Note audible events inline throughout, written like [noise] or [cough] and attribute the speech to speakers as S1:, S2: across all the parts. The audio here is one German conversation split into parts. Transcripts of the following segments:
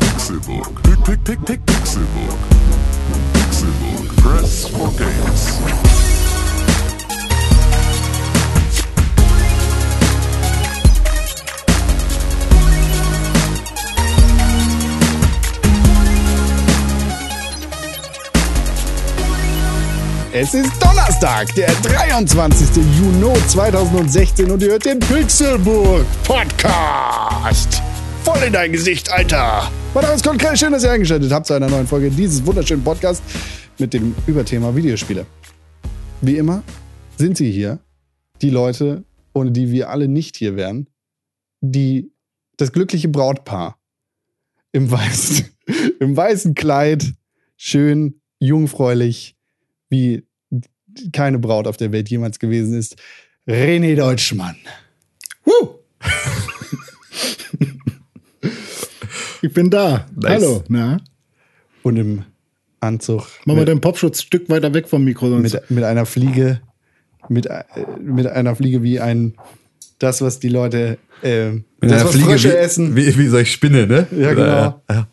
S1: Pixelburg. Pick, pick, pick, pick, Pixelburg. Pixelburg. Press for games.
S2: Es ist Donnerstag, der 23. Juni 2016 und ihr hört den Pixelburg Podcast. Voll in dein Gesicht, Alter. Mein Name ist Konkret, schön, dass ihr eingeschaltet habt zu einer neuen Folge dieses wunderschönen Podcasts mit dem Überthema Videospiele. Wie immer sind sie hier, die Leute, ohne die wir alle nicht hier wären, die das glückliche Brautpaar im [laughs] weißen, im weißen Kleid, schön, jungfräulich, wie keine Braut auf der Welt jemals gewesen ist. René Deutschmann.
S3: Woo!
S4: Ich bin da.
S3: Nice.
S4: Hallo. Na?
S2: Und im Anzug
S4: Machen wir
S2: mit,
S4: den Popschutz ein Stück weiter weg vom Mikro. Sonst
S2: mit, mit einer Fliege, mit, äh, mit einer Fliege wie ein, das, was die Leute, äh, das, was Frösche
S3: wie,
S2: essen.
S3: Wie, wie solche Spinne, ne?
S2: Ja, genau.
S3: Äh, ja.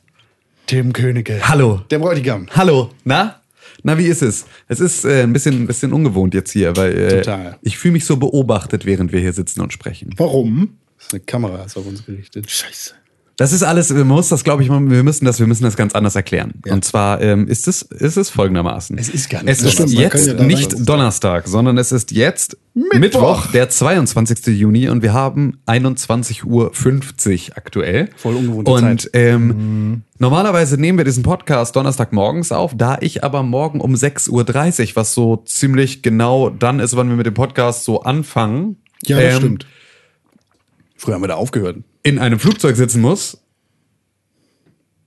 S2: Tim Königke.
S3: Hallo.
S2: Der Bräutigam.
S3: Hallo. Na? Na, wie ist es? Es ist äh, ein, bisschen, ein bisschen ungewohnt jetzt hier, weil äh,
S2: Total.
S3: ich fühle mich so beobachtet, während wir hier sitzen und sprechen.
S4: Warum?
S2: Das ist eine Kamera, ist auf uns gerichtet.
S4: Scheiße.
S3: Das ist alles, wir müssen das, glaube ich, mal- wir müssen das, wir müssen das ganz anders erklären. Und zwar ähm, ist es, ist es folgendermaßen.
S2: Es ist gar nicht
S3: Es ist
S2: Donnerstag.
S4: Man kann
S3: jetzt
S4: ja da
S3: nicht
S4: rein-
S3: Donnerstag, sondern es ist jetzt Mittwoch. der 22. Juni, und wir haben 21.50 Uhr aktuell.
S2: Voll ungewohnte
S3: Und
S2: Zeit.
S3: ähm, normalerweise nehmen wir diesen Podcast Donnerstagmorgens auf, da ich aber morgen um 6.30 Uhr, was so ziemlich genau dann ist, wann wir mit dem Podcast so anfangen.
S4: Ja, das
S3: ähm,
S4: stimmt.
S2: Früher haben wir da aufgehört.
S3: in einem Flugzeug sitzen muss.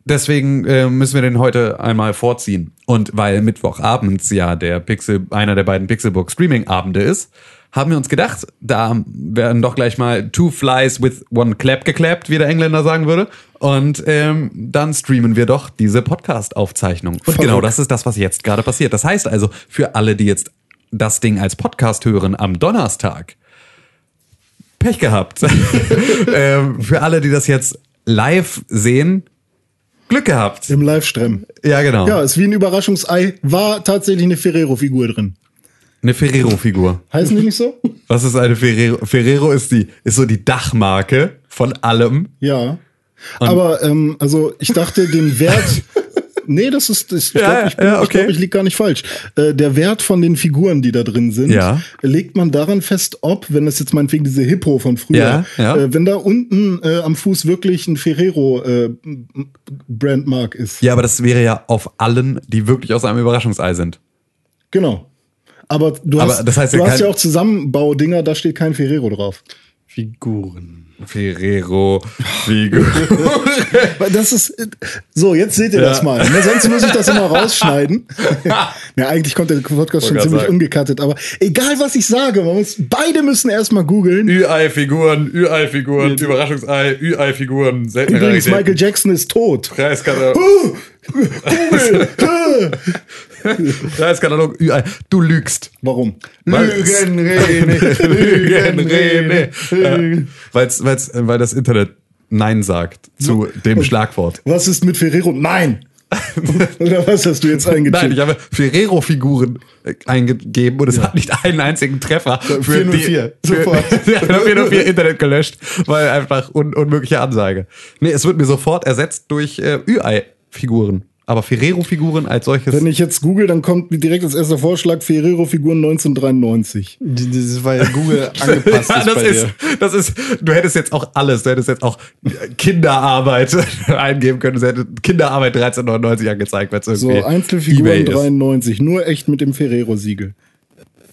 S3: Deswegen äh, müssen wir den heute einmal vorziehen. Und weil Mittwochabends ja der Pixel, einer der beiden Pixelburg Streaming Abende ist, haben wir uns gedacht, da werden doch gleich mal two flies with one clap geklappt, wie der Engländer sagen würde. Und ähm, dann streamen wir doch diese Podcast-Aufzeichnung. Und genau das ist das, was jetzt gerade passiert. Das heißt also, für alle, die jetzt das Ding als Podcast hören am Donnerstag, Pech gehabt. [laughs] ähm, für alle, die das jetzt live sehen, Glück gehabt.
S4: Im Livestream.
S3: Ja, genau.
S4: Ja, ist wie ein Überraschungsei. War tatsächlich eine Ferrero-Figur drin.
S3: Eine Ferrero-Figur. [laughs]
S4: Heißen die nicht so?
S3: Was ist eine Ferrero? Ferrero ist die, ist so die Dachmarke von allem.
S4: Ja. Aber, ähm, also, ich dachte, den
S3: [laughs]
S4: Wert. Nee, das ist, das, ich
S3: Ja,
S4: glaube, ich, bin-
S3: ja,
S4: ich,
S3: okay.
S4: glaub, ich liege gar nicht falsch. Äh, der Wert von den Figuren, die da drin sind,
S3: Ja.
S4: legt man daran fest, ob, wenn das jetzt meinetwegen diese Hippo von früher,
S3: Ja, ja.
S4: Äh, wenn da unten äh, am Fuß wirklich ein Ferrero-Brandmark ist.
S3: Ja, aber das wäre ja auf allen, die wirklich aus einem Überraschungsei sind.
S4: Genau. Aber du
S3: Aber
S4: hast,
S3: das heißt ja
S4: du hast
S3: kein-
S4: ja auch Zusammenbaudinger, da steht kein Ferrero drauf.
S2: Figuren.
S3: Ferrero, Figur.
S4: [laughs] Weil Das ist so, jetzt seht ihr
S3: Ja.
S4: das mal. Ne, sonst muss ich das
S3: [laughs]
S4: immer rausschneiden. ja, eigentlich kommt der Podcast schon
S3: grad
S4: ziemlich
S3: sagen.
S4: ungekattet, aber egal was ich sage, man muss, beide müssen erstmal googeln.
S3: Ü-Ei-Figuren, Ü-Ei-Figuren, Überraschungsei, Ü-Ei-Figuren, seltene
S4: Übrigens,
S3: Raritäten.
S4: Michael Jackson ist tot.
S3: Preiskatalog. [laughs]
S4: Google!
S3: Preiskatalog, Ü-Ei. Du lügst.
S4: Warum?
S3: Lügen, [laughs] Rene, Lügen, Rene. Äh, weil's, weil's, äh, weil das Internet Nein sagt zu dem Schlagwort.
S4: Was ist mit Ferrero?
S3: [laughs]
S4: Nein! Oder was hast du jetzt
S3: Nein,
S4: eingetippt?
S3: ich habe Ferrero-Figuren äh, eingegeben und es hat nicht einen einzigen Treffer für
S2: 404,
S3: die für,
S2: sofort.
S3: [laughs] Ja, genau, 404 Internet gelöscht, weil einfach un, unmögliche Ansage. Nee, es wird mir sofort ersetzt durch äh, Ü-Ei-Figuren. Aber Ferrero-Figuren als solches.
S4: Wenn ich jetzt google, dann kommt direkt als erster Vorschlag Ferrero-Figuren 1993.
S2: Die- Das war [laughs] ja Google angepasst.
S3: Ja,
S2: ist
S3: das
S2: bei
S3: ist,
S2: dir.
S3: das ist, du hättest jetzt auch alles, du hättest jetzt auch Kinderarbeit [laughs] eingeben können, es hätte Kinderarbeit 1399 angezeigt, wenn es
S4: So,
S3: irgendwie eBay
S4: Einzelfiguren
S3: ist.
S4: 93, nur echt mit dem Ferrero-Siegel.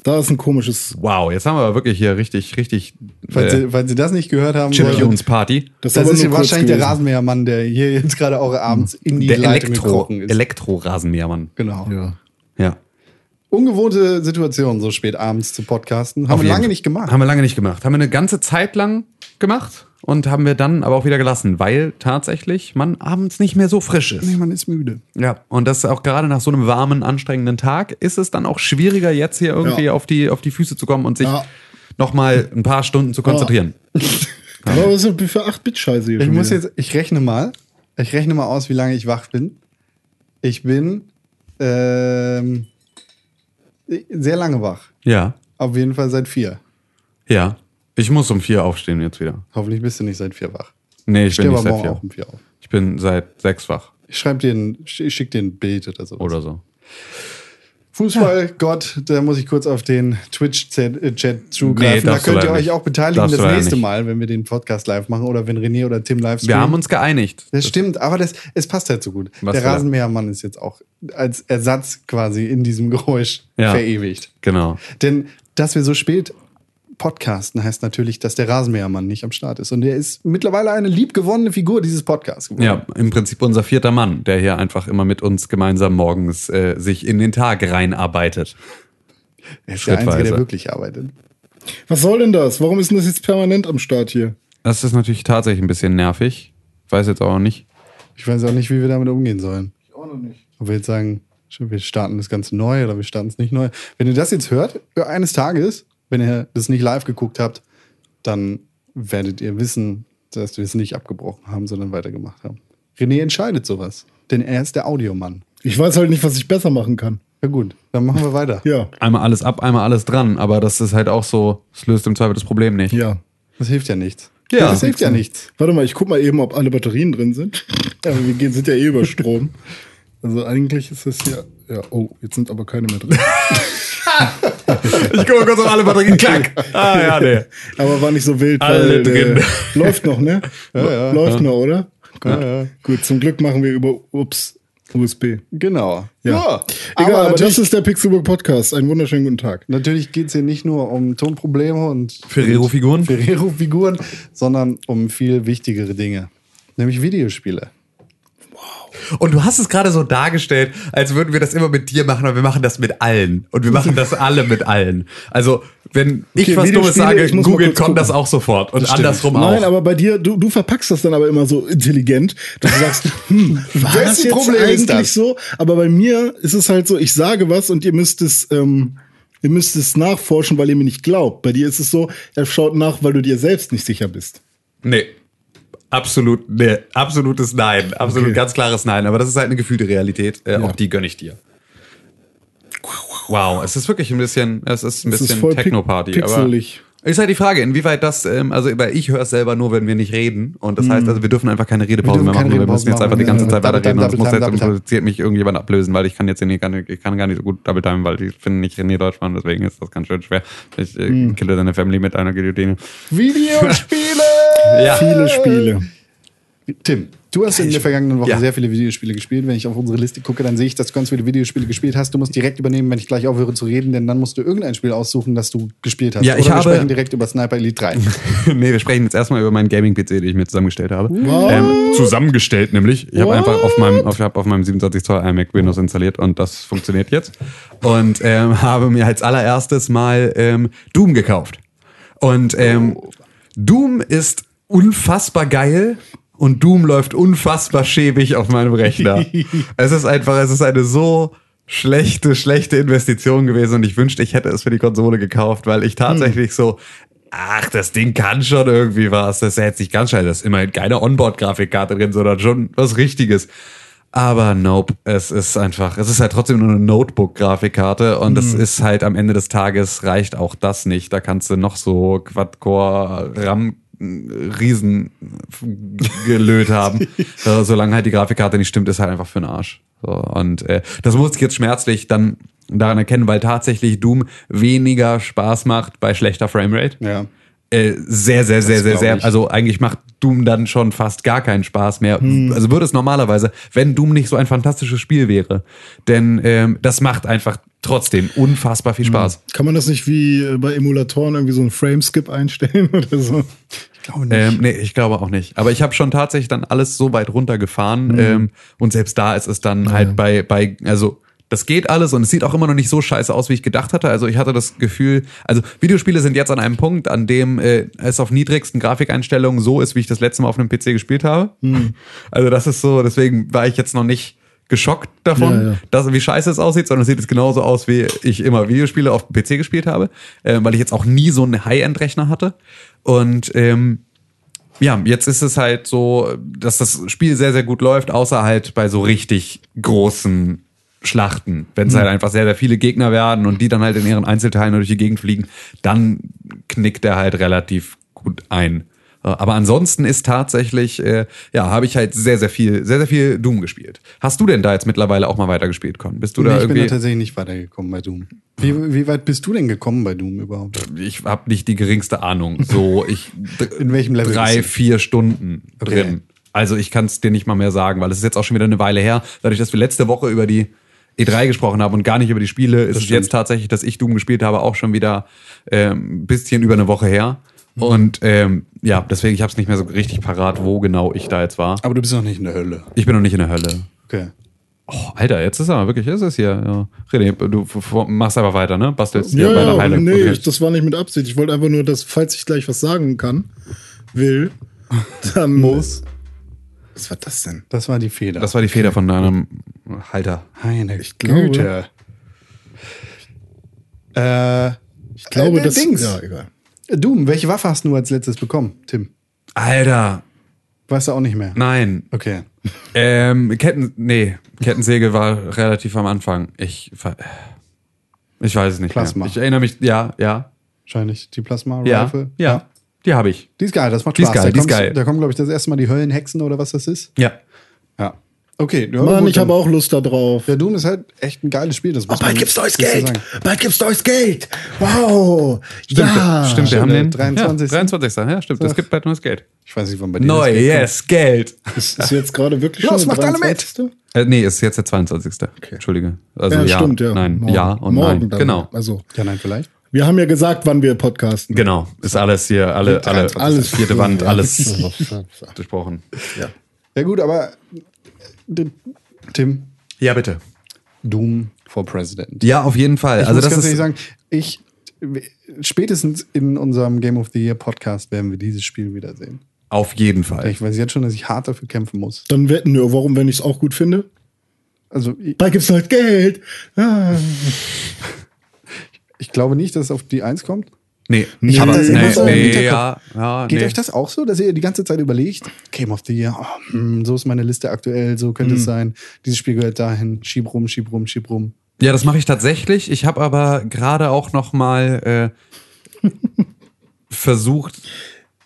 S4: Da ist ein komisches.
S3: Wow, jetzt haben wir aber wirklich hier richtig, richtig
S2: Falls,
S3: äh,
S2: ihr, falls ihr das nicht gehört haben
S3: Jim
S2: wollt,
S3: Jones Party.
S4: Das,
S2: das
S4: aber
S2: ist
S4: nur kurz
S2: wahrscheinlich der
S4: gewesen.
S2: Rasenmähermann, der hier jetzt gerade auch abends in die
S3: Mhm. Der
S2: Leitung
S3: Elektro,
S2: gekrochen ist.
S3: Elektro-Rasenmähermann.
S2: genau.
S4: Ja.
S3: Ja.
S2: Ungewohnte Situation, so spät abends zu podcasten. Haben
S3: Auf
S2: wir
S3: jeden
S2: lange
S3: Fall.
S2: nicht gemacht.
S3: Haben wir lange nicht gemacht. Haben wir eine ganze Zeit lang gemacht und haben wir dann aber auch wieder gelassen, weil tatsächlich man abends nicht mehr so frisch ist.
S2: Nee, man ist müde.
S3: Ja, und das auch gerade nach so einem warmen, anstrengenden Tag ist es dann auch schwieriger, jetzt hier irgendwie
S4: Ja.
S3: auf, die, auf die Füße zu kommen und sich
S4: Ja.
S3: nochmal ein paar Stunden zu konzentrieren.
S4: Aber was ist denn für 8-Bit-Scheiße hier
S2: Ich
S4: schon
S2: muss
S4: wieder?
S2: jetzt, ich rechne mal. Ich rechne mal aus, wie lange ich wach bin. Ich bin ähm, sehr lange wach.
S3: Ja,
S2: Auf jeden Fall seit vier.
S3: ja. Ich muss um vier aufstehen jetzt wieder.
S2: Hoffentlich bist du nicht seit vier wach.
S3: Nee, ich
S2: Steh
S3: bin nicht
S2: aber
S3: seit
S2: morgen auch
S3: vier.
S2: um vier auf.
S3: Ich bin seit sechs wach
S2: Ich schreib dir ein, ich schick dir ein Bild oder so.
S3: oder so.
S2: Fußballgott, da muss ich kurz auf den Twitch-Chat äh, Chat zugreifen.
S3: Nee,
S2: da
S3: darfst du
S2: könnt ihr
S3: leider
S2: euch
S3: nicht.
S2: auch beteiligen
S3: Darfst du
S2: das
S3: leider
S2: nächste
S3: nicht.
S2: Mal, wenn wir den Podcast live machen oder wenn René oder Tim live
S3: Wir haben uns geeinigt.
S2: Das stimmt, aber das, es passt halt so gut.
S3: Was
S2: Der
S3: war das?
S2: Rasenmähermann ist jetzt auch als Ersatz quasi in diesem Geräusch
S3: Ja.
S2: verewigt.
S3: Genau.
S2: Denn dass wir so spät podcasten, heißt natürlich, dass der Rasenmähermann nicht am Start ist. Und er ist mittlerweile eine liebgewonnene Figur dieses Podcasts geworden.
S3: Ja, im Prinzip unser vierter Mann, der hier einfach immer mit uns gemeinsam morgens äh, sich in den Tag reinarbeitet.
S2: er ist der Einzige, der
S3: schrittweise.
S2: wirklich arbeitet.
S4: Was soll denn das? Warum ist denn das jetzt permanent am Start hier?
S3: Das ist natürlich tatsächlich ein bisschen nervig. Weiß jetzt auch nicht.
S2: Ich weiß auch nicht, wie wir damit umgehen sollen. Ich auch noch nicht. Ob wir jetzt sagen, schon, wir starten das Ganze neu oder wir starten es nicht neu. Wenn ihr das jetzt hört, eines Tages, wenn ihr das nicht live geguckt habt, dann werdet ihr wissen, dass wir es nicht abgebrochen haben, sondern weitergemacht haben. René entscheidet sowas, denn er ist der Audiomann.
S4: Ich weiß halt nicht, was ich besser machen kann.
S2: Na gut, dann machen wir weiter.
S4: Ja,
S3: Einmal alles ab, einmal alles dran, aber das ist halt auch so, es löst im Zweifel das Problem nicht.
S4: ja.
S2: Das hilft ja nichts.
S3: Ja.
S2: das hilft ja Ah, nichts.
S4: Warte mal, ich guck mal eben, ob alle Batterien drin sind. [laughs] Aber wir gehen, sind ja eh über Strom. Also eigentlich ist das hier. Ja, oh, jetzt sind aber keine mehr drin.
S3: Ich gucke kurz auf alle Batterien, [laughs] klack. Ah, ja, nee.
S4: Aber war nicht so wild.
S3: Alle drin.
S4: Äh, läuft noch, ne?
S2: ja.
S4: läuft noch, oder?
S2: Ja, ja.
S4: Gut, zum Glück machen wir über ups, USB.
S2: Genau.
S4: Ja.
S2: Aber,
S4: Egal, aber,
S2: natürlich,
S4: das ist der Pixelburg Podcast. Einen wunderschönen guten Tag.
S2: natürlich geht es hier nicht nur um Tonprobleme und
S3: Ferrero-Figuren?
S2: Ferrero-Figuren, sondern um viel wichtigere Dinge. Nämlich Videospiele.
S3: Und du hast es gerade so dargestellt, als würden wir das immer mit dir machen, aber wir machen das mit allen. Und wir machen das alle mit allen. Also, wenn ich
S4: Okay,
S3: was Dummes
S4: Videospiele,
S3: sage,
S4: ich muss mal
S3: Google
S4: kurz
S3: kommt das
S4: gucken.
S3: auch sofort. Und andersrum auch.
S4: Nein, aber bei dir, du, du verpackst das dann aber immer so intelligent, dass
S2: [laughs]
S4: du sagst, hm, war
S2: Wessen
S4: das jetzt
S2: Problem ist
S4: eigentlich
S2: das?
S4: so? Aber bei mir ist es halt so, ich sage was und ihr müsst es, ähm, ihr müsst es nachforschen, weil ihr mir nicht glaubt. Bei dir ist es so, er schaut nach, weil du dir selbst nicht sicher bist.
S3: Nee. Absolut, nee. Absolutes Nein. Absolut
S4: Okay.
S3: ganz klares Nein. Aber das ist halt eine gefühlte Realität. Äh, Auch die gönne ich dir. Wow, es ist wirklich ein bisschen, es ist ein
S4: Es ist
S3: bisschen
S4: voll pic-
S3: Techno-Party. Aber
S4: pixelig.
S3: ist halt die Frage, inwieweit das, ähm, also weil ich höre es selber nur, wenn wir nicht reden. Und das heißt, also wir dürfen einfach keine Redepause
S2: Mhm. dürfen
S3: mehr machen.
S2: keine
S3: wir müssen
S2: Redepause
S3: jetzt einfach
S2: machen,
S3: die ganze
S2: ja.
S3: Zeit
S2: Double
S3: weiterreden.
S2: time,
S3: und es muss
S2: double
S3: jetzt
S2: time, double
S3: unproduziert mich irgendjemand ablösen, weil ich kann jetzt hier nicht, gar nicht- ich kann gar nicht so gut Double Time, weil ich finde nicht René Deutschmann, deswegen ist das ganz schön schwer. Ich äh,
S2: Mhm.
S3: kille deine Family mit einer Guillotine.
S2: Videospiele!
S3: Ja.
S4: Viele
S2: Äh,
S4: Spiele.
S2: Tim, du hast in der vergangenen Woche
S3: Ja.
S2: sehr viele Videospiele gespielt. Wenn ich auf unsere Liste gucke, dann sehe ich, dass du ganz viele Videospiele gespielt hast. Du musst direkt übernehmen, wenn ich gleich aufhöre zu reden, denn dann musst du irgendein Spiel aussuchen, das du gespielt hast.
S3: Ja, ich
S2: Oder wir
S3: habe-
S2: sprechen direkt über Sniper Elite 3.
S3: [laughs] nee, wir sprechen jetzt erstmal über meinen Gaming-PC, den ich mir zusammengestellt habe. Ähm, zusammengestellt nämlich. Ich habe einfach auf meinem, auf, ich hab auf meinem 27-Zoll iMac Windows installiert und das funktioniert jetzt. Und ähm, [laughs] habe mir als allererstes mal ähm, Doom gekauft. Und ähm, Doom ist unfassbar geil. Und Doom läuft unfassbar schäbig auf meinem Rechner. es ist einfach, es ist eine so schlechte, schlechte Investition gewesen und ich wünschte, ich hätte es für die Konsole gekauft, weil ich tatsächlich so, ach, das Ding kann schon irgendwie was. Das ist ja jetzt nicht ganz schnell, das ist immerhin keine Onboard-Grafikkarte drin, sondern schon was Richtiges. Aber nope, es ist einfach, es ist halt trotzdem nur eine Notebook-Grafikkarte und es ist halt am Ende des Tages reicht auch das nicht. Da kannst du noch so Quad-Core-RAM Riesen gelöt haben. Äh, Solange halt die Grafikkarte nicht stimmt, ist halt einfach für den Arsch. So, und äh, das musste ich jetzt schmerzlich dann daran erkennen, weil tatsächlich Doom weniger Spaß macht bei schlechter Framerate.
S2: Ja.
S3: Äh, sehr, sehr, sehr, sehr,
S2: glaub
S3: sehr.
S2: ich.
S3: Also eigentlich macht Doom dann schon fast gar keinen Spaß mehr.
S2: Hm.
S3: Also würde es normalerweise, wenn Doom nicht so ein fantastisches Spiel wäre. Denn ähm, das macht einfach trotzdem unfassbar
S2: Hm.
S3: viel Spaß.
S4: Kann man das nicht wie äh, bei Emulatoren irgendwie so einen Frame-Skip einstellen [laughs] oder so?
S3: Ähm, nee, ich glaube auch nicht. Aber ich habe schon tatsächlich dann alles so weit runtergefahren.
S4: Mhm.
S3: Ähm, und selbst da ist es dann halt bei, bei, also das geht alles und es sieht auch immer noch nicht so scheiße aus, wie ich gedacht hatte. Also ich hatte das Gefühl, also Videospiele sind jetzt an einem Punkt, an dem äh, es auf niedrigsten Grafikeinstellungen so ist, wie ich das letzte Mal auf einem PC gespielt habe.
S4: Mhm.
S3: [laughs] Also das ist so, deswegen war ich jetzt noch nicht geschockt davon,
S4: Ja, ja.
S3: dass, wie scheiße es aussieht, sondern es sieht jetzt genauso aus, wie ich immer Videospiele auf dem PC gespielt habe, äh, weil ich jetzt auch nie so einen High-End-Rechner hatte. Und ähm, ja, jetzt ist es halt so, dass das Spiel sehr, sehr gut läuft, außer halt bei so richtig großen Schlachten. Wenn
S2: Mhm.
S3: es halt einfach sehr, sehr viele Gegner werden und die dann halt in ihren Einzelteilen durch die Gegend fliegen, dann knickt er halt relativ gut ein. Äh, Aber ansonsten ist tatsächlich, äh, ja, habe ich halt sehr, sehr viel, sehr, sehr viel Doom gespielt. Hast du denn da jetzt mittlerweile auch mal weitergespielt, Con? Bist du
S2: nee,
S3: da
S2: ich bin da
S3: irgendwie?
S2: tatsächlich nicht weitergekommen bei Doom. Wie, wie weit bist du denn gekommen bei Doom überhaupt?
S3: ich habe nicht die geringste Ahnung. So, ich
S2: [laughs] In welchem Level
S3: drei,
S2: bist du?
S3: vier Stunden
S2: Okay.
S3: drin. Also ich kann es dir nicht mal mehr sagen, weil es ist jetzt auch schon wieder eine Weile her. Dadurch, dass wir letzte Woche über die E3 gesprochen haben und gar nicht über die Spiele, ist es
S2: stimmt.
S3: jetzt tatsächlich, dass ich Doom gespielt habe, auch schon wieder ähm, ein bisschen über eine Woche her.
S2: Mhm.
S3: Und ähm, ja, deswegen, ich habe es nicht mehr so richtig parat, wo genau ich da jetzt war.
S2: Aber du bist noch nicht in der Hölle.
S3: Ich bin noch nicht in der Hölle.
S2: Okay.
S3: Oh, Alter, jetzt ist aber wirklich, ist es hier. Ja. René, du f- f- machst einfach weiter, ne? Bastelst
S4: Ja,
S3: dir bei der
S4: ja,
S3: Heilung.
S4: nee,
S3: Okay.
S4: ich, das war nicht mit Absicht. Ich wollte einfach nur, dass, falls ich gleich was sagen kann,
S2: [laughs]
S4: will, dann.
S2: Moos.
S4: Was war das denn?
S2: Das war die Feder.
S3: Das war die Feder von deinem Halter.
S2: Meine
S4: glaube-
S2: Güte. Äh,
S4: Ich glaube,
S2: äh,
S4: das.
S2: Dings.
S4: Ja, egal.
S2: Doom, welche Waffe hast du als letztes bekommen, Tim?
S3: Alter,
S2: Weißt du auch nicht mehr?
S3: nein.
S2: Okay.
S3: Ähm, Ketten, nee, Kettensäge war relativ am Anfang. Ich, ver- ich weiß es nicht
S2: Plasma.
S3: mehr. Ich erinnere mich, ja, ja,
S2: Wahrscheinlich die
S3: ja,
S2: Plasma-Rifle.
S3: ja, die habe ich.
S2: Die ist geil, das macht
S3: Die ist
S2: Spaß. da
S3: geil, die ist
S2: kommst-
S3: geil.
S2: Da kommen, glaube ich, das erste Mal die Höllenhexen oder was das ist.
S3: Ja.
S2: Ja. Okay, ja,
S4: Mann,
S2: gut,
S4: ich habe
S2: dann-
S4: auch Lust da drauf.
S2: Ja, Doom ist halt echt ein geiles Spiel.
S3: Oh,
S2: Das muss man- muss man sagen.
S4: Bald gibt's neues Geld! Wow!
S3: Stimmt,
S4: Ah,
S3: stimmt, wir haben den
S2: 23..
S3: Ja, 23. Ja, stimmt, es gibt bald neues Geld.
S2: Ich weiß nicht, wann bei dir das geht.
S3: Neues Geld.
S4: Ist, ist jetzt gerade wirklich
S2: Los,
S4: schon der
S2: macht alle mit!
S4: 23.?
S3: [laughs] Äh, nee, ist jetzt der 22. Entschuldige. Also ja,
S4: stimmt, ja.
S3: nein,
S4: Morgen.
S3: ja und
S4: Morgen
S3: nein.
S4: dann.
S3: Genau.
S4: Also,
S2: Ja, nein, vielleicht.
S4: wir haben ja gesagt, wann wir podcasten.
S3: Genau, ist alles hier, alle, Genau, alle,
S4: Alles.
S3: vierte Wand, alles
S4: Ja.
S3: durchbrochen.
S2: Ja, gut, aber. äh, Tim,
S3: Ja, bitte.
S2: Doom for President.
S3: Ja, auf jeden Fall.
S2: Ich
S3: also
S2: muss
S3: das
S2: ganz
S3: ist,
S2: ehrlich sagen, ich spätestens in unserem Game of the Year Podcast werden wir dieses Spiel wiedersehen.
S3: auf jeden Fall.
S2: Ich weiß jetzt schon, dass ich hart dafür kämpfen muss.
S4: [laughs] Dann wetten wir, warum, wenn ich es auch gut finde?
S2: Also ich,
S4: Bald gibt's neues Geld! Ah.
S2: ich glaube nicht, dass es auf die Eins kommt.
S3: Nee,
S2: Ich hab
S3: aber-
S2: das immer
S3: nee,
S2: so im
S3: nee,
S2: Hinterkopf.
S3: ja, ja,
S2: Geht
S3: nee.
S2: euch das auch so, dass ihr die ganze Zeit überlegt, Game of the Year, oh, hm, so ist meine Liste aktuell, so könnte
S3: Hm.
S2: es sein, dieses Spiel gehört dahin, schieb rum, schieb rum, schieb rum.
S3: Ja, das mache ich tatsächlich. Ich habe aber gerade auch noch mal äh, [laughs] versucht,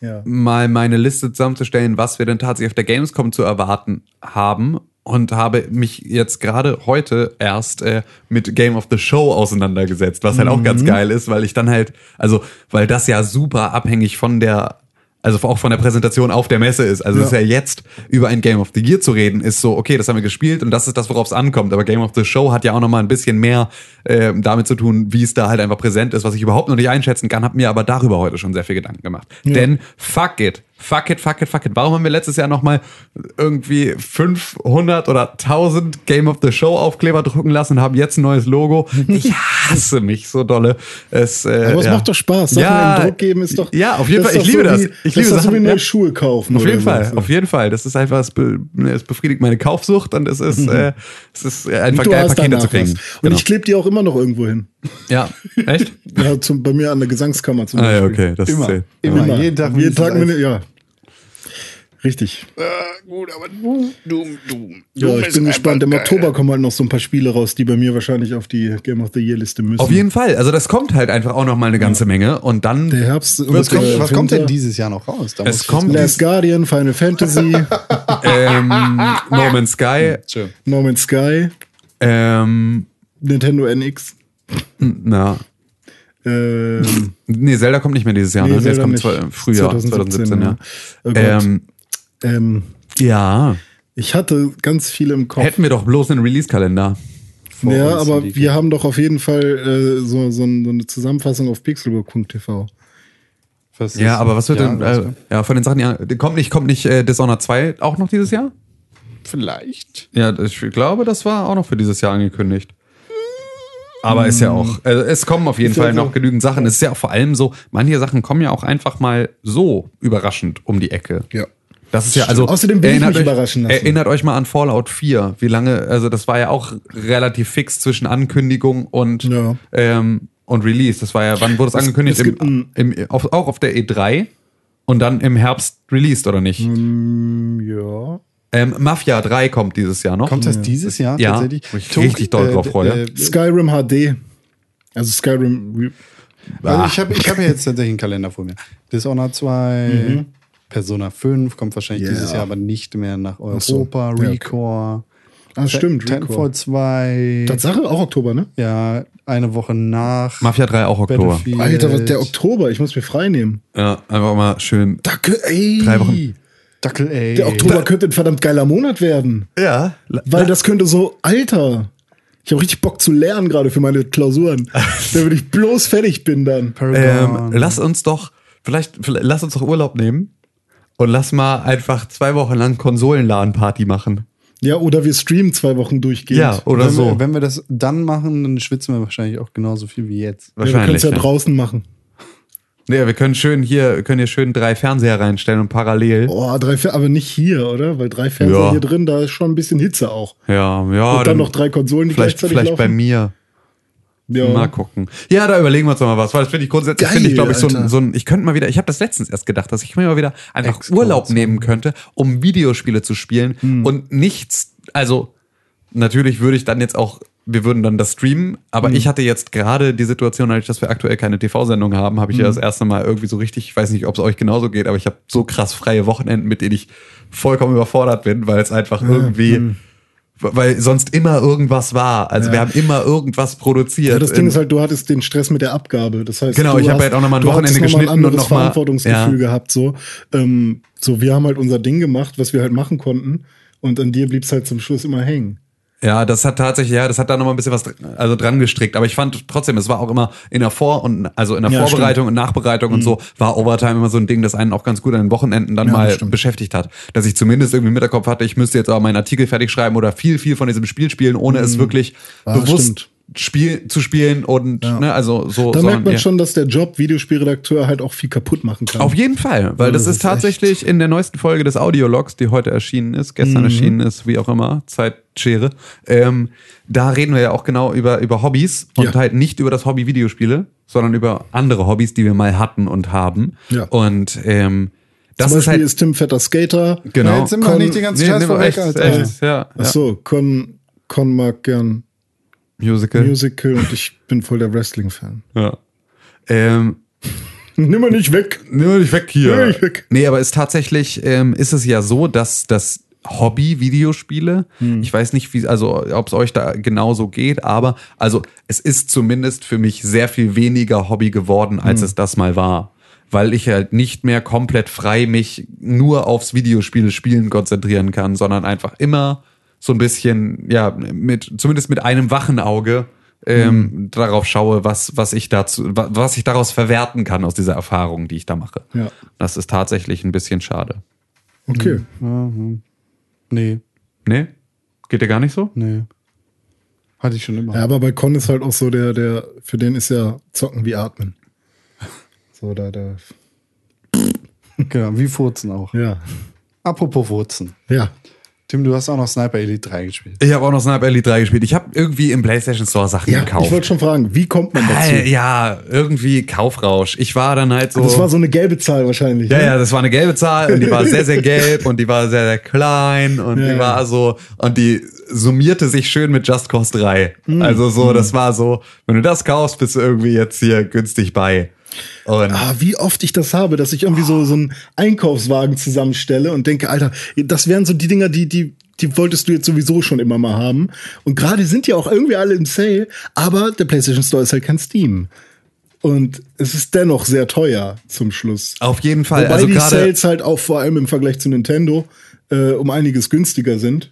S4: Ja.
S3: mal meine Liste zusammenzustellen, was wir denn tatsächlich auf der Gamescom zu erwarten haben und habe mich jetzt gerade heute erst äh, mit Game of the Show auseinandergesetzt, was halt auch ganz geil ist, weil ich dann halt, also weil das ja super abhängig von der, also auch von der Präsentation auf der Messe ist. Also es ist ja jetzt über ein Game of the Year zu reden, ist so, okay, das haben wir gespielt und das ist das, worauf es ankommt. Aber Game of the Show hat ja auch nochmal ein bisschen mehr äh, damit zu tun, wie es da halt einfach präsent ist, was ich überhaupt noch nicht einschätzen kann, habe mir aber darüber heute schon sehr viel Gedanken gemacht. Denn fuck it, fuck it, fuck it, fuck it. Warum haben wir letztes Jahr nochmal irgendwie 500 oder 1000 Game of the Show Aufkleber drucken lassen und haben jetzt ein neues Logo?
S4: [laughs]
S3: Ich hasse mich so dolle. Es, äh,
S4: Aber es
S3: ja.
S4: macht doch Spaß. Sachen
S3: Ja,
S4: im Druck geben ist doch.
S3: Ja, auf jeden
S4: das
S3: Fall. Ich
S4: ist doch
S3: liebe das.
S4: so Wie,
S3: Ich
S4: das
S3: liebe
S4: ist doch so wie
S3: Sachen,
S4: neue
S3: ja.
S4: Schuhe kaufen.
S3: Auf
S4: oder
S3: jeden Fall,
S4: so.
S3: auf jeden Fall. Das ist einfach, es, be, ne, es befriedigt meine Kaufsucht und es ist, äh, es ist einfach
S4: Mhm. Du
S3: geil,
S4: hast
S3: Pakete
S4: danach
S3: zu kriegen. Genau.
S4: was. Und ich klebe die auch immer noch irgendwo hin. [laughs]
S3: ja, echt?
S4: Ja, zum, bei mir an der Gesangskammer zum
S3: Ah, ja,
S4: Beispiel.
S3: okay, das
S2: Immer,
S3: zählt.
S2: immer, jeden Tag.
S4: Jeden Tag
S2: mindestens Ah,
S4: mit, ja. Richtig.
S2: gut, aber Doom, Doom, Doom.
S4: Ja, ich bin gespannt. Im Oktober kommen halt noch so ein paar Spiele raus, die bei mir wahrscheinlich auf die Game of the Year Liste müssen.
S3: Auf jeden Fall. Also das kommt halt einfach auch noch mal eine ganze Menge und dann
S4: Der Herbst und
S2: Was, kommt,
S4: der
S2: was kommt denn
S4: Winter.
S2: dieses Jahr noch raus? Da muss
S3: es
S2: ich
S3: kommt
S4: Last Guardian, Final Fantasy,
S3: [laughs] ähm, No Man's Sky,
S2: jetzt- Tschö.
S4: No Man's Sky,
S3: ähm,
S4: Nintendo NX.
S3: na, Hm. Ah,
S4: Ähm,
S3: nee, Zelda kommt nicht mehr dieses Jahr.
S4: nee,
S3: ne?
S4: Zelda
S3: kommt
S4: nicht.
S3: zwar im Frühjahr 2017.
S4: 2017,
S3: ja.
S4: Oh Gott.
S3: ähm,
S4: ähm,
S3: ja,
S4: ich hatte ganz viel im Kopf.
S3: hätten wir doch bloß einen Release-Kalender.
S2: vor
S4: ja,
S2: uns
S4: aber
S2: liegt.
S4: wir haben doch auf jeden Fall äh, so, so ein- so eine Zusammenfassung auf pixelburg.tv.
S2: Was ist-
S3: Ja, aber was wird
S2: Ja,
S3: denn
S2: weißt
S3: äh,
S2: du?
S3: ja von den Sachen die kommt nicht kommt nicht äh, Dishonored 2 auch noch dieses Jahr?
S2: Vielleicht.
S3: Ja, ich glaube, das war auch noch für dieses Jahr angekündigt. Aber ist
S4: Hm.
S3: ja auch, also es kommen auf jeden Fall noch genügend Sachen. Es ist ja auch vor allem so, manche Sachen kommen ja auch einfach mal so überraschend um die Ecke.
S4: Ja.
S3: Das ist ja also.
S4: Außerdem will ich
S3: erinnert
S4: mich
S3: euch-
S4: überraschen lassen.
S3: Erinnert euch mal an Fallout 4, wie lange, also das war ja auch relativ fix zwischen Ankündigung und,
S4: Ja.
S3: ähm, und Release. Das war ja, wann wurde es angekündigt?
S4: es gibt
S3: Im, im, auf, auch auf der E3. und dann im Herbst released, oder nicht?
S4: Hm. Ja.
S3: Ähm, Mafia 3 kommt dieses Jahr noch.
S2: Kommt das dieses Jahr
S3: Ja,
S2: tatsächlich? äh,
S3: wo ich richtig doll drauf freue.
S4: Äh, Skyrim HD. Also Skyrim. Re- Ah.
S2: Also ich habe ich hab ja jetzt tatsächlich einen Kalender vor mir. Dishonored 2, Persona 5 kommt wahrscheinlich
S4: Mhm. Ja.
S2: dieses Jahr aber nicht mehr nach
S4: so.
S2: Europa.
S4: Ja, okay.
S2: Recore.
S4: Ah, stimmt.
S2: Titanfall
S4: Record.
S2: 2.
S4: Tatsache auch Oktober, ne?
S2: ja, eine Woche nach
S3: Mafia 3 auch Oktober.
S2: Battlefield.
S4: Alter, was der Oktober, ich muss mir frei nehmen.
S3: Ja, einfach mal schön.
S4: Dacke, ey.
S3: Drei Wochen.
S2: Dackel, ey.
S4: Der Oktober könnte ein verdammt geiler Monat werden.
S3: Ja.
S4: Weil das könnte so, Alter. Ich habe richtig Bock zu lernen gerade für meine
S3: [laughs]
S4: Klausuren. damit ich bloß fertig bin dann.
S3: Ähm,
S2: Paragon.
S4: äh,
S3: lass uns doch, vielleicht, vielleicht, lass uns doch Urlaub nehmen und lass mal einfach zwei Wochen lang Konsolenladenparty machen.
S4: Ja, oder wir streamen zwei Wochen durchgehend.
S3: Ja, oder
S2: wenn,
S3: so.
S2: wir, wenn wir das dann machen, dann schwitzen wir wahrscheinlich auch genauso viel wie jetzt.
S4: Ja, wir können es ja
S3: ne?
S4: draußen machen.
S3: Nee, wir können schön hier, können hier schön drei Fernseher reinstellen und parallel.
S4: Boah, drei Fer aber nicht hier, oder? Weil drei Fernseher
S3: Ja.
S4: hier drin, da ist schon ein bisschen Hitze auch.
S3: Ja, ja.
S4: Und dann noch drei Konsolen, die
S3: vielleicht,
S4: gleichzeitig
S3: vielleicht bei
S4: laufen.
S3: mir.
S4: Ja.
S3: Mal gucken. Ja, da überlegen wir uns noch mal was, weil das finde ich grundsätzlich,
S4: Geil,
S3: finde ich, glaube ich, so ein,
S4: Alter.
S3: so ein, ich könnte mal wieder, ich habe das letztens erst gedacht, dass ich mir mal wieder einfach
S2: Exkurs.
S3: Urlaub nehmen könnte, um Videospiele zu spielen
S4: Hm.
S3: und nichts, also natürlich würde ich dann jetzt auch, wir würden dann das streamen, aber
S4: Mhm.
S3: ich hatte jetzt gerade die Situation, dadurch, dass wir aktuell keine TV-Sendung haben, habe ich
S4: Mhm.
S3: ja das erste Mal irgendwie so richtig, ich weiß nicht, ob es euch genauso geht, aber ich habe so krass freie Wochenenden, mit denen ich vollkommen überfordert bin, weil es einfach irgendwie,
S4: Mhm.
S3: weil sonst immer irgendwas war. Also wir haben immer irgendwas produziert.
S4: Ja, das Ding
S3: In-
S4: ist halt, du hattest den Stress mit der Abgabe. Das heißt,
S3: Genau,
S4: du
S3: ich hab
S4: hast-
S3: halt auch noch mal ein
S4: du
S3: Wochenende
S4: hattest noch mal
S3: geschnitten und
S4: anderes
S3: noch mal-
S4: Verantwortungsgefühl
S3: ja.
S4: gehabt. So. Ähm, so, wir haben halt unser Ding gemacht, was wir halt machen konnten. Und an dir blieb es halt zum Schluss immer hängen.
S3: Ja, das hat tatsächlich, ja, das hat da nochmal ein bisschen was dr- also dran gestrickt. Aber ich fand trotzdem, es war auch immer in der Vor- und also in der
S4: Ja, Mhm.
S3: Vorbereitung und Nachbereitung und so war Overtime immer so ein Ding, das einen auch ganz gut an den Wochenenden dann mal beschäftigt hat. Dass ich zumindest irgendwie im Hinterkopf hatte, ich müsste jetzt aber meinen Artikel fertig schreiben oder viel, viel von diesem Spiel spielen, ohne
S4: Mhm.
S3: es wirklich bewusst spiel, zu spielen und ne, also so.
S4: Da merkt man
S3: ja.
S4: schon, dass der Job Videospielredakteur halt auch viel kaputt machen kann.
S3: Auf jeden Fall, weil
S4: das
S3: das, ist
S4: ist echt-
S3: tatsächlich in der neuesten Folge des Audiologs, die heute erschienen ist, gestern erschienen ist, wie auch immer, Zeitschere. Ähm, da reden wir ja auch genau über, über Hobbys und
S4: Ja.
S3: halt nicht über das Hobby Videospiele, sondern über andere Hobbys, die wir mal hatten und haben.
S4: Ja.
S3: Und ähm, das
S4: Zum
S3: ist
S4: Beispiel
S3: halt
S4: ist Tim Vetter Skater.
S3: genau.
S2: Ja, jetzt sind wir
S4: Kon-
S2: nicht den ganzen
S3: Nee,
S2: Scheiß
S3: nee,
S2: vorweg,
S3: echt,
S2: Alter.
S3: echt, ja, ja.
S4: Achso, Con, Con mag gern
S3: Musical.
S4: Musical und ich bin voll der Wrestling-Fan.
S3: Ja. Ähm,
S4: Nimm mir nicht weg.
S3: Nimm dich weg hier.
S4: Nimm mich weg.
S3: Nee, aber ist tatsächlich, ähm, ist es ja so, dass das Hobby Videospiele, ich weiß nicht, wie, also ob es euch da genauso geht, aber also es ist zumindest für mich sehr viel weniger Hobby geworden, als es das mal war. Weil ich halt nicht mehr komplett frei mich nur aufs Videospiele spielen konzentrieren kann, sondern einfach immer so ein bisschen, ja, mit, zumindest mit einem wachen Auge ähm, darauf schaue, was, was ich dazu, wa- was ich daraus verwerten kann aus dieser Erfahrung, die ich da mache.
S4: Ja.
S3: Das ist tatsächlich ein bisschen schade.
S4: Okay.
S3: Hm.
S2: hm. Nee,
S3: Nee? Geht dir gar nicht so?
S2: nee. Hatte ich schon immer.
S4: Ja, aber bei Con ist halt auch so der, der, für den ist ja Zocken wie Atmen. So, da, da.
S2: Genau, wie Furzen auch.
S4: Ja.
S2: Apropos Furzen.
S4: Ja.
S2: Tim, du hast auch noch Sniper Elite 3 gespielt.
S3: Ich habe auch noch Sniper Elite 3 gespielt. Ich habe irgendwie im PlayStation Store Sachen
S4: ja ich wollte
S3: gekauft.
S4: schon fragen, wie kommt man dazu? Ah,
S3: Äh, ja, irgendwie Kaufrausch. Ich war dann halt so.
S4: Das war so eine gelbe Zahl wahrscheinlich.
S3: Ja,
S4: ne?
S3: ja, das war eine gelbe Zahl und die war sehr, sehr gelb und die war sehr, sehr klein und die
S4: ja.
S3: war so, und die summierte sich schön mit Just Cause 3.
S4: Hm,
S3: Also so, das war so, wenn du das kaufst, bist du irgendwie jetzt hier günstig bei. Und
S4: Ah, wie oft ich das habe, dass ich irgendwie so, so einen Einkaufswagen zusammenstelle und denke, Alter, das wären so die Dinger, die, die, die wolltest du jetzt sowieso schon immer mal haben. Und gerade sind ja auch irgendwie alle im Sale, aber der PlayStation Store ist halt kein Steam. Und es ist dennoch sehr teuer zum Schluss.
S3: auf jeden Fall,
S4: Wobei
S3: also
S4: die
S3: gerade,
S4: Sales halt auch vor allem im Vergleich zu Nintendo äh, um einiges günstiger sind.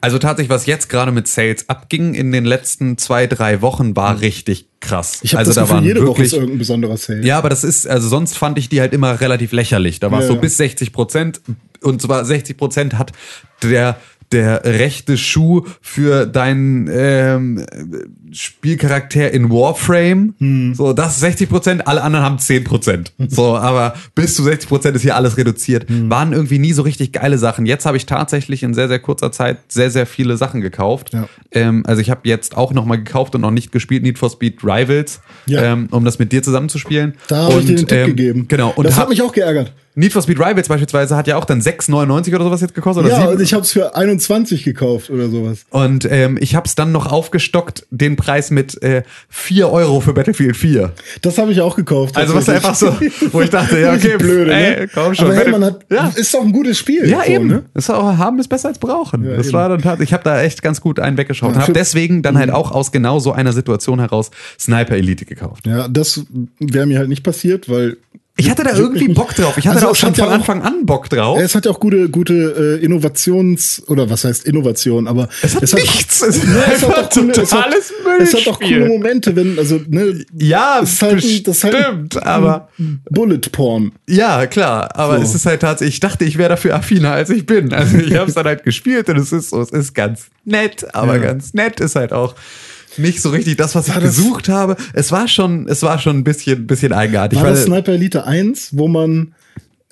S3: also tatsächlich, was jetzt gerade mit Sales abging in den letzten zwei, drei Wochen, war richtig krass.
S4: Hm. Ich habe
S3: also
S4: das
S3: da
S4: Gefühl,
S3: waren
S4: jede Woche ist
S3: wirklich,
S4: irgendein besonderer Sale.
S3: Ja, aber das ist, also sonst fand ich die halt immer relativ lächerlich. Da war es
S4: Ja,
S3: so
S4: ja.
S3: bis 60 Prozent. Und zwar 60 Prozent hat der, der rechte Schuh für deinen ähm, Spielcharakter in Warframe.
S4: Hm.
S3: So, das ist 60 Prozent, alle anderen haben
S4: [laughs]
S3: 10 Prozent. So, aber bis zu 60 Prozent ist hier alles reduziert.
S4: Hm.
S3: Waren irgendwie nie so richtig geile Sachen. Jetzt habe ich tatsächlich in sehr, sehr kurzer Zeit sehr, sehr viele Sachen gekauft.
S4: Ja.
S3: Ähm, also ich habe jetzt auch nochmal gekauft und noch nicht gespielt, Need for Speed Rivals,
S4: Ja.
S3: ähm, um das mit dir zusammen zu spielen.
S4: Da habe ich
S3: Und,
S4: dir den Tipp
S3: ähm,
S4: gegeben.
S3: Genau. Und
S4: das
S3: hab,
S4: hat mich auch geärgert.
S3: Need for Speed Rivals beispielsweise hat ja auch dann 6,99 oder sowas jetzt gekostet. Oder
S4: Ja,
S3: sieben.
S4: und ich habe es für 21 gekauft oder sowas.
S3: Und ähm, ich habe es dann noch aufgestockt, den Preis mit äh, 4 Euro für Battlefield 4.
S4: Das habe ich auch gekauft.
S3: Also was einfach so, wo ich dachte,
S4: [laughs]
S3: ja okay,
S4: blöd,
S3: ey,
S4: ne?
S3: komm schon.
S4: Aber hey,
S3: Battle-
S4: man hat,
S3: ja.
S4: ist doch ein gutes Spiel.
S3: Ja,
S4: so,
S3: eben.
S4: Ne?
S3: Das war, haben ist besser als brauchen. das
S4: eben. Mhm.
S3: war dann tat, ich habe da echt ganz gut einen weggeschaut und habe deswegen dann halt auch aus genau so einer Situation heraus Sniper Elite gekauft.
S4: Ja, das wäre mir halt nicht passiert, weil
S3: Ich hatte
S4: [laughs]
S3: da irgendwie Bock drauf. Ich hatte
S4: Also
S3: da auch
S4: es
S3: schon
S4: hat ja
S3: von
S4: auch-
S3: Anfang an Bock drauf.
S4: es hat ja auch gute, gute äh, Innovations- oder was heißt Innovation, aber
S3: Es hat
S4: [laughs]
S3: nichts. Es ist
S4: Ja, es hat
S3: einfach
S4: auch coole, es hat,
S3: totales
S4: es hat auch
S3: Müllspiel.
S4: coole Momente, wenn, also, ne,
S3: ja,
S4: es ist halt ein- das ist halt ein-
S3: bestimmt, aber
S4: Bullet-Porn.
S3: ja, klar, aber
S4: So.
S3: es ist halt tatsächlich, ich dachte, ich wäre dafür affiner, als ich bin. Also ich habe es dann halt gespielt und es ist so, es ist ganz nett, aber ganz nett ist halt auch nicht so richtig das, was ich
S4: das-
S3: gesucht habe. Es war schon, es war schon ein bisschen, bisschen eigenartig.
S4: War
S3: weil-
S4: das Sniper Elite 1, wo man,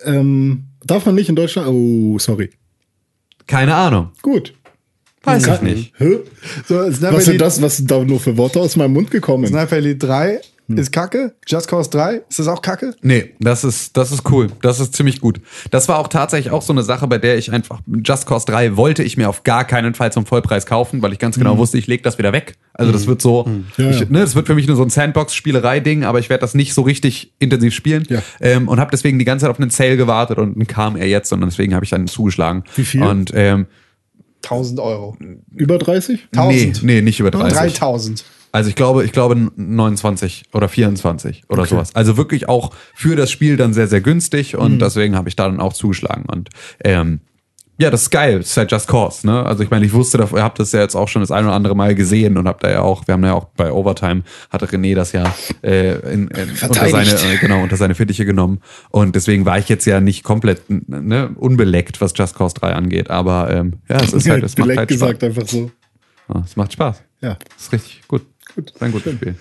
S4: ähm, darf man nicht in Deutschland, oh, sorry.
S3: Keine Ahnung.
S4: Gut.
S3: Weiß ich
S4: Kann-
S3: nicht.
S4: Hä?
S2: So, Sniper,
S4: Was sind
S2: Elite,
S4: das, was da nur für Worte aus meinem Mund gekommen sind?
S2: Sniper Elite 3 ist kacke. Just Cause 3, ist das auch kacke?
S3: Nee, das ist, das ist cool. Das ist ziemlich gut. Das war auch tatsächlich auch so eine Sache, bei der ich einfach Just Cause 3 wollte ich mir auf gar keinen Fall zum Vollpreis kaufen, weil ich ganz genau wusste, ich lege das wieder weg. Also das wird so,
S4: Mhm. Ja,
S3: ich,
S4: ja.
S3: Ne, das wird für mich nur so ein Sandbox-Spielerei-Ding, aber ich werde das nicht so richtig intensiv spielen
S4: Ja.
S3: ähm, und habe deswegen die ganze Zeit auf einen Sale gewartet und dann kam er jetzt und deswegen habe ich dann zugeschlagen.
S4: Wie viel?
S3: Und ähm,
S2: 1000 Euro.
S4: Über 30?
S3: nee,
S2: 1000.
S3: nee, nicht über 30.
S2: 3000.
S3: Also ich glaube, ich glaube 29 oder 24 oder sowas. Also wirklich auch für das Spiel dann sehr, sehr günstig
S4: Mhm.
S3: und deswegen habe ich da dann auch zugeschlagen. Und ähm, ja, das ist geil. Das ist halt Just Cause, ne? Also ich meine, ich wusste, davor- ihr habt das ja jetzt auch schon das ein oder andere Mal gesehen und habt da ja auch, wir haben ja auch bei Overtime, hatte René das ja äh, in, in, unter
S4: Verteidigt.
S3: seine, äh, genau, unter seine Fittiche genommen. Und deswegen war ich jetzt ja nicht komplett n- ne, unbeleckt, was Just Cause 3 angeht. Aber ähm, ja, es ist halt, es macht
S4: Direkt
S3: halt Spaß.
S4: gesagt, einfach so.
S3: Ja, Es macht Spaß.
S4: Ja.
S3: Das ist richtig gut. gut. Das ist ein gutes Spiel.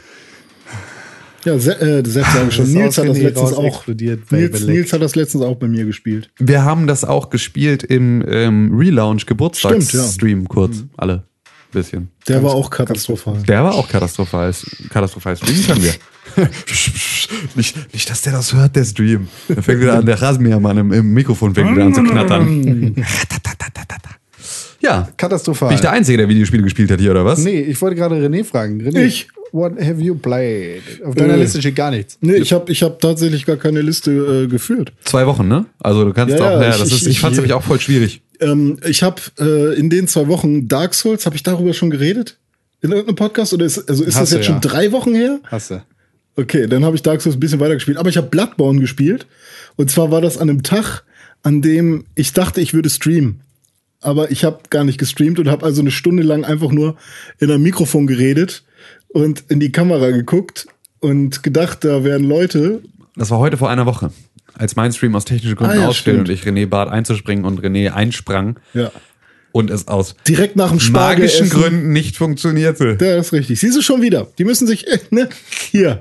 S4: Ja, Se äh, selbst sage ich schon.
S2: Das ist
S4: Nils
S2: aus
S4: hat das
S2: René
S4: letztens
S2: raus
S4: auch.
S2: explodiert, baby
S4: Nils,
S2: lick.
S4: Nils hat das letztens auch bei mir gespielt.
S3: Wir haben das auch gespielt im ähm, Relaunch Geburtstagsstream kurz. Alle. Bisschen.
S4: Der war auch katastrophal.
S3: Der war auch katastrophal. Katastrophal Stream können wir. [laughs] nicht, nicht, dass der das hört, der Stream. Da fängt wieder an, der Rasenmähermann im, im Mikrofon fängt wieder an zu knattern. [laughs] ja.
S2: Katastrophal.
S3: Bin ich der Einzige, der Videospiele gespielt hat hier, oder was?
S2: Nee, ich wollte gerade René fragen. René,
S4: Ich?
S2: What have you played? Auf deiner
S4: Äh.
S2: Liste steht gar nichts.
S4: Nee, ich habe ich hab tatsächlich gar keine Liste äh, geführt.
S3: Zwei Wochen, ne? Also du kannst
S4: Ja,
S3: auch,
S4: ja,
S3: ja,
S4: ich-
S3: das ist,
S4: ich-
S3: ich fand's
S4: ich-
S3: nämlich auch voll schwierig.
S4: Ähm, ich habe äh, in den zwei Wochen Dark Souls, habe ich darüber schon geredet? In irgendeinem Podcast? Oder ist, also ist
S2: Hast
S4: das
S2: du,
S4: jetzt
S2: ja.
S4: schon drei Wochen her?
S2: Hast du.
S4: Okay, dann habe ich Dark Souls ein bisschen weiter gespielt. Aber ich habe Bloodborne gespielt. Und zwar war das an einem Tag, an dem ich dachte, ich würde streamen. Aber ich habe gar nicht gestreamt und habe also eine Stunde lang einfach nur in einem Mikrofon geredet und in die Kamera geguckt und gedacht, da wären Leute.
S3: Das war heute vor einer Woche, als mein Stream aus technischen Gründen
S4: Ah, ja,
S3: ausfiel
S4: stimmt.
S3: und ich René bat einzuspringen und René einsprang
S4: Ja.
S3: und es aus
S4: Direkt nach dem Spargel
S3: magischen
S4: essen.
S3: Gründen nicht funktionierte.
S4: Ja, das ist richtig. Siehst du schon wieder. Die müssen sich, äh, ne, hier.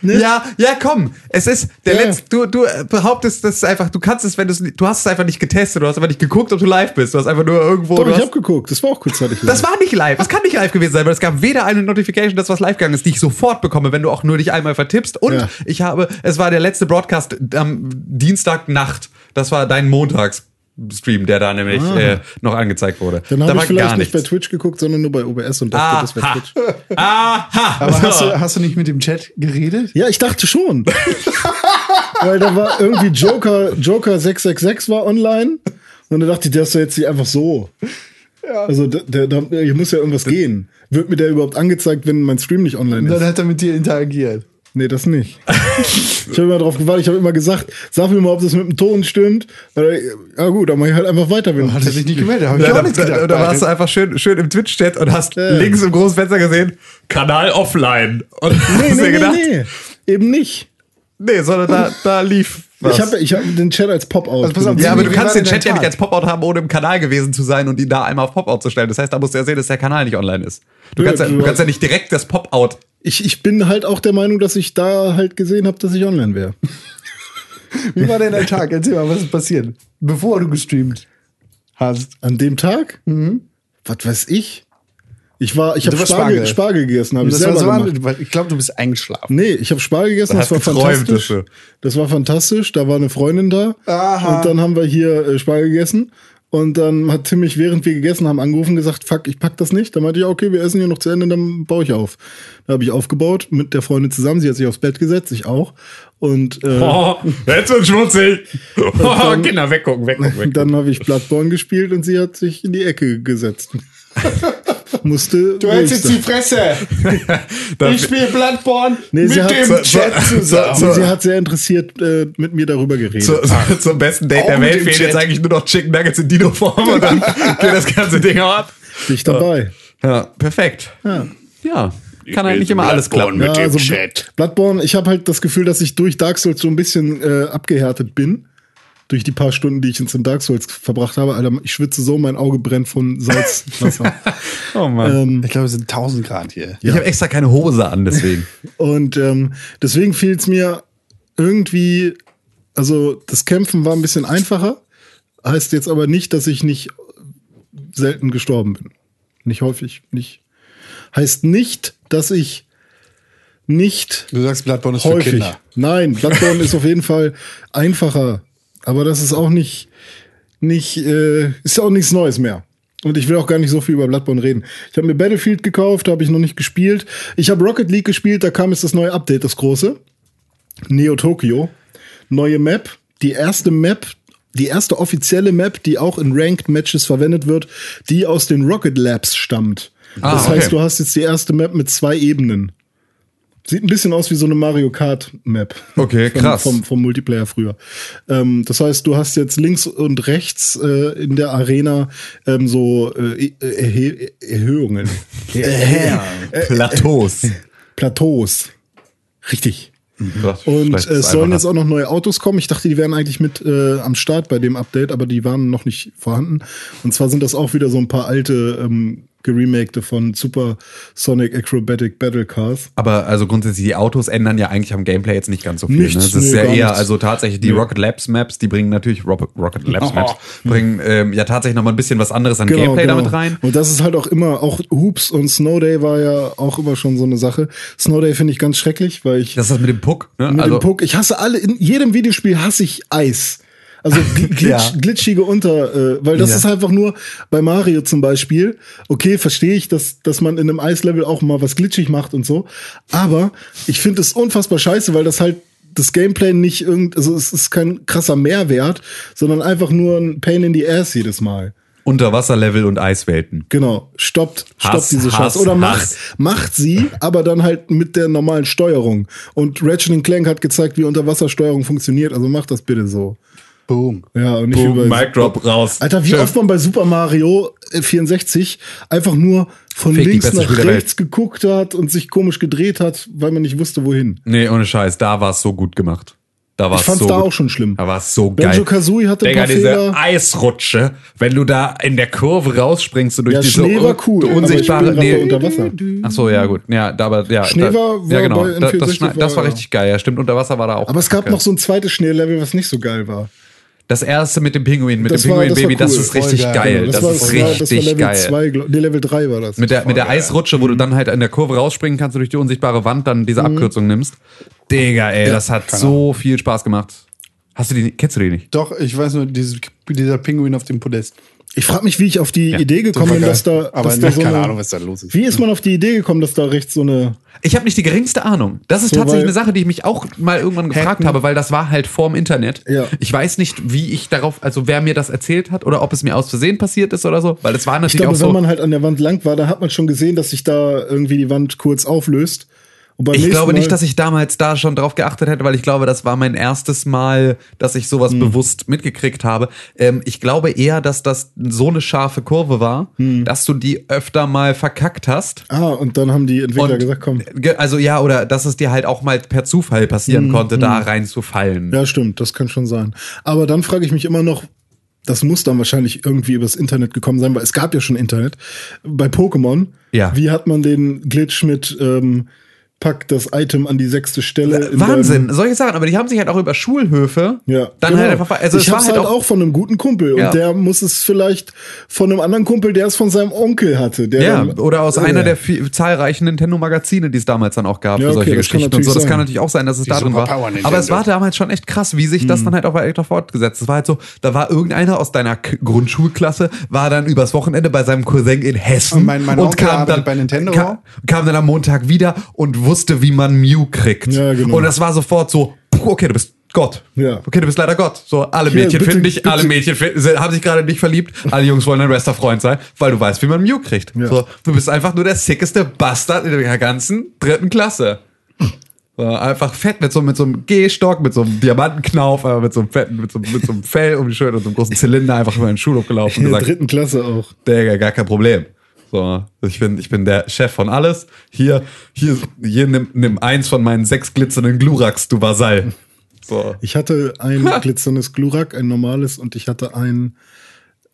S3: Ja, ja, komm. Es ist der
S4: Ja.
S3: letzte. Du, du äh, behauptest, das ist einfach. Du kannst es, wenn du es, du hast es einfach nicht getestet. Du hast einfach nicht geguckt, ob du live bist. Du hast einfach nur irgendwo.
S4: Doch,
S3: Oh, du
S4: ich
S3: hast,
S4: habe geguckt. Das war auch kurzzeitig.
S3: das
S4: live.
S3: war nicht live. Es kann nicht live gewesen sein, weil es gab weder eine Notification, dass was live gegangen ist, die ich sofort bekomme, wenn du auch nur dich einmal vertippst. Und
S4: Ja.
S3: ich habe, es war der letzte Broadcast am Dienstagnacht. Das war dein Montagsstream, der da nämlich äh, noch angezeigt wurde.
S4: Ah. dann
S3: da
S4: habe
S3: war
S4: ich vielleicht
S3: gar
S4: nicht
S3: nichts.
S4: bei Twitch geguckt, sondern nur bei OBS und dachte, das wäre
S3: Aha.
S4: Twitch.
S3: Aha!
S2: Aber hast, du, hast du nicht mit dem Chat [laughs] geredet?
S4: Ja, ich dachte schon. Weil da war irgendwie Joker, Joker 666 war online. Und da dachte ich, der ist doch jetzt nicht einfach so. Also, der, der, der, hier muss ja irgendwas gehen. Wird mir der überhaupt angezeigt, wenn mein Stream nicht online
S2: Dann
S4: ist?
S2: hat er mit dir interagiert.
S4: Nee,
S2: [laughs]
S4: das nicht. ich habe immer drauf gewartet, ich habe immer gesagt, sag mir mal, ob das mit dem Ton stimmt. Äh, Ja, gut, dann mach ich halt einfach weiter. Wenn
S2: Oh, Hat er sich
S4: [laughs]
S2: nicht gemeldet? Hab ich
S3: Ja,
S2: auch
S3: da,
S2: nichts
S3: da,
S2: gedacht.
S3: da, warst du einfach schön, schön im Twitch-Chat und hast links im großen Fenster gesehen, Kanal offline. Und
S4: nee,
S3: hast dir
S4: nee,
S3: gedacht,
S4: nee, nee, eben nicht.
S3: nee, sondern da, da lief was.
S4: Ich habe ich hab den Chat als Pop-Out.
S2: Also pass auf,
S4: benutzt.
S3: ja, aber du
S2: Wie
S3: kannst
S2: war denn
S3: den Chat
S2: dein
S3: ja nicht
S2: Tag?
S3: als Pop-Out haben, ohne im Kanal gewesen zu sein und ihn da einmal auf Pop-Out zu stellen. Das heißt, da musst du ja sehen, dass der Kanal nicht online ist. Du,
S4: Ja,
S3: kannst, ja,
S4: du
S3: du kannst
S4: hast-
S3: ja nicht direkt das Pop-Out.
S4: ich, ich bin halt auch der Meinung, dass ich da halt gesehen habe, dass ich online wäre.
S2: Wie war denn dein Tag? Erzähl mal, was ist passiert? Bevor du gestreamt hast. Mhm.
S4: An dem Tag? Was weiß ich? Ich war, ich habe
S2: warst
S4: Spargel,
S2: Spargel.
S4: Spargel gegessen, habe ich
S2: Das war
S4: selber
S2: so
S4: gemacht.
S2: an- weil ich glaube, du bist eingeschlafen.
S4: Nee, ich habe Spargel gegessen, das
S3: Hast
S4: war
S3: geträumt,
S4: fantastisch.
S3: hast du.
S4: Das war fantastisch, da war eine Freundin da
S2: Aha.
S4: und dann haben wir hier äh, Spargel gegessen und dann hat Tim mich, während wir gegessen haben, angerufen und gesagt, fuck, ich pack das nicht. Dann meinte ich, ja, okay, wir essen hier noch zu Ende, dann baue ich auf. Da habe ich aufgebaut mit der Freundin zusammen, sie hat sich aufs Bett gesetzt, ich auch und äh,
S3: Oh, jetzt wird's [laughs] schmutzig. Oh, Kinder, weggucken, weggucken, weggucken.
S4: dann habe ich Bloodborne gespielt und sie hat sich in die Ecke
S2: [laughs]
S4: gesetzt. Musste
S2: Du hältst jetzt
S4: nächste.
S2: die Fresse.
S3: Da-
S2: ich spiele Bloodborne
S4: Nee,
S2: mit
S4: sie hat-
S2: dem
S4: so-
S2: Chat zusammen.
S4: Und sie hat sehr interessiert äh, mit mir darüber geredet.
S3: Zu, zu, [laughs] zum besten Date
S2: Auch
S3: der
S2: mit
S3: Welt
S2: dem
S3: fehlen
S2: Chat.
S3: jetzt eigentlich nur noch Chicken Nuggets in Dino-Form und dann geht das ganze Ding auch ab.
S4: Dich dabei.
S3: Ja, perfekt. Ja, kann halt nicht immer alles klappen.
S4: Ja, also Chat. Bloodborne, ich habe halt das Gefühl, dass ich durch Dark Souls so ein bisschen äh, abgehärtet bin. Durch die paar Stunden, die ich jetzt in Dark Souls verbracht habe. Alter, ich schwitze so, mein Auge brennt von
S2: [laughs]
S4: Salzwasser. Ähm,
S3: Oh Mann.
S2: Ich glaube, es sind 1000 Grad hier.
S3: Ich habe extra keine Hose an, deswegen.
S4: Und ähm, deswegen fiel es mir irgendwie, also das Kämpfen war ein bisschen einfacher. Heißt jetzt aber nicht, dass ich nicht selten gestorben bin. Nicht häufig, nicht. Heißt nicht, dass ich nicht
S2: Du sagst, Bloodborne ist für
S4: häufig.
S2: Kinder.
S4: Nein, Bloodborne ist auf jeden Fall einfacher. Aber das ist auch nicht, nicht, äh, ist auch nichts Neues mehr. Und ich will auch gar nicht so viel über Bloodborne reden. Ich habe mir Battlefield gekauft, da habe ich noch nicht gespielt. Ich habe Rocket League gespielt, da kam jetzt das neue Update, das große. Neo Tokyo. Neue Map. Die erste Map, die erste offizielle Map, die auch in Ranked Matches verwendet wird, die aus den Rocket Labs stammt.
S3: Ah,
S4: das heißt,
S3: okay.
S4: du hast jetzt die erste Map mit zwei Ebenen. Sieht ein bisschen aus wie so eine Mario Kart Map.
S3: Okay,
S4: Vom-
S3: krass.
S4: Vom, vom Multiplayer früher. Ähm, das heißt, du hast jetzt links und rechts äh, in der Arena ähm, so äh, Erhe
S3: [laughs]
S4: Erhöhungen,
S3: Plateaus.
S4: Plateaus. Richtig. Und
S3: Und
S4: es sollen jetzt auch noch neue Autos kommen. Ich dachte, die wären eigentlich mit äh, am Start bei dem Update, aber die waren noch nicht vorhanden. Und zwar sind das auch wieder so ein paar alte ähm, geremakte von Super Sonic Acrobatic Battle Cars.
S3: Aber also grundsätzlich, die Autos ändern ja eigentlich am Gameplay jetzt nicht ganz so viel.
S4: Nichts,
S3: ne? Das ist
S4: nee,
S3: ja
S4: gar
S3: eher,
S4: nichts.
S3: also tatsächlich die Rocket Labs Maps, die bringen natürlich, Rob- Rocket Labs
S4: [laughs]
S3: Maps, bringen ähm, ja tatsächlich nochmal ein bisschen was anderes
S4: Genau,
S3: an Gameplay damit rein.
S4: Und das ist halt auch immer, auch Hoops und Snow Day war ja auch immer schon so eine Sache. Snow Day finde ich ganz schrecklich, weil ich
S3: Das ist das mit dem Puck. Ne?
S4: mit
S3: also,
S4: dem Puck, ich hasse alle, in jedem Videospiel hasse ich Eis. Also
S3: [laughs]
S4: gl- glitsch,
S3: Ja.
S4: glitschige Unter, äh, weil das
S3: Ja.
S4: ist einfach nur bei Mario zum Beispiel, okay, verstehe ich, dass, dass man in einem Eislevel auch mal was glitschig macht und so, aber ich finde es unfassbar scheiße, weil das halt das Gameplay nicht irgend, also es ist kein krasser Mehrwert, sondern einfach nur ein Pain in the Ass jedes Mal.
S3: Unterwasserlevel und Eiswelten.
S4: Genau, stoppt, stoppt
S3: Hass,
S4: diese
S3: Hass,
S4: Scheiße. Oder macht,
S3: Hass.
S4: macht sie, aber dann halt mit der normalen Steuerung. Und Ratchet Clank hat gezeigt, wie Unterwassersteuerung funktioniert, also macht das bitte so.
S2: Boom.
S4: Ja, und nicht über.
S3: Boom, Mic Drop raus.
S4: Oh, Alter, wie
S3: Tschö.
S4: oft man bei Super Mario äh, 64 einfach nur von
S3: Fick die
S4: links
S3: beste
S4: nach
S3: Spiel der Welt.
S4: rechts geguckt hat und sich komisch gedreht hat, weil man nicht wusste, wohin.
S3: Nee, ohne Scheiß, da war es so gut gemacht. Da war's
S4: Ich fand's
S3: so
S4: da
S3: gut.
S4: auch schon schlimm.
S3: Da war es so geil.
S4: Banjo-Kazooie hatte ein
S3: Digga,
S4: paar
S3: diese
S4: Fehler.
S3: Eisrutsche, wenn du da in der Kurve rausspringst und durch
S4: Ja,
S3: diese
S4: Schnee war
S3: un-
S4: cool, aber ich
S3: unsichtbare
S4: bin gerade unter Wasser.
S3: Ach so, ja gut. Ja, da, aber ja,
S4: Schnee
S3: da,
S4: war- war
S3: ja genau.
S4: bei
S3: Da, das,
S4: N64
S3: schna- das war
S4: war-
S3: richtig geil. Ja, stimmt, unter Wasser war da auch.
S4: Aber es gab
S3: geil.
S4: noch so ein zweites Schnelllevel, was nicht so geil war.
S3: das erste mit dem Pinguin, mit
S4: Das
S3: dem
S4: war- das war
S3: Pinguin-Baby, das,
S4: cool.
S3: ist richtig
S2: Voll geil.
S3: geil.
S2: Genau,
S3: Das,
S4: war,
S3: ist
S4: war, das war
S3: richtig
S4: Level
S3: geil.
S4: 2, glaub- nee, Level 3 war das.
S3: Mit der, mit der Eisrutsche, wo du dann halt in der Kurve rausspringen kannst und durch die unsichtbare Wand dann diese
S4: Mhm.
S3: Abkürzung nimmst. Digga, ey, das hat so viel Spaß gemacht. Hast du die, kennst du die nicht?
S2: Doch, ich weiß nur, dieses, dieser Pinguin auf dem Podest.
S4: Ich frage mich, wie ich auf die Idee gekommen
S2: war
S4: bin,
S2: geil.
S4: dass da.
S2: Aber
S4: dass da so
S2: keine
S4: eine-
S2: Ahnung, was da los ist.
S4: Wie ist man auf die Idee gekommen, dass da rechts so eine.
S3: Ich habe nicht die geringste Ahnung. Das ist
S4: So,
S3: tatsächlich
S4: weil-
S3: eine Sache, die ich mich auch mal irgendwann gefragt habe, weil das war halt vorm Internet.
S4: Ja.
S3: Ich weiß nicht, wie ich darauf, also wer mir das erzählt hat oder ob es mir aus Versehen passiert ist oder so, weil es war natürlich
S4: Ich glaube,
S3: auch so.
S4: wenn man halt an der Wand lang war, da hat man schon gesehen, dass sich da irgendwie die Wand kurz auflöst. Und beim
S3: ich
S4: nächsten
S3: glaube nicht,
S4: Mal-
S3: dass ich damals da schon drauf geachtet hätte, weil ich glaube, das war mein erstes Mal, dass ich sowas
S4: Hm.
S3: bewusst mitgekriegt habe. Ähm, ich glaube eher, dass das so eine scharfe Kurve war,
S4: Hm.
S3: dass du die öfter mal verkackt hast.
S4: Ah, und dann haben die Entwickler
S3: Und-
S4: gesagt, komm.
S3: Ge- Also ja, oder dass es dir halt auch mal per Zufall passieren konnte, da reinzufallen.
S4: Hm, Ja, stimmt, das kann schon sein. Aber dann frage ich mich immer noch, das muss dann wahrscheinlich irgendwie übers Internet gekommen sein, weil es gab ja schon Internet. Bei Pokémon,
S3: Ja.
S4: wie hat man den Glitch mit ähm, pack das Item an die sechste Stelle. in
S3: Wahnsinn, solche Sachen. Aber die haben sich halt auch über Schulhöfe
S4: Deinem, ja. genau.
S3: dann halt einfach. Also
S4: ich
S3: es war
S4: hab's
S3: halt auch.
S4: auch von einem guten Kumpel
S3: Ja.
S4: und der muss es vielleicht von einem anderen Kumpel, der es von seinem Onkel hatte. Der
S3: ja,
S4: dann-
S3: oder aus
S4: Äh,
S3: einer der viel, zahlreichen Nintendo-Magazine, die es damals dann auch gab
S4: Ja,
S3: für
S4: okay,
S3: solche
S4: das kann
S3: Geschichten und so. Das
S4: natürlich
S3: kann
S4: sein.
S3: natürlich auch sein, dass es da drin war.
S2: Superpower Nintendo.
S3: Aber es war damals schon echt krass, wie sich
S4: Mhm.
S3: das dann halt auch weiter fortgesetzt. Es war halt so, da war irgendeiner aus deiner K Grundschulklasse, war dann übers Wochenende bei seinem Cousin in Hessen
S2: Und mein- mein Onkel arbeitet bei Nintendo.
S3: Kam, kam dann am Montag wieder und wusste, wie man Mew kriegt.
S4: Ja, genau.
S3: Und das war sofort so, puh, okay, du bist Gott.
S4: Ja.
S3: Okay, du bist leider Gott. So, alle
S4: Hier,
S3: Mädchen
S4: bitte-
S3: finden dich, alle
S4: bitte-
S3: Mädchen finden- sind- haben sich gerade nicht verliebt, alle Jungs wollen ein bester Freund sein, weil du weißt, wie man Mew kriegt. So, du bist einfach nur der sickeste Bastard in der ganzen dritten Klasse. So, einfach fett mit so, mit so einem Gehstock, mit so einem Diamantenknauf, aber mit so einem fetten, mit so, mit so einem Fell um die Schulter und so einem großen Zylinder einfach über den Schulhof gelaufen
S4: in
S3: und
S4: der
S3: gesagt,
S4: dritten Klasse auch.
S3: Digga, gar kein Problem. So, ich bin, ich bin der Chef von alles. Hier, hier, hier nimm, nimm eins von meinen sechs glitzernden Gluraks, du Vasall. So.
S4: Ich hatte ein glitzerndes Glurak, ein normales und ich hatte ein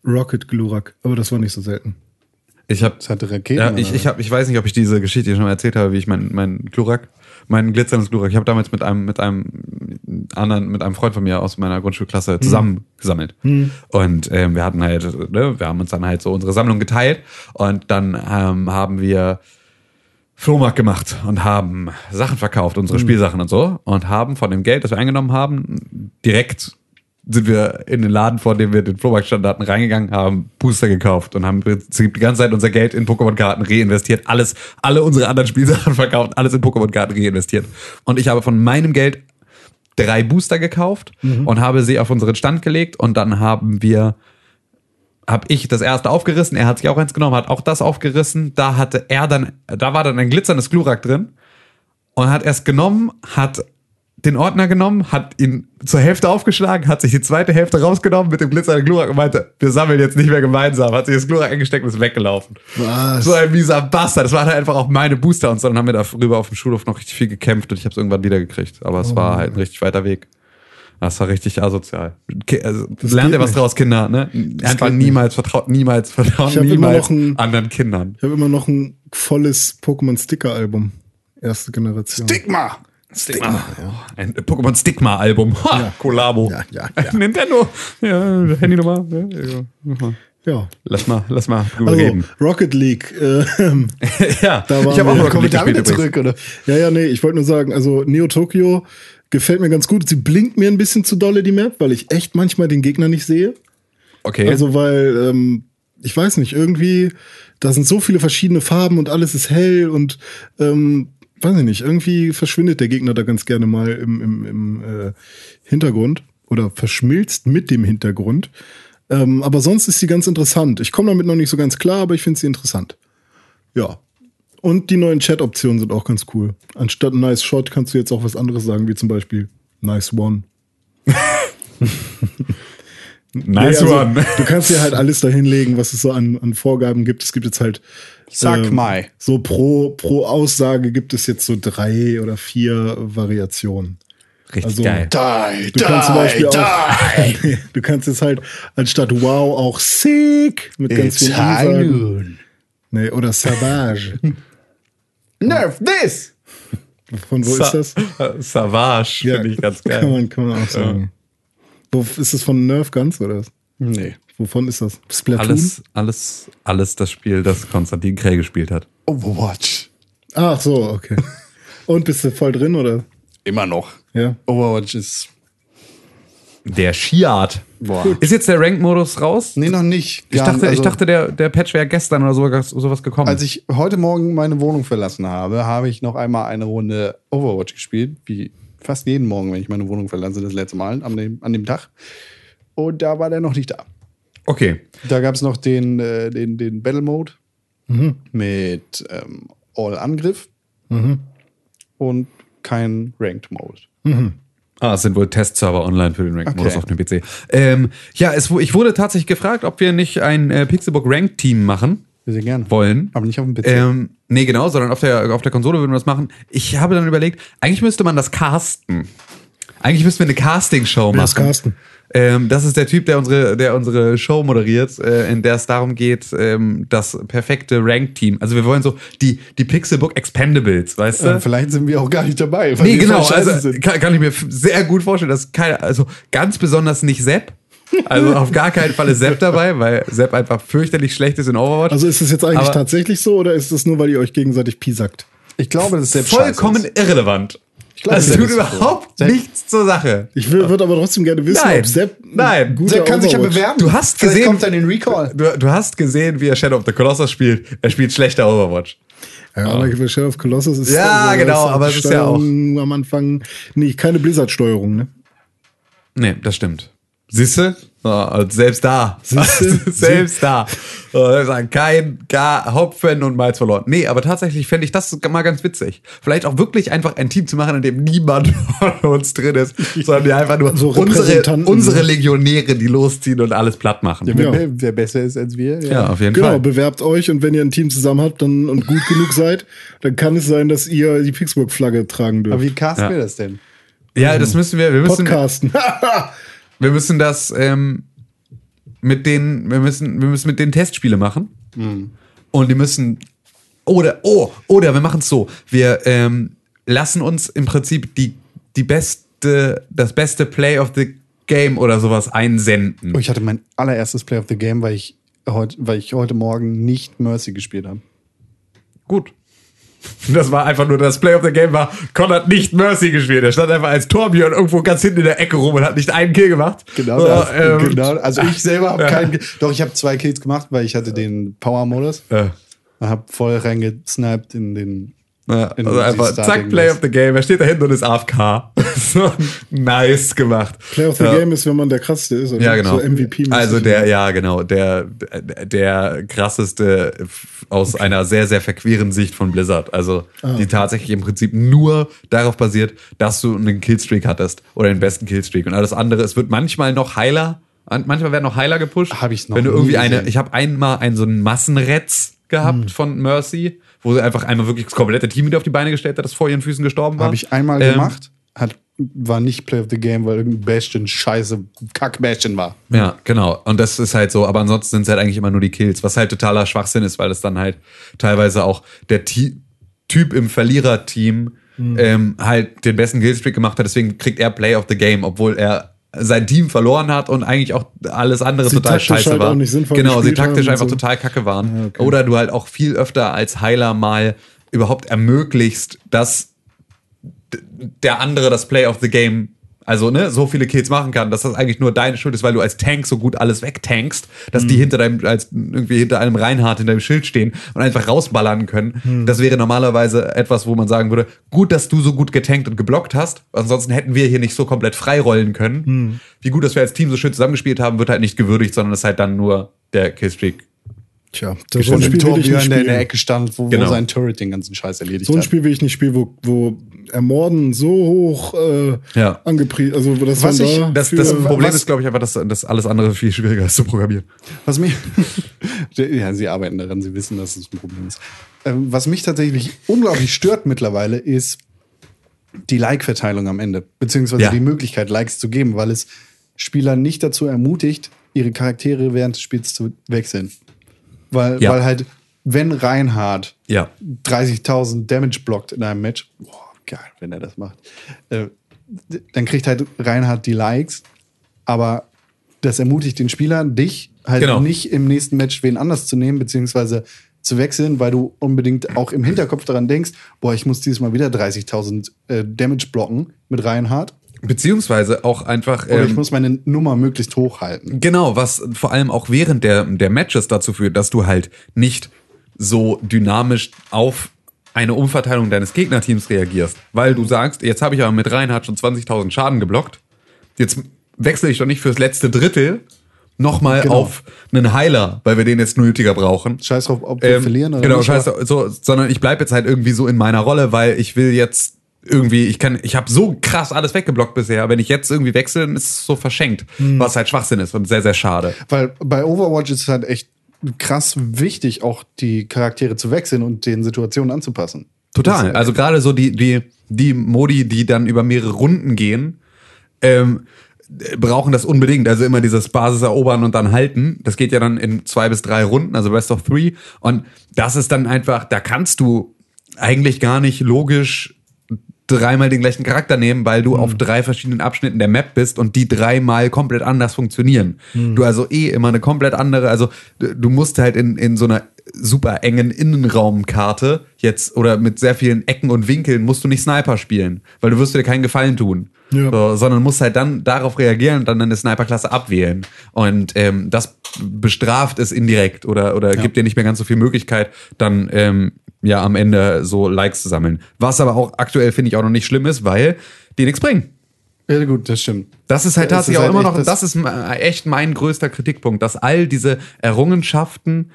S4: Rocket Glurak, aber das war nicht so selten.
S3: Ich habe
S2: Das hatte Raketen.
S3: Ja, ich,
S2: oder?
S3: ich, hab, ich weiß nicht, ob ich diese Geschichte schon mal erzählt habe, wie ich meinen mein Glurak, meinen glitzerndes Glurak, ich habe damals mit einem, mit einem anderen, mit einem Freund von mir aus meiner Grundschulklasse zusammengesammelt. Und ähm, wir hatten halt, ne, wir haben uns dann halt so unsere Sammlung geteilt und dann ähm, haben wir Flohmarkt gemacht und haben Sachen verkauft, unsere Spielsachen und so, und haben von dem Geld, das wir eingenommen haben, direkt sind wir in den Laden, vor dem wir den Flohmarktstand hatten, reingegangen, haben Booster gekauft und haben im Prinzip die ganze Zeit unser Geld in Pokémon-Karten reinvestiert, alles, alle unsere anderen Spielsachen [laughs] verkauft, alles in Pokémon-Karten reinvestiert. Und ich habe von meinem Geld drei Booster gekauft und habe sie auf unseren Stand gelegt und dann haben wir hab ich das erste aufgerissen, er hat sich auch eins genommen, hat auch das aufgerissen, da hatte er dann, da war dann ein glitzerndes Glurak drin und hat erst genommen, hat den Ordner genommen, hat ihn zur Hälfte aufgeschlagen, hat sich die zweite Hälfte rausgenommen mit dem glitzernden Glurak und meinte, wir sammeln jetzt nicht mehr gemeinsam, hat sich das Glurak eingesteckt und ist weggelaufen.
S4: Was?
S3: So ein mieser Bastard, das waren halt einfach auch meine Booster und so, dann haben wir darüber auf dem Schulhof noch richtig viel gekämpft und ich habe es irgendwann wiedergekriegt, aber
S4: Oh
S3: es war halt ein richtig weiter Weg. Das war richtig asozial. Ki- Also, lernt
S4: geht
S3: ihr was
S4: nicht.
S3: draus, Kinder, ne? Einfach
S4: geht
S3: niemals vertraut, niemals vertraut,
S4: Ich hab immer noch
S3: niemals
S4: ein-
S3: anderen Kindern.
S4: Ich habe immer noch ein volles Pokémon Sticker Album. Erste Generation.
S2: Stigma!
S3: Stigma. Ein Pokémon Stigma Album. Ha, Kollabo.
S4: Ja, ja,
S3: [laughs] Nintendo. Ja, Handynummer. Ja, ja.
S4: Ja.
S3: Lass mal, lass mal drüber
S4: Also,
S3: reden. [laughs]
S4: Rocket League. Äh,
S3: ja,
S4: waren
S3: ich habe
S4: wir.
S3: auch noch
S2: Kommen wir damit
S3: gespielt.
S2: zurück, oder?
S4: ja, ja, nee, ich wollte nur sagen, also Neo Tokyo gefällt mir ganz gut. Sie blinkt mir ein bisschen zu dolle, die Map, weil ich echt manchmal den Gegner nicht sehe.
S3: Okay.
S4: Also, weil, ähm, ich weiß nicht, irgendwie, da sind so viele verschiedene Farben und alles ist hell und, ähm, weiß ich nicht, irgendwie verschwindet der Gegner da ganz gerne mal im, im, im äh, Hintergrund oder verschmilzt mit dem Hintergrund. Ähm, aber sonst ist sie ganz interessant. Ich komme damit noch nicht so ganz klar, aber ich finde sie interessant. Ja. Und die neuen Chat-Optionen sind auch ganz cool. Anstatt Nice Shot kannst du jetzt auch was anderes sagen, wie zum Beispiel Nice One.
S3: nice
S4: Nee, also,
S3: one. [laughs]
S4: Du kannst dir halt alles dahinlegen, was es so an, an Vorgaben gibt. Es gibt jetzt halt.
S2: Sag mal.
S4: So pro, pro Aussage gibt es jetzt so drei oder vier Variationen.
S3: Richtig
S4: Also,
S3: geil.
S2: Die,
S4: Du kannst zum Beispiel [laughs] auch. du kannst jetzt halt anstatt wow auch sick mit ganz vielen I sagen. Nee, oder Savage.
S2: Nerf this!
S4: Von wo ist das?
S3: [laughs] Savage, finde ich ganz
S4: Kann
S3: geil.
S4: man, kann man auch sagen. Wo, ist das von Nerf Guns oder was?
S2: Nee.
S4: Wovon ist das? Splatoon?
S3: Alles, alles, alles das Spiel, das Konstantin Krell gespielt hat.
S2: Overwatch.
S4: Ach so,
S3: [laughs]
S4: okay. Und bist du voll drin oder?
S2: Immer noch.
S4: Ja.
S2: Overwatch ist.
S3: Der Shiat.
S2: Boah.
S3: Ist jetzt der Rank-Modus raus?
S2: Nee, noch nicht.
S3: Ich
S2: Gar-
S3: dachte, ich
S2: also-
S3: dachte der, der Patch wäre gestern oder sowas, sowas gekommen.
S2: Als ich heute Morgen meine Wohnung verlassen habe, habe ich noch einmal eine Runde Overwatch gespielt, wie fast jeden Morgen, wenn ich meine Wohnung verlasse, das letzte Mal an dem, an dem Tag. Und da war der noch nicht da.
S3: okay.
S2: Da gab es noch den, äh, den, den Battle Mode mit ähm, All Angriff und kein Ranked Mode.
S3: Ah, es sind wohl Testserver online für den Rank-Modus
S2: Okay.
S3: auf dem PC. Ähm, ja, es, wu- ich wurde tatsächlich gefragt, ob wir nicht ein äh, Pixelbook Rank-Team machen
S2: Wir sehen gerne.
S3: wollen.
S2: Aber nicht auf dem PC.
S3: Ähm, nee, genau, sondern auf der, auf der Konsole würden wir das machen. Ich habe dann überlegt, eigentlich müsste man das casten. Eigentlich müssten wir eine Casting-Show machen.
S4: das casten?
S3: Ähm, das ist der Typ, der unsere, der unsere Show moderiert, äh, in der es darum geht, ähm, das perfekte Rank-Team. Also wir wollen so die, die Pixelbook Expendables, weißt du?
S2: Äh, Vielleicht sind wir auch gar nicht dabei. Weil
S3: Nee,
S2: wir
S3: genau.
S2: voll scheiße
S3: Also
S2: sind.
S3: kann, kann ich mir f- sehr gut vorstellen, dass keiner, also ganz besonders nicht Sepp.
S2: [laughs]
S3: Also auf gar keinen Fall ist Sepp dabei, weil Sepp einfach fürchterlich schlecht ist in Overwatch.
S4: Also ist es jetzt eigentlich
S3: Aber-
S4: tatsächlich so oder ist es nur, weil ihr euch gegenseitig piesackt?
S2: ich glaube, das ist selbst
S3: vollkommen
S2: scheiße.
S3: irrelevant.
S2: glaube,
S3: das
S2: Sepp
S3: tut
S2: ist
S3: überhaupt
S2: Sepp-
S3: nichts zur Sache.
S4: Ich würde aber trotzdem gerne wissen,
S3: Nein.
S4: ob Sepp. ein
S3: Nein.
S4: guter
S2: Der kann sich ja
S4: Overwatch-
S2: bewerben.
S3: Du hast
S2: Vielleicht
S3: gesehen-
S2: kommt dann den Recall.
S3: Du, du hast gesehen, wie er Shadow of the Colossus spielt. Er spielt schlechter Overwatch.
S4: Ja, aber bei Shadow of Colossus ist
S3: Ja,
S4: also,
S3: genau,
S4: die
S3: aber es ist ja auch-
S4: Steuerung am Anfang nee, keine Blizzard-Steuerung, ne?
S3: Nee, das stimmt. Siehste? Ah, Selbst da.
S4: Siehste?
S3: [laughs] Selbst da. Ah, sagen, Kein gar Hauptfan und Miles verloren. Nee, aber tatsächlich fände ich das mal ganz witzig. Vielleicht auch wirklich einfach ein Team zu machen, in dem niemand [laughs] von uns drin ist, sondern die einfach nur
S4: So
S3: unsere,
S4: Repräsentanten.
S3: unsere Legionäre, die losziehen und alles platt machen.
S2: Wer,
S4: Ja.
S2: wer- wer besser ist als wir.
S3: Ja, auf jeden
S4: Genau,
S3: Fall.
S4: bewerbt euch und wenn ihr ein Team zusammen habt dann, und gut genug seid, dann kann es sein, dass ihr die Pittsburgh-Flagge tragen
S2: Aber
S4: dürft.
S2: wie casten
S3: Ja.
S2: wir das denn?
S3: Ja, das müssen wir. Wir müssen,
S4: Podcasten.
S3: wir müssen das ähm, mit den, wir müssen, wir müssen mit den Testspiele machen.
S2: Mhm.
S3: Und die müssen oder oh oder wir machen es so, wir ähm, lassen uns im Prinzip die die beste das beste Play of the Game oder sowas einsenden.
S2: Oh, ich hatte mein allererstes Play of the Game, weil ich heute, weil ich heute Morgen nicht Mercy gespielt habe.
S3: Gut. Das war einfach nur das Play of the Game war, Con hat nicht Mercy gespielt. Er stand einfach als Torbjörn irgendwo ganz hinten in der Ecke rum und hat nicht einen Kill gemacht.
S2: Genau das.
S3: Äh, ähm,
S2: genau. Also ich selber
S3: [laughs]
S2: habe keinen. Ge- Doch, ich habe zwei Kills gemacht, weil ich hatte den Power-Modus.
S3: Äh.
S2: Und habe voll reingesniped in den.
S3: Ja,
S2: in
S3: also
S2: die
S3: einfach zack,
S2: Starting
S3: Play
S2: List.
S3: of the Game. Er steht da hinten und ist AFK. [laughs] so, nice gemacht.
S4: Play of the
S3: ja.
S4: Game ist, wenn man der krasseste ist. oder?
S2: ne?
S3: Ja, genau.
S4: So MVP -mäßig.
S3: also der, ja, genau, der, der krasseste f- aus einer sehr, sehr verqueren Sicht von Blizzard. Also,
S2: Ah,
S3: die tatsächlich im Prinzip nur darauf basiert, dass du einen Killstreak hattest oder den besten Killstreak. Und alles andere, es wird manchmal noch heiler, an- manchmal werden noch heiler gepusht.
S2: Hab ich's noch
S3: Wenn du irgendwie
S2: nie
S3: eine,
S2: gesehen. Hm.
S3: ich habe einmal einen so einen Massenretz gehabt von Mercy, wo sie einfach einmal wirklich das komplette Team wieder auf die Beine gestellt hat, das vor ihren Füßen gestorben war.
S2: Habe ich einmal
S3: Ähm,
S2: gemacht. Hat, war nicht Play of the Game, weil irgendein Bastion scheiße Kack-Bastion war.
S4: Mhm.
S3: Ja, genau. Und das ist halt so, aber ansonsten sind es halt eigentlich immer nur die Kills, was halt totaler Schwachsinn ist, weil es dann halt teilweise auch der Ti Typ im Verliererteam
S4: Mhm.
S3: ähm, halt den besten Killstreak gemacht hat, deswegen kriegt er Play of the Game, obwohl er sein Team verloren hat und eigentlich auch alles andere
S4: Sie
S3: total
S4: taktisch
S3: scheiße
S4: halt
S3: war.
S4: auch nicht sinnvoll
S3: genau, sie
S4: gespielt haben
S3: taktisch
S4: und
S3: einfach
S4: so.
S3: total kacke waren. Oder du halt auch viel öfter als Heiler mal überhaupt ermöglichst, dass der andere das Play of the Game, also ne, so viele Kills machen kann, dass das eigentlich nur deine Schuld ist, weil du als Tank so gut alles wegtankst, dass
S2: Mhm.
S3: die hinter deinem, als irgendwie hinter einem Reinhardt in deinem Schild stehen und einfach rausballern können.
S2: Mhm.
S3: Das wäre normalerweise etwas, wo man sagen würde, gut, dass du so gut getankt und geblockt hast, ansonsten hätten wir hier nicht so komplett freirollen können.
S2: Mhm.
S3: Wie gut, dass wir als Team so schön zusammengespielt haben, wird halt nicht gewürdigt, sondern es ist halt dann nur der Killstreak.
S4: Tja, so
S2: So
S4: ein
S2: ein
S4: Spiel will ich nicht
S2: Torbjörn, der in der
S4: spielen.
S2: Ecke stand, wo,
S3: Genau.
S2: wo sein Turret den ganzen Scheiß erledigt
S4: So ein
S2: hat.
S4: Spiel will ich nicht spielen, wo, wo Ermorden so hoch äh,
S3: Ja.
S4: angepriesen, also wo das
S2: Was
S4: dann
S2: ich-
S4: da
S3: Das,
S4: für-
S3: das Problem
S2: was-
S3: ist, glaube ich, einfach, dass, dass alles andere viel schwieriger ist zu programmieren.
S2: Was mich. [laughs] ja, sie arbeiten daran, sie wissen, dass es ein Problem ist. Ähm, was mich tatsächlich unglaublich stört mittlerweile, ist die Like-Verteilung am Ende. Beziehungsweise
S3: Ja.
S2: die Möglichkeit, Likes zu geben, weil es Spieler nicht dazu ermutigt, ihre Charaktere während des Spiels zu wechseln. Weil,
S3: Ja.
S2: weil halt, wenn Reinhardt
S3: Ja.
S2: 30.000 Damage blockt in einem Match, boah, geil, wenn er das macht, äh, d- dann kriegt halt Reinhardt die Likes, aber das ermutigt den Spieler, dich halt
S3: Genau.
S2: nicht im nächsten Match wen anders zu nehmen, beziehungsweise zu wechseln, weil du unbedingt auch im Hinterkopf daran denkst, boah, ich muss dieses Mal wieder 30.000 äh, Damage blocken mit Reinhardt
S3: Beziehungsweise auch einfach.
S2: oder
S3: ähm,
S2: ich muss meine Nummer möglichst hoch halten.
S3: Genau, was vor allem auch während der, der Matches dazu führt, dass du halt nicht so dynamisch auf eine Umverteilung deines Gegnerteams reagierst, weil du sagst, jetzt habe ich aber mit Reinhardt schon 20.000 Schaden geblockt, jetzt wechsle ich doch nicht fürs letzte Drittel nochmal
S2: Genau.
S3: auf einen Heiler, weil wir den jetzt nötiger brauchen.
S2: Scheiß drauf, ob wir
S3: Ähm,
S2: verlieren oder
S3: genau,
S2: nicht,
S3: scheiß
S2: aber-
S3: so, sondern ich bleibe jetzt halt irgendwie so in meiner Rolle, weil ich will jetzt irgendwie, ich kann, ich habe so krass alles weggeblockt bisher. Wenn ich jetzt irgendwie wechsle, dann ist es so verschenkt,
S2: Hm.
S3: was halt Schwachsinn ist und sehr, sehr schade.
S2: Weil bei Overwatch ist es halt echt krass wichtig, auch die Charaktere zu wechseln und den Situationen anzupassen.
S3: Total. Also gerade so die, die, die Modi, die dann über mehrere Runden gehen, ähm, äh, brauchen das unbedingt. Also immer dieses Basis erobern und dann halten. Das geht ja dann in zwei bis drei Runden, also Best of Three. Und das ist dann einfach, da kannst du eigentlich gar nicht logisch dreimal den gleichen Charakter nehmen, weil du auf drei verschiedenen Abschnitten der Map bist und die dreimal komplett anders funktionieren. Du also eh immer eine komplett andere, also d- du musst halt in, in so einer super engen Innenraumkarte jetzt oder mit sehr vielen Ecken und Winkeln musst du nicht Sniper spielen, weil du wirst dir keinen Gefallen tun.
S4: Ja.
S3: So, sondern musst halt dann darauf reagieren und dann deine Sniperklasse abwählen. Und ähm, das bestraft es indirekt oder, oder gibt dir nicht mehr ganz so viel Möglichkeit, dann ähm, ja am Ende so Likes zu sammeln. Was aber auch aktuell finde ich auch noch nicht schlimm ist, weil die nichts bringen.
S2: Ja, gut, das stimmt.
S3: Das ist halt
S2: Ja, es
S3: tatsächlich
S2: ist
S3: auch
S2: halt
S3: immer
S2: echt
S3: noch, das,
S2: das-
S3: ist äh, echt mein größter Kritikpunkt, dass all diese Errungenschaften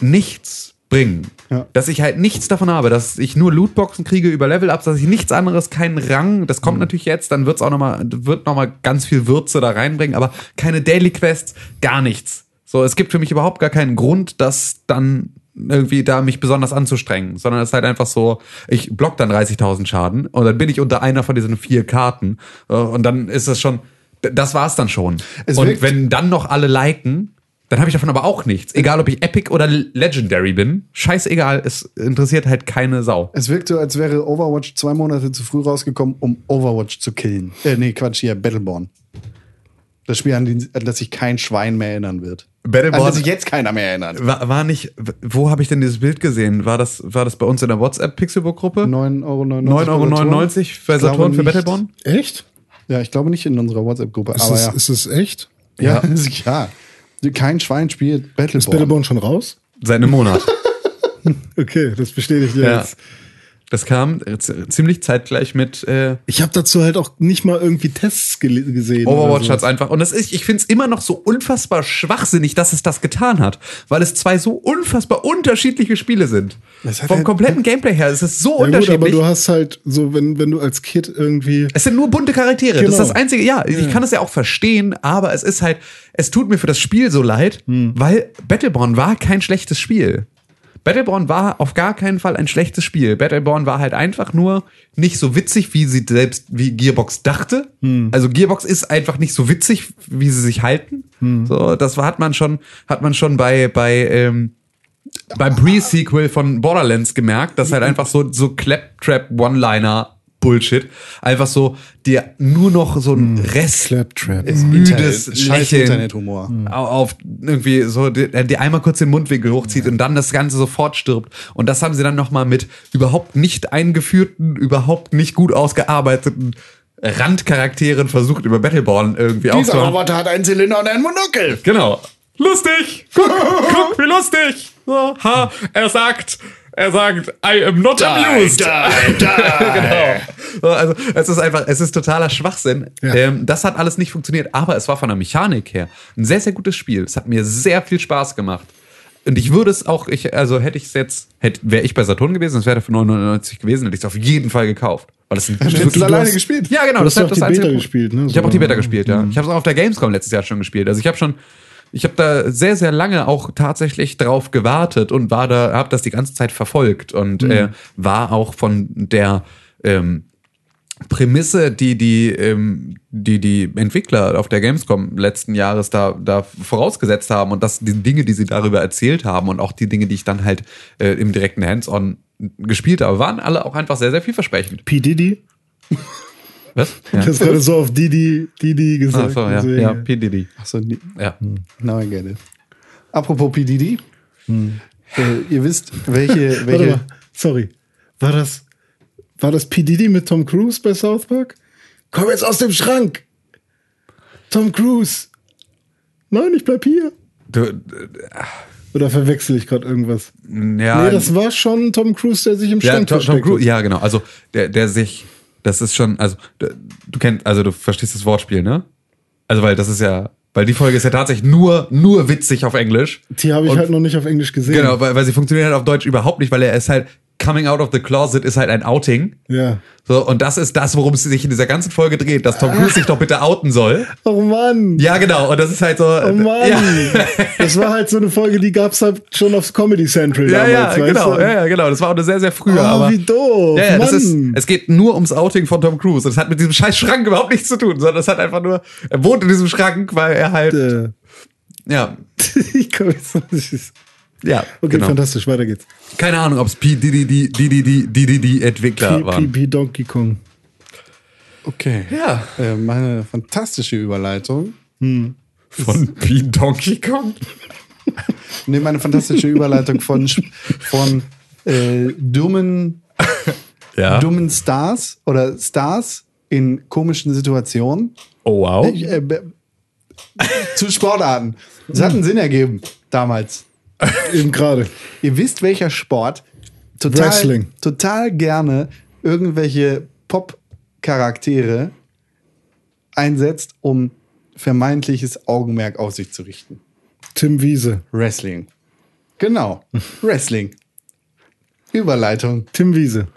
S3: nichts bringen.
S2: Ja.
S3: Dass ich halt nichts davon habe, dass ich nur Lootboxen kriege über Level-Ups, dass ich nichts anderes, keinen Rang, das
S2: Mhm.
S3: kommt natürlich jetzt, dann wird's auch noch mal, wird nochmal ganz viel Würze da reinbringen, aber keine Daily Quests, gar nichts. So, es gibt für mich überhaupt gar keinen Grund, dass dann irgendwie da mich besonders anzustrengen, sondern es ist halt einfach so, ich block dann 30.000 Schaden und dann bin ich unter einer von diesen vier Karten äh, und dann ist das schon, d- das war's dann schon.
S2: Es
S3: und
S2: wirkt-
S3: wenn dann noch alle liken, dann habe ich davon aber auch nichts. Egal, ob ich Epic oder Legendary bin, scheißegal, es interessiert halt keine Sau.
S2: Es wirkt so, als wäre Overwatch zwei Monate zu früh rausgekommen, um Overwatch zu killen. Äh, nee, Quatsch, hier, Battleborn. Das Spiel, an, den, an das sich kein Schwein mehr erinnern wird.
S3: Battleborn-
S2: An das sich jetzt keiner mehr erinnert.
S3: War, war nicht, w- wo habe ich denn dieses Bild gesehen? War das, war das bei uns in der WhatsApp-Pixelbook-Gruppe?
S2: 9,99 Euro.
S3: 9,99 Euro für Saturn für
S2: nicht.
S3: Battleborn?
S4: Echt?
S2: Ja, ich glaube nicht in unserer WhatsApp-Gruppe,
S4: Ist,
S2: aber
S4: es,
S2: ja.
S4: ist es echt?
S2: ja,
S4: [laughs]
S2: ist klar. Kein Schwein spielt Battleborn.
S4: Ist Battleborn schon raus?
S3: Seit einem Monat.
S4: Okay, das bestätigt ja.
S3: [laughs] Ja.
S4: jetzt.
S3: Das kam äh, z- ziemlich zeitgleich mit äh,
S4: Ich habe dazu halt auch nicht mal irgendwie Tests gele- gesehen. oder
S3: Overwatch
S4: so.
S3: hat's einfach. Und das ist, ich finde es immer noch so unfassbar schwachsinnig, dass es das getan hat, weil es zwei so unfassbar unterschiedliche Spiele sind.
S2: Das hat
S3: Vom
S2: halt-
S3: kompletten Gameplay her ist es so
S4: Ja gut, aber
S3: unterschiedlich.
S4: du hast halt so, wenn, wenn du als Kid irgendwie.
S3: es sind nur bunte Charaktere. Das ist
S4: Genau.
S3: das Einzige. Ja, ich kann es ja auch verstehen, aber es ist halt, es tut mir für das Spiel so leid, weil Battleborn war kein schlechtes Spiel. Battleborn war auf gar keinen Fall ein schlechtes Spiel. Battleborn war halt einfach nur nicht so witzig, wie sie selbst, wie Gearbox dachte. Also Gearbox ist einfach nicht so witzig, wie sie sich halten. So, das war- hat man schon, hat man schon bei, bei, ähm, beim Pre-Sequel von Borderlands gemerkt, dass halt einfach so, so Claptrap One-Liner Bullshit einfach so dir nur noch so ein Rest
S4: Claptrap.
S3: müdes
S2: Internet- scheiß
S3: Lächeln
S2: Internethumor.
S3: au- auf irgendwie so, der der einmal kurz den Mundwinkel hochzieht und dann das Ganze sofort stirbt. Und das haben sie dann nochmal mit überhaupt nicht eingeführten, überhaupt nicht gut ausgearbeiteten Randcharakteren versucht, über Battleborn irgendwie aufzubauen.
S2: hat einen Zylinder und einen Monokel.
S3: Genau. [laughs] Lustig! Guck, guck wie lustig! So, ha, er sagt, er sagt, I am not amused. So, Also es ist einfach, es ist totaler Schwachsinn. Ähm, das hat alles nicht funktioniert, aber es war von der Mechanik her ein sehr, sehr gutes Spiel. Es hat mir sehr viel Spaß gemacht. Und ich würde es auch, ich, also hätte ich es jetzt, hätte, wäre ich bei Saturn gewesen, es wäre für 99 gewesen, hätte ich es auf jeden Fall gekauft. Weil es ein
S2: Hättest du
S3: wirklich-
S2: alleine
S4: hast-
S2: gespielt?
S3: ja, genau.
S4: Du hast
S3: ist
S4: ja auch die
S3: einzige
S4: Beta
S3: Punkt.
S4: gespielt, ne?
S3: Ich habe auch
S4: So.
S3: die Beta gespielt, ja. Ich habe es auch auf der Gamescom letztes Jahr schon gespielt. Also ich habe schon, ich habe da sehr, sehr lange auch tatsächlich drauf gewartet und war da, habe das die ganze Zeit verfolgt
S4: Mhm.
S3: und äh, war auch von der ähm, Prämisse, die die, ähm, die die Entwickler auf der Gamescom letzten Jahres da, da vorausgesetzt haben und das, die Dinge, die sie darüber erzählt haben und auch die Dinge, die ich dann halt äh, im direkten Hands-on gespielt habe, waren alle auch einfach sehr, sehr vielversprechend.
S4: P. Diddy?
S3: Was?
S4: Ich hab's gerade so auf Didi, Didi gesagt.
S3: Ach so, ja.
S4: deswegen.
S3: ja, Hm. P. Diddy.
S2: Achso, nee.
S3: Ja.
S2: now I get it. Apropos PDD. Äh, ihr wisst,
S4: [laughs]
S2: welche,
S4: Hm. Warte
S2: welche
S4: mal, sorry. War das, war das P. Diddy mit Tom Cruise bei South Park? Komm jetzt aus dem Schrank! Tom Cruise! Nein, ich bleib hier!
S3: Du,
S4: Oder verwechsel ich gerade irgendwas?
S3: ja,
S4: nee, das war schon Tom Cruise, der sich im
S3: ja,
S4: Schrank
S3: Tom, Tom
S4: versteckt
S3: Cruise,
S4: hat.
S3: ja, genau. Also der, der sich, das ist schon, also der- du kennst, also du verstehst das Wortspiel, ne? Also weil das ist ja, weil die Folge ist ja tatsächlich nur, nur witzig auf Englisch. Genau,
S4: Die habe ich
S3: Und-
S4: halt noch nicht auf Englisch gesehen.
S3: Genau, weil, weil sie funktioniert halt auf Deutsch überhaupt nicht, weil er ist halt Coming Out of the Closet ist halt ein Outing.
S4: Ja.
S3: So, und das ist das, worum es sich in dieser ganzen Folge dreht, dass Tom
S4: Ah.
S3: Cruise sich doch bitte outen soll.
S4: Oh Mann.
S3: Ja, genau. Und das ist halt so.
S4: Oh Mann.
S3: Ja, [laughs]
S4: Das war halt so eine Folge, die gab's halt schon aufs Comedy Central
S3: ja, ja
S4: damals. weißt
S3: genau.
S4: du?
S3: Ja, ja, genau. Das war auch eine sehr, sehr frühe.
S4: Oh,
S3: aber
S4: wie doof.
S3: Ja, ja, das
S4: Mann.
S3: ist, es geht nur ums Outing von Tom Cruise. Und Das hat mit diesem scheiß Schrank überhaupt nichts zu tun, sondern das hat einfach nur, er wohnt in diesem Schrank, weil er halt,
S4: Äh, [laughs]
S3: ja,
S4: ich komm jetzt noch nicht.
S3: ja,
S4: Okay,
S3: genau.
S4: fantastisch, weiter geht's.
S3: Keine Ahnung, ob es P. Diddy, Diddy, Diddy, Diddy, Diddy Entwickler waren.
S4: PPP Donkey Kong.
S2: Okay.
S3: Ja.
S2: Äh, meine fantastische Überleitung.
S3: Von P. Donkey Kong?
S2: Nee, meine fantastische Überleitung von, Sch- von äh, dummen,
S3: Ja.
S2: dummen Stars oder Stars in komischen Situationen
S3: Oh, wow.
S2: äh, be- zu Sportarten. Das hat einen Sinn ergeben damals.
S4: Eben gerade.
S2: Ihr wisst, welcher Sport total,
S4: Wrestling.
S2: total gerne irgendwelche Pop-Charaktere einsetzt, um vermeintliches Augenmerk auf sich zu richten.
S4: Tim Wiese.
S2: Wrestling. Genau. Wrestling. Überleitung.
S4: Tim Wiese.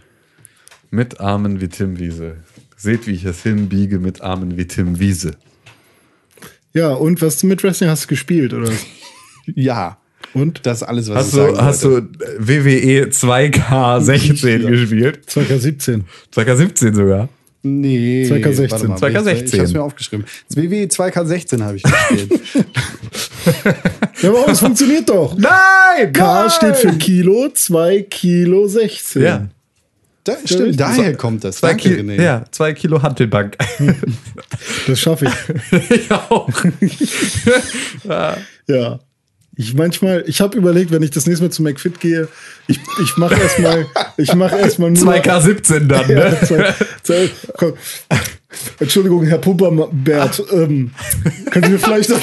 S3: Mit Armen wie Tim Wiese. Seht, wie ich es hinbiege mit Armen wie Tim Wiese.
S4: Ja, und was mit Wrestling hast du gespielt, oder? was?
S2: Ja.
S4: Und?
S2: Das ist alles, was
S3: Hast
S2: ich sagen
S3: du, hast
S2: wollte.
S3: du WWE 2K16 gespielt?
S4: 2017.
S3: 2K17 sogar.
S2: Nee.
S4: 2K16.
S2: warte mal.
S3: 2K16.
S2: Ich hab's mir aufgeschrieben. Das WWE 2K16 habe ich gespielt.
S3: [laughs]
S4: Ja, aber auch, es funktioniert doch.
S3: Nein!
S4: K steht für Kilo, 2 Kilo 16.
S3: Ja.
S2: da, stimmt, daher kommt das.
S3: Zwei,
S2: Danke,
S3: Ki
S2: René.
S3: ja, zwei Kilo [laughs] Hantelbank.
S4: Das schaffe ich.
S3: ich auch.
S4: Ja. Ich manchmal, ich habe überlegt, wenn ich das nächste Mal zu McFit gehe, ich, ich mache
S3: [laughs]
S4: erstmal, ich mache erstmal nur.
S3: 2K17 dann,
S4: Ja,
S3: ne?
S4: zwei- zwei- komm. Entschuldigung, Herr Pumperbert, ähm, können Sie mir vielleicht noch.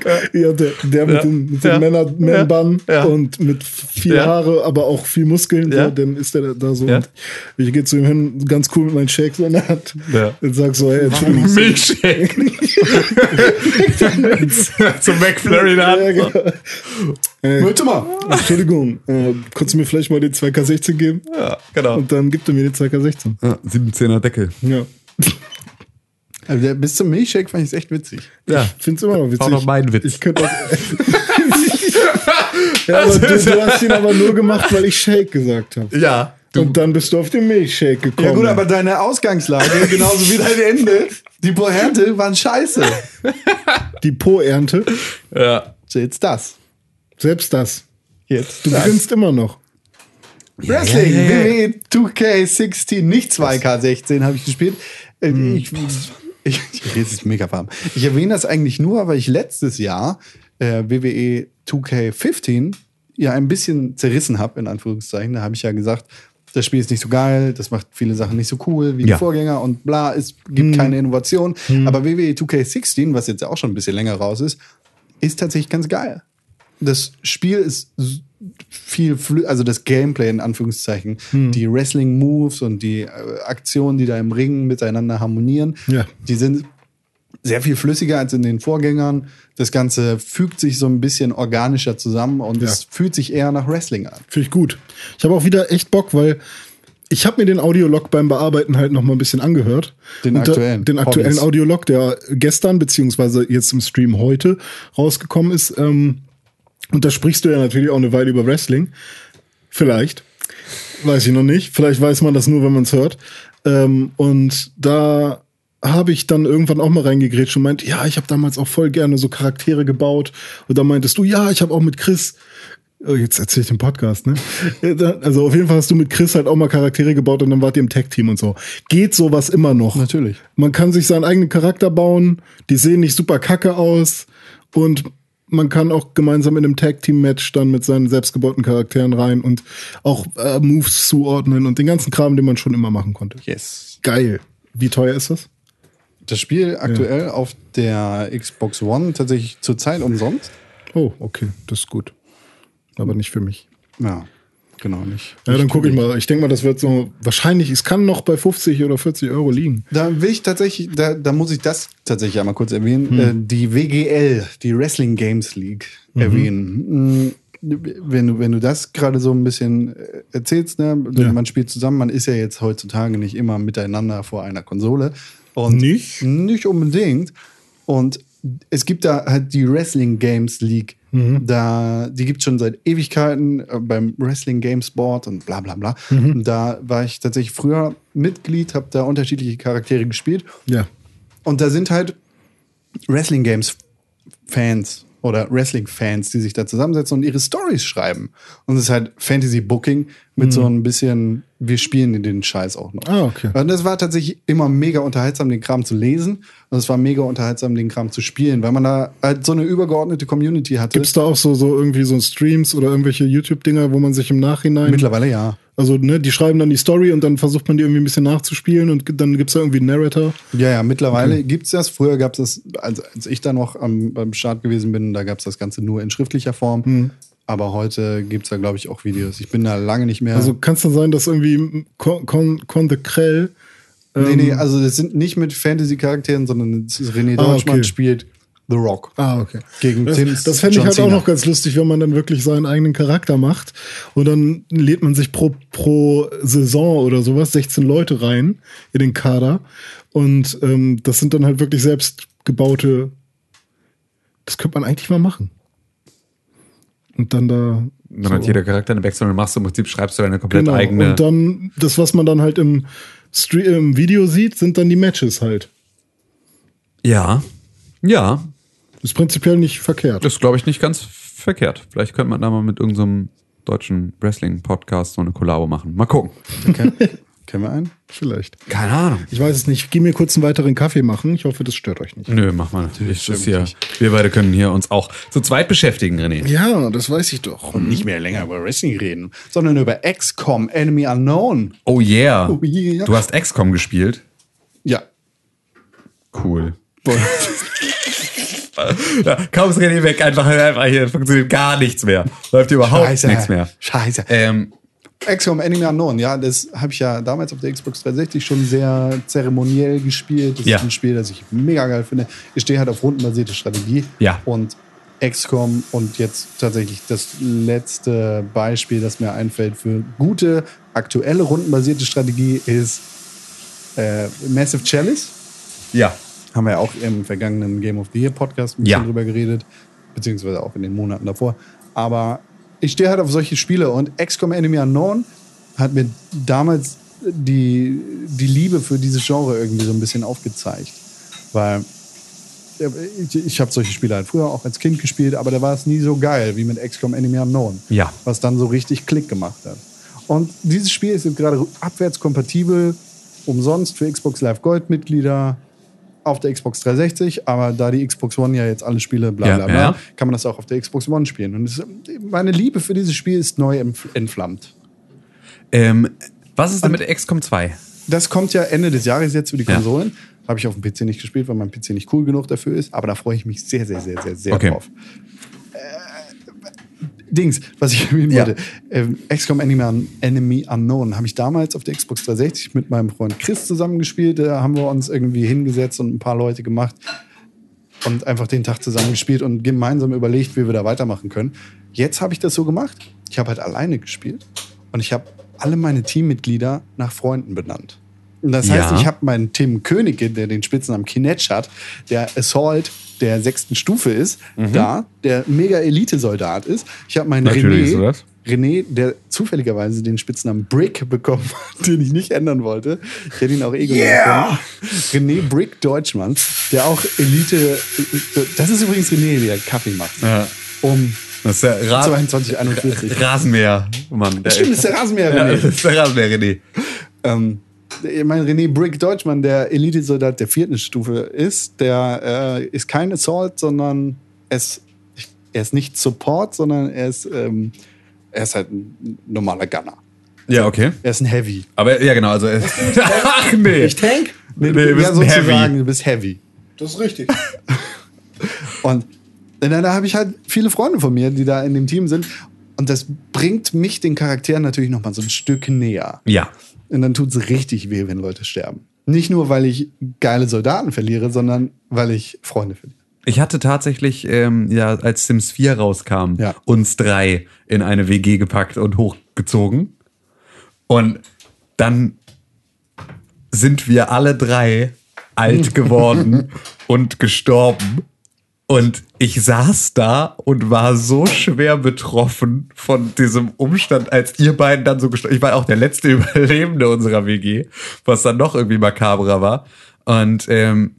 S4: [laughs] ja, der, der mit
S3: Ja.
S4: den, mit
S3: Ja.
S4: den Männer,
S3: Ja.
S4: Man-Bun
S3: Ja.
S4: und mit viel
S3: Ja.
S4: Haare, aber auch viel Muskeln,
S3: Ja.
S4: so, dann ist der da so.
S3: Ja.
S4: Und ich gehe zu ihm hin, ganz cool mit meinen Shakes in der Hand
S3: Ja.
S4: und sag so, hey, Entschuldigung.
S3: Milchshake. [laughs] Zum McFlurry
S4: Ja,
S3: dann.
S4: genau. Äh,
S2: Warte mal.
S4: Entschuldigung, äh, kannst du mir vielleicht mal den 2K16 geben?
S3: Ja, genau.
S4: Und dann gibt er mir den 2K16.
S3: 17er Ah, Deckel.
S4: Ja.
S2: Also, der- Bis zum Milchshake fand ich es echt witzig.
S3: Ja.
S4: Find's immer noch witzig.
S3: War noch mein Witz.
S4: Ich könnte auch. ja, aber du, du hast ihn aber nur gemacht, weil ich Shake gesagt habe.
S3: Ja.
S4: Und dann bist du auf den Milchshake gekommen.
S2: Ja gut, aber deine Ausgangslage, genauso wie dein Ende, die Pointe waren scheiße.
S4: die Po-Ernte,
S3: Ja.
S2: Jetzt das.
S4: selbst das.
S2: Jetzt
S4: Du grinst immer noch.
S2: Wrestling, E
S3: Ja, ja, ja,
S2: WWE 2K16, nicht 2K16 habe ich gespielt. Äh,
S3: Hm,
S2: Ich, ich, [laughs] ich rede jetzt mega warm. Ich erwähne das eigentlich nur, weil ich letztes Jahr äh, WWE 2K15 ja ein bisschen zerrissen habe, in Anführungszeichen. Da habe ich ja gesagt, das Spiel ist nicht so geil, das macht viele Sachen nicht so cool wie
S3: Ja. Hm.
S2: die Vorgänger und bla, es gibt keine Innovation. Aber E WWE 2K16, was jetzt auch schon ein bisschen länger raus ist, ist tatsächlich ganz geil. Das Spiel ist s- viel, flü- also das Gameplay in Anführungszeichen,
S4: Hm.
S2: die Wrestling-Moves und die äh, Aktionen, die da im Ring miteinander harmonieren,
S4: Ja.
S2: die sind sehr viel flüssiger als in den Vorgängern. Das Ganze fügt sich so ein bisschen organischer zusammen und
S4: Ja.
S2: es fühlt sich eher nach Wrestling an.
S4: Finde ich gut. Ich habe auch wieder echt Bock, weil ich habe mir den Audiolog beim Bearbeiten halt noch mal ein bisschen angehört.
S2: Den
S4: Und da-
S2: aktuellen.
S4: Den aktuellen
S2: Hobbys.
S4: Audiolog, der gestern beziehungsweise jetzt im Stream heute rausgekommen ist. Ähm, und da sprichst du ja natürlich auch eine Weile über Wrestling. Vielleicht. Weiß ich noch nicht. Vielleicht weiß man das nur, wenn man es hört. Ähm, und da habe ich dann irgendwann auch mal reingegrätscht und meint, ja, ich habe damals auch voll gerne so Charaktere gebaut. Und da meintest du, ja, ich habe auch mit Chris Oh, Jetzt erzähle ich den Podcast, ne? Also auf jeden Fall hast du mit Chris halt auch mal Charaktere gebaut und dann wart ihr im Tech-Team und so. Geht sowas immer noch?
S2: Natürlich.
S4: Man kann sich seinen eigenen Charakter bauen, die sehen nicht super kacke aus und man kann auch gemeinsam in einem Tag-Team-Match dann mit seinen selbstgebauten Charakteren rein und auch äh, Moves zuordnen und den ganzen Kram, den man schon immer machen konnte.
S2: Yes.
S4: Geil. Wie teuer ist das?
S2: Das Spiel aktuell auf der Xbox One tatsächlich zurzeit umsonst.
S4: Oh, okay, das ist gut. Aber nicht für mich.
S2: Ja, genau nicht.
S4: Ja, dann gucke ich mal. Ich denke mal, das wird so wahrscheinlich, es kann noch bei 50 oder 40 Euro liegen.
S2: Da will ich tatsächlich, da, da muss ich das tatsächlich
S4: Hm. Mhm.
S2: einmal kurz erwähnen, äh, die WGL, die Wrestling Games League erwähnen. Mm, wenn du, wenn du das gerade so ein bisschen äh, erzählst, ne?
S4: Ja.
S2: man spielt zusammen, man ist ja jetzt heutzutage nicht immer miteinander vor einer Konsole. Und
S4: Nicht?
S2: Nicht unbedingt. Und es gibt da halt die Wrestling Games League. Da, die gibt es schon seit Ewigkeiten äh, beim Wrestling Games Board und bla bla bla. Und Da war ich tatsächlich früher Mitglied, habe da unterschiedliche Charaktere gespielt.
S4: Ja.
S2: Und da sind halt Wrestling Games Fans oder Wrestling Fans, die sich da zusammensetzen und ihre Stories schreiben. Und es ist halt Fantasy Booking mit so ein bisschen, wir spielen den Scheiß auch noch.
S4: Mhm. Ah, okay.
S2: Und das war tatsächlich immer mega unterhaltsam, den Kram zu lesen. Und es war mega unterhaltsam, den Kram zu spielen, weil man da halt so eine übergeordnete Community hatte.
S4: Gibt's da auch so, so irgendwie so Streams oder irgendwelche YouTube-Dinger, wo man sich im Nachhinein.
S2: Mittlerweile ja.
S4: Also, ne, die schreiben dann die Story und dann versucht man die irgendwie ein bisschen nachzuspielen und g- dann gibt's da irgendwie einen Narrator.
S2: Ja, ja, mittlerweile gibt's das. Früher gab's das, als, als ich da noch am, beim Start gewesen bin, da gab's das Ganze nur in schriftlicher Form.
S4: Hm.
S2: Aber heute gibt's da, glaube ich, auch Videos. Ich bin da lange nicht mehr.
S4: Also, kann's dann sein, dass irgendwie Con, Con, Con the Krell.
S2: nee, nee, also das sind nicht mit Fantasy-Charakteren, sondern es ist René
S4: ähm, Ah, okay.
S2: Deutschmann spielt The Rock.
S4: Ah, okay.
S2: Gegen
S4: das,
S2: Tims
S4: Das fände ich
S2: John
S4: halt auch
S2: Cena.
S4: noch ganz lustig, wenn man dann wirklich seinen eigenen Charakter macht. Und dann lädt man sich pro, pro Saison oder sowas 16 Leute rein in den Kader. Und ähm, das sind dann halt wirklich selbst gebaute. Das könnte man eigentlich mal machen. Und dann da.
S3: Dann hat jeder Charakter eine Backstory und machst du im Prinzip, schreibst du deine komplett
S4: Genau.
S3: eigene.
S4: Und dann, das, was man dann halt im, Stre im Video sieht, sind dann die Matches halt.
S3: ja. Ja.
S4: Ist prinzipiell nicht verkehrt.
S3: Das ist, glaube ich, nicht ganz verkehrt. Vielleicht könnte man da mal mit irgendeinem deutschen Wrestling-Podcast so eine Kollabo machen. Mal gucken.
S2: [laughs] Kennen wir einen?
S4: Vielleicht.
S3: Keine Ahnung.
S4: Ich weiß es nicht. Ich Geh mir kurz einen weiteren Kaffee machen. Ich hoffe, das stört euch nicht.
S3: Nö, mach mal. Ich, das hier, wir beide können hier uns auch zu zweit beschäftigen, René.
S2: Ja, das weiß ich doch.
S3: Mhm.
S2: Und nicht mehr länger über Wrestling reden, sondern über XCOM, Enemy Unknown.
S3: Oh yeah.
S2: Oh yeah.
S3: Du hast XCOM gespielt.
S2: Ja.
S3: Cool. [laughs] Ja, kaum ist René weg, einfach, einfach hier funktioniert gar nichts mehr. Läuft überhaupt nichts mehr.
S2: Scheiße.
S4: Äh,
S3: Ähm,
S2: XCOM Enemy Unknown, ja, das habe ich ja damals auf der Xbox 360 schon sehr zeremoniell gespielt. Das
S3: Ja.
S2: ist ein Spiel, das ich mega geil finde. Ich stehe halt auf rundenbasierte Strategie.
S3: Ja.
S2: Und XCOM und jetzt tatsächlich das letzte Beispiel, das mir einfällt für gute, aktuelle rundenbasierte Strategie ist äh, Massive Chalice.
S3: ja.
S2: Haben wir ja auch im vergangenen Game of the Year Podcast ein
S3: Ja.
S2: bisschen drüber geredet, beziehungsweise auch in den Monaten davor. Aber ich stehe halt auf solche Spiele und XCOM Enemy Unknown hat mir damals die, die Liebe für dieses Genre irgendwie so ein bisschen aufgezeigt. Weil ja, ich, ich habe solche Spiele halt früher auch als Kind gespielt, aber da war es nie so geil wie mit XCOM Enemy Unknown.
S3: Ja.
S2: Was dann so richtig Klick gemacht hat. Und dieses Spiel ist jetzt gerade abwärtskompatibel, umsonst für Xbox Live Gold Mitglieder auf der Xbox 360, aber da die Xbox One ja jetzt alle Spiele bla
S3: Ja,
S2: bla bla,
S3: ja.
S2: kann man das auch auf der Xbox One spielen. Und es, meine Liebe für dieses Spiel ist neu entf- entflammt.
S3: Ähm, was ist denn mit XCOM 2?
S2: Das kommt ja Ende des Jahres jetzt für die
S3: Ja.
S2: Konsolen. Habe ich auf dem PC nicht gespielt, weil mein PC nicht cool genug dafür ist. Aber da freue ich mich sehr, sehr, sehr, sehr, sehr
S3: Okay.
S2: drauf. Äh, Dings, was ich [laughs] erwähnen
S3: Ja.
S2: wollte. Ähm, XCOM Enemy, Un Enemy Unknown habe ich damals auf der Xbox 360 mit meinem Freund Chris zusammengespielt. Da haben wir uns irgendwie hingesetzt und ein paar Leute gemacht und einfach den Tag zusammengespielt und gemeinsam überlegt, wie wir da weitermachen können. Jetzt habe ich das so gemacht. Ich habe halt alleine gespielt und ich habe alle meine Teammitglieder nach Freunden benannt. Und das heißt,
S3: Ja.
S2: ich habe meinen Tim König, der den Spitznamen Kinetsch hat, der Assault der sechsten Stufe ist, da, der mega Elite-Soldat ist. Ich habe meinen
S3: Natürlich
S2: René,
S3: ist er das.
S2: René, der zufälligerweise den Spitznamen Brick bekommen hat, [laughs] den ich nicht ändern wollte. Ich hätte ihn auch eh yeah! René Brick Deutschmann, der auch Elite. Das ist übrigens René, der Kaffee macht.
S3: Ja.
S2: Um
S3: Das ist der Ra
S2: 22, 41.
S3: Rasenmäher, Oh Mann. Der,
S2: Stimmt, das ist der Rasenmäher,
S3: ja,
S2: René.
S3: das ist der [laughs] Rasenmäher, René.
S2: Ähm, ich meine, René Brick Deutschmann, der Elite-Soldat der vierten Stufe ist, der äh, ist kein Assault, sondern es, er ist nicht Support, sondern er ist, ähm, er ist halt ein normaler Gunner.
S3: Ja, okay.
S2: Er ist ein Heavy.
S3: Aber ja, genau. Also, [laughs] ach nee.
S2: Ich Tank? Nee,
S3: Nee,
S2: du,
S3: du bist
S2: ja,
S3: ein
S2: sozusagen,
S3: Heavy.
S2: du bist Heavy.
S4: Das ist richtig.
S2: [laughs] Und dann, da habe ich halt viele Freunde von mir, die da in dem Team sind. Und das bringt mich den Charakteren natürlich nochmal so ein Stück näher.
S3: Ja.
S2: Und dann tut es richtig weh, wenn Leute sterben. Nicht nur, weil ich geile Soldaten verliere, sondern weil ich Freunde verliere.
S3: Ich hatte tatsächlich, ähm, ja, als Sims 4 rauskam,
S2: Ja.
S3: uns drei in eine WG gepackt und hochgezogen. Und dann sind wir alle drei alt geworden und gestorben. Und ich saß da und war so schwer betroffen von diesem Umstand, als ihr beiden dann so gestorben. Ich war auch der letzte [laughs] Überlebende unserer WG, was dann noch irgendwie makabrer war. Und ähm,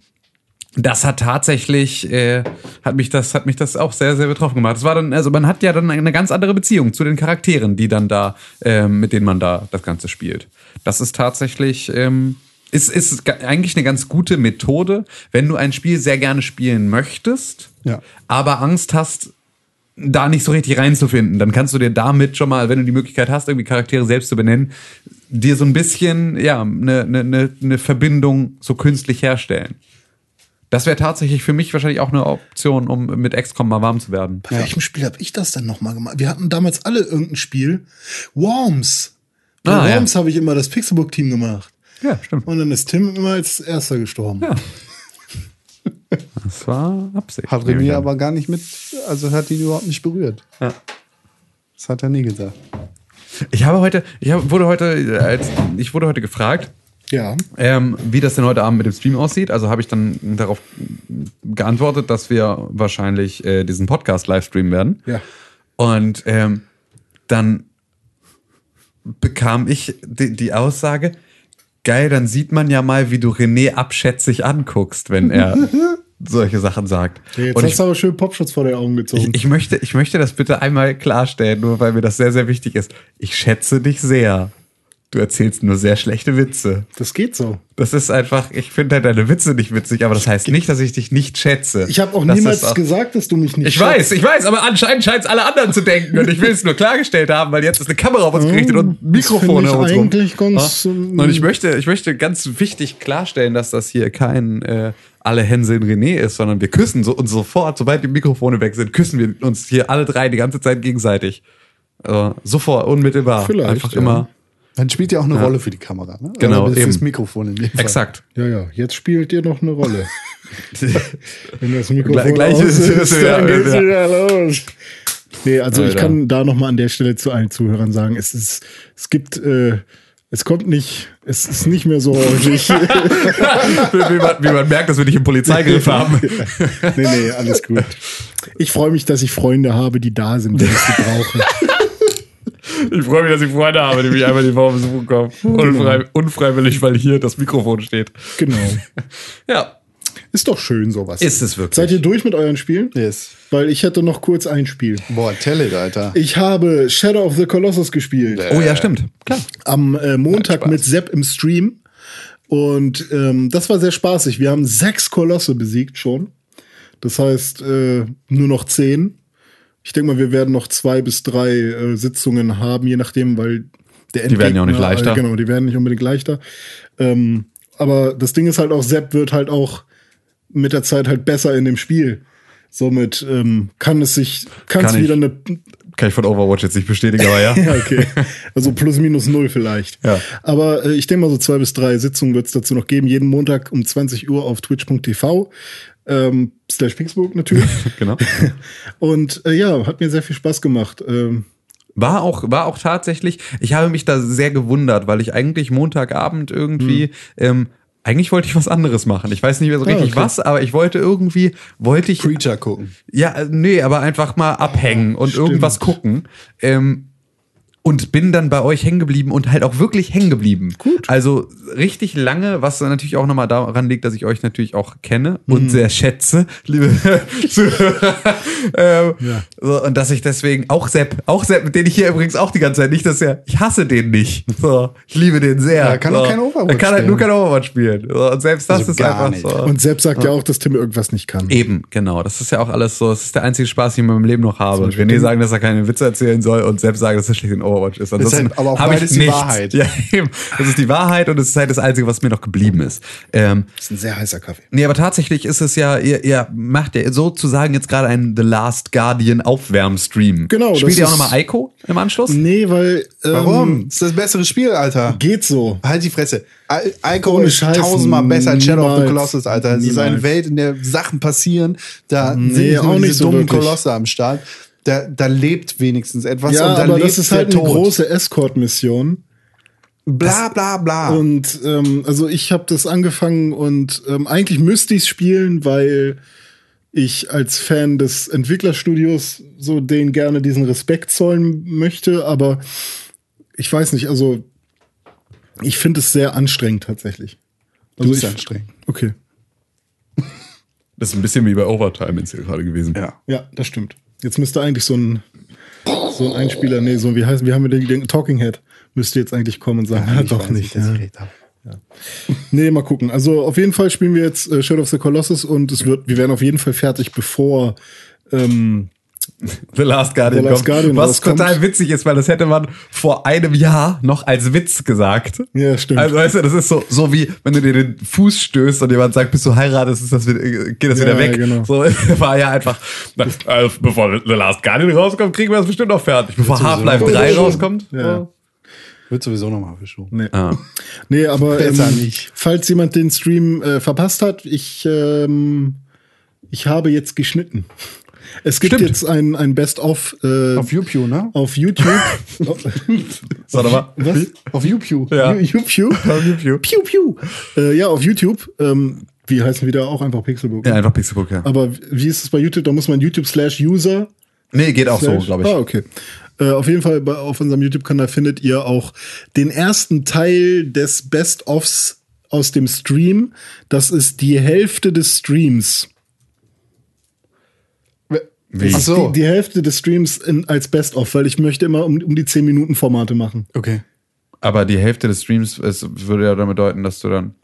S3: das hat tatsächlich, äh, hat mich das, hat mich das auch sehr, sehr betroffen gemacht. Es war dann, also man hat ja dann eine ganz andere Beziehung zu den Charakteren, die dann da, ähm, mit denen man da das Ganze spielt. Das ist tatsächlich, ähm, ist, ist ga- eigentlich eine ganz gute Methode, wenn du ein Spiel sehr gerne spielen möchtest,
S2: Ja.
S3: aber Angst hast, da nicht so richtig reinzufinden. Dann kannst du dir damit schon mal, wenn du die Möglichkeit hast, irgendwie Charaktere selbst zu benennen, dir so ein bisschen, ja, eine ne, ne, ne Verbindung so künstlich herstellen. Das wäre tatsächlich für mich wahrscheinlich auch eine Option, um mit XCOM mal warm zu werden.
S4: Bei welchem Spiel habe ich das denn nochmal gemacht? Wir hatten damals alle irgendein Spiel. Worms. Bei
S3: Ah, ja. Hm.
S4: Worms habe ich immer das Pixelbook-Team gemacht.
S3: Ja, stimmt.
S4: Und dann ist Tim immer als erster gestorben.
S3: Das war Absicht.
S2: Hat
S3: nehme ich
S2: René
S3: an.
S2: aber gar nicht mit, also hat ihn überhaupt nicht berührt.
S3: Ja.
S2: Das hat er nie gesagt.
S3: Ich habe heute, ich habe, wurde heute, äh, als, ich wurde heute gefragt,
S4: Ja.
S3: ähm, wie das denn heute Abend mit dem Stream aussieht. Also habe ich dann darauf geantwortet, dass wir wahrscheinlich äh, diesen Podcast livestreamen werden.
S4: Ja.
S3: Und ähm, dann bekam ich die, die Aussage, geil, dann sieht man ja mal, wie du René abschätzig anguckst,
S4: [laughs]
S3: wenn er solche Sachen sagt.
S4: Ja, Jetzt
S3: Und
S4: hast
S3: ich,
S4: du aber schön Popschutz vor den Augen gezogen.
S3: ich, ich, möchte, ich möchte das bitte einmal klarstellen, nur weil mir das sehr, sehr wichtig ist. Ich schätze dich sehr. Du erzählst nur sehr schlechte Witze.
S4: das geht so.
S3: Das ist einfach, ich finde halt deine Witze nicht witzig, aber das heißt nicht, dass ich dich nicht schätze.
S4: Ich habe auch
S3: Das
S4: niemals
S3: ist auch-
S4: gesagt, dass du mich nicht
S3: Ich weiß, ich weiß, aber anscheinend scheint es alle anderen zu denken und ich will es nur klargestellt haben, weil jetzt ist eine Kamera auf uns gerichtet und Mikrofone
S4: Mm, Das
S3: auf
S4: find
S3: uns
S4: ich
S3: rum.
S4: eigentlich ganz,
S3: Ja?
S4: ähm,
S3: Und ich möchte, ich möchte ganz wichtig klarstellen, dass das hier kein äh, alle Hänsel in René ist, sondern wir küssen so, uns sofort, sobald die Mikrofone weg sind, küssen wir uns hier alle drei die ganze Zeit gegenseitig. Also sofort, unmittelbar.
S4: Vielleicht,
S3: Einfach
S4: ja.
S3: immer.
S2: Dann spielt ja auch eine Rolle für die Kamera. Ne?
S3: Genau,
S2: Oder fürs
S3: eben.
S2: Mikrofon in dem Fall.
S4: [laughs]
S3: Exakt.
S4: Ja, ja, jetzt spielt ihr noch eine Rolle. Wenn das Mikrofon
S3: Gleich- gleich
S4: aus
S3: ist es
S4: ist,
S3: wieder-
S4: dann geht's wieder los. Nee, also ich
S3: Alter.
S4: kann da nochmal an der Stelle zu allen Zuhörern sagen, es ist, es gibt, äh, es kommt nicht, es ist nicht mehr so
S3: [laughs]
S4: häufig.
S3: wie, wie, man, wie man merkt, dass wir dich im Polizeigriff haben.
S4: [laughs] nee, nee, alles gut. Ich freue mich, dass ich Freunde habe, die da sind, wenn ich sie
S3: [laughs]
S4: brauche.
S3: Ich freue mich, dass ich Freunde habe, die mich einmal die Woche besuchen kommen. Unfrei, unfreiwillig, weil hier das Mikrofon steht.
S4: Genau.
S3: Ja.
S4: Ist doch schön, sowas.
S3: Ist es wirklich.
S4: Seid ihr durch mit euren Spielen?
S2: Yes.
S4: Weil ich hätte noch kurz ein Spiel.
S2: Boah, Telet, Alter.
S4: Ich habe Shadow of the Colossus gespielt.
S3: Oh ja, stimmt. Klar.
S4: am äh, Montag mit Sepp im Stream. Und ähm, das war sehr spaßig. Wir haben sechs Kolosse besiegt schon. Das heißt, äh, nur noch zehn. Ich denke mal, wir werden noch zwei bis drei äh, Sitzungen haben, je nachdem, weil der
S3: Die werden ja auch nicht
S4: Endgegner-
S3: leichter.
S4: Genau, die werden nicht unbedingt leichter. Ähm, aber das Ding ist halt auch, Sepp wird halt auch mit der Zeit halt besser in dem Spiel. Somit ähm, kann es sich, kann es
S3: Kann ich.
S4: wieder eine
S3: Kann ich von Overwatch jetzt nicht bestätigen, aber [laughs] ja.
S4: ja, [laughs] okay. Also plus minus null vielleicht.
S3: Ja.
S4: Aber äh, ich denke mal, so zwei bis drei Sitzungen wird es dazu noch geben. Jeden Montag um 20 Uhr auf twitch.tv. Ähm, slash Pixburg
S2: [laughs]
S4: natürlich.
S3: genau.
S4: Und äh, ja, hat mir sehr viel Spaß gemacht. Ähm,
S3: War auch, war auch tatsächlich, ich habe mich da sehr gewundert, weil ich eigentlich Montagabend irgendwie, ähm, eigentlich wollte ich was anderes machen. Ich weiß nicht mehr so richtig
S4: okay.
S3: was, aber ich wollte irgendwie, wollte ich
S2: Preacher gucken.
S3: Ja, äh, nee, aber einfach mal abhängen und irgendwas gucken. Ähm, und bin dann bei euch hängen geblieben und halt auch wirklich hängen geblieben. Gut. Also richtig lange, was natürlich auch nochmal daran liegt, dass ich euch natürlich auch kenne
S2: Mhm.
S3: und sehr schätze, liebe
S2: [laughs]
S3: Zuhörer. ähm, so, und dass ich deswegen auch Sepp, auch Sepp, mit dem ich hier übrigens auch die ganze Zeit nicht, dass er, ich hasse den nicht. So, ich liebe den sehr.
S2: Ja, er kann
S3: so.
S2: auch kein Overwatch
S3: Er kann halt nur
S2: spielen.
S3: kein Overwatch spielen. So, und selbst das
S2: Also
S3: ist
S2: gar
S3: einfach
S2: nicht.
S3: so.
S4: und Sepp sagt ja auch, dass Tim irgendwas nicht kann.
S3: Eben, genau. Das ist ja auch alles so. Das ist der einzige Spaß, den ich in meinem Leben noch habe. René sagen, dass er keine Witze erzählen soll und selbst sagen, dass er schlecht in Overwatch ist. Ansonsten
S2: halt aber auch
S3: habe ich
S2: beides die
S3: nichts.
S2: Wahrheit.
S3: [laughs] Ja, eben. Das ist die Wahrheit und es ist halt das Einzige, was mir noch geblieben ist. Ähm,
S4: Das ist ein sehr heißer Kaffee.
S3: Nee, aber tatsächlich ist es ja, ihr, ihr macht ja sozusagen jetzt gerade einen The Last Guardian Aufwärmstream.
S4: Genau,
S3: Spielt
S4: das
S3: ihr auch
S4: ist-
S3: nochmal Ico im Anschluss?
S4: Nee, weil. Ähm,
S2: Warum? Das ist das bessere Spiel, Alter.
S4: Geht so.
S2: Halt die Fresse. Al- Alkohol
S4: Ohne
S2: ist
S4: Scheiß,
S2: tausendmal besser als Shadow of the
S4: niemals.
S2: Colossus, Alter. Es ist eine
S4: Niemals.
S2: Welt, in der Sachen passieren. Da sind
S4: Nee,
S2: nicht nur
S4: auch
S2: diese
S4: nicht so
S2: dummen
S4: wirklich.
S2: Kolosse am Start. Da, da lebt wenigstens etwas
S4: ja,
S2: und da
S4: aber
S2: lebt
S4: das ist
S2: der
S4: halt eine
S2: Tod.
S4: große Escort-Mission.
S2: Bla bla bla.
S4: Und ähm, also ich habe das angefangen und ähm, eigentlich müsste ich spielen, weil ich als Fan des Entwicklerstudios so denen gerne diesen Respekt zollen möchte, aber ich weiß nicht, also ich finde es sehr anstrengend tatsächlich. Also
S2: bist
S4: ich,
S2: anstrengend.
S4: Okay.
S3: Das ist ein bisschen wie bei Overtime jetzt hier gerade gewesen.
S2: Ja.
S4: Ja, das stimmt. Jetzt müsste eigentlich so ein so ein Einspieler, nee, so wie heißt, wie haben wir den, den Talking Head müsste jetzt eigentlich kommen und sagen, ja, doch nicht.
S2: dass
S4: ja.
S2: ich recht hab.
S4: Nee, mal gucken. Also auf jeden Fall spielen wir jetzt äh, Shadow of the Colossus und es wird, wir werden auf jeden Fall fertig, bevor ähm,
S3: The Last Guardian,
S4: The Last
S3: kommt,
S4: Guardian
S3: was
S4: rauskommt.
S3: total witzig ist, weil das hätte man vor einem Jahr noch als Witz gesagt.
S4: Ja, stimmt.
S3: Also weißt du, das ist so, so wie wenn du dir den Fuß stößt und jemand sagt, bist du heiratest, ist das, wieder- äh, geht das
S4: Ja,
S3: wieder weg.
S4: genau.
S3: So [laughs] war ja einfach, na, also, bevor The Last Guardian rauskommt, kriegen wir das bestimmt noch fertig. Bevor Half-Life 3 rauskommt.
S4: Ja.
S2: Wird sowieso nochmal verschoben.
S4: nee. Nee, aber
S2: Besser
S4: ähm,
S2: nicht.
S4: falls jemand den Stream äh, verpasst hat, ich, ähm, ich habe jetzt geschnitten. Es gibt
S3: Stimmt.
S4: jetzt ein, ein Best-of äh,
S2: Auf YouPew, ne?
S4: auf
S3: [laughs]
S4: YouTube. auf,
S3: Sag doch mal.
S4: was?
S2: Auf YouPew.
S3: Ja.
S4: YouTube? Piu, piu. Äh, ja, auf YouTube. Ähm, wie heißen wir da auch einfach Pixelbook?
S3: Ja, einfach Pixelbook, ja.
S4: Aber wie ist es bei YouTube? Da muss man YouTube slash User
S3: Nee, geht auch so,
S4: Slash-
S3: glaube ich.
S4: Ah, okay. Äh, auf jeden Fall bei, auf unserem YouTube-Kanal findet ihr auch den ersten Teil des Best-Offs aus dem Stream. Das ist die Hälfte des Streams.
S2: Wie? Ach so.
S4: Die, die Hälfte des Streams in, als Best-of, weil ich möchte immer um, um die 10-Minuten-Formate machen.
S2: Okay.
S3: Aber die Hälfte des Streams es würde ja dann bedeuten, dass du dann.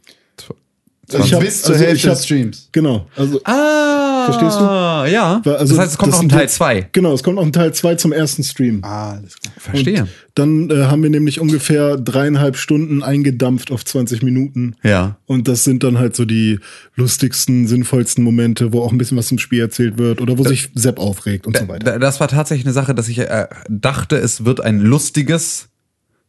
S4: Ich hab-
S2: bis zur
S4: also
S2: Hälfte
S4: ich hab-
S2: des Streams.
S4: Genau. Also,
S3: Ah!
S4: Verstehst du?
S3: Ja.
S4: weil- also
S3: das heißt, es kommt noch ein
S4: sind
S3: Teil
S4: jetzt-
S3: 2.
S4: Genau, es kommt noch ein Teil 2 zum ersten Stream.
S2: Ah, alles klar.
S3: Verstehe.
S4: Dann äh, haben wir nämlich ungefähr dreieinhalb Stunden eingedampft auf 20 Minuten.
S3: ja.
S4: Und das sind dann halt so die lustigsten, sinnvollsten Momente, wo auch ein bisschen was zum Spiel erzählt wird oder wo sich Sepp aufregt und so weiter.
S3: Da- Das war tatsächlich eine Sache, dass ich äh, dachte, es wird ein lustiges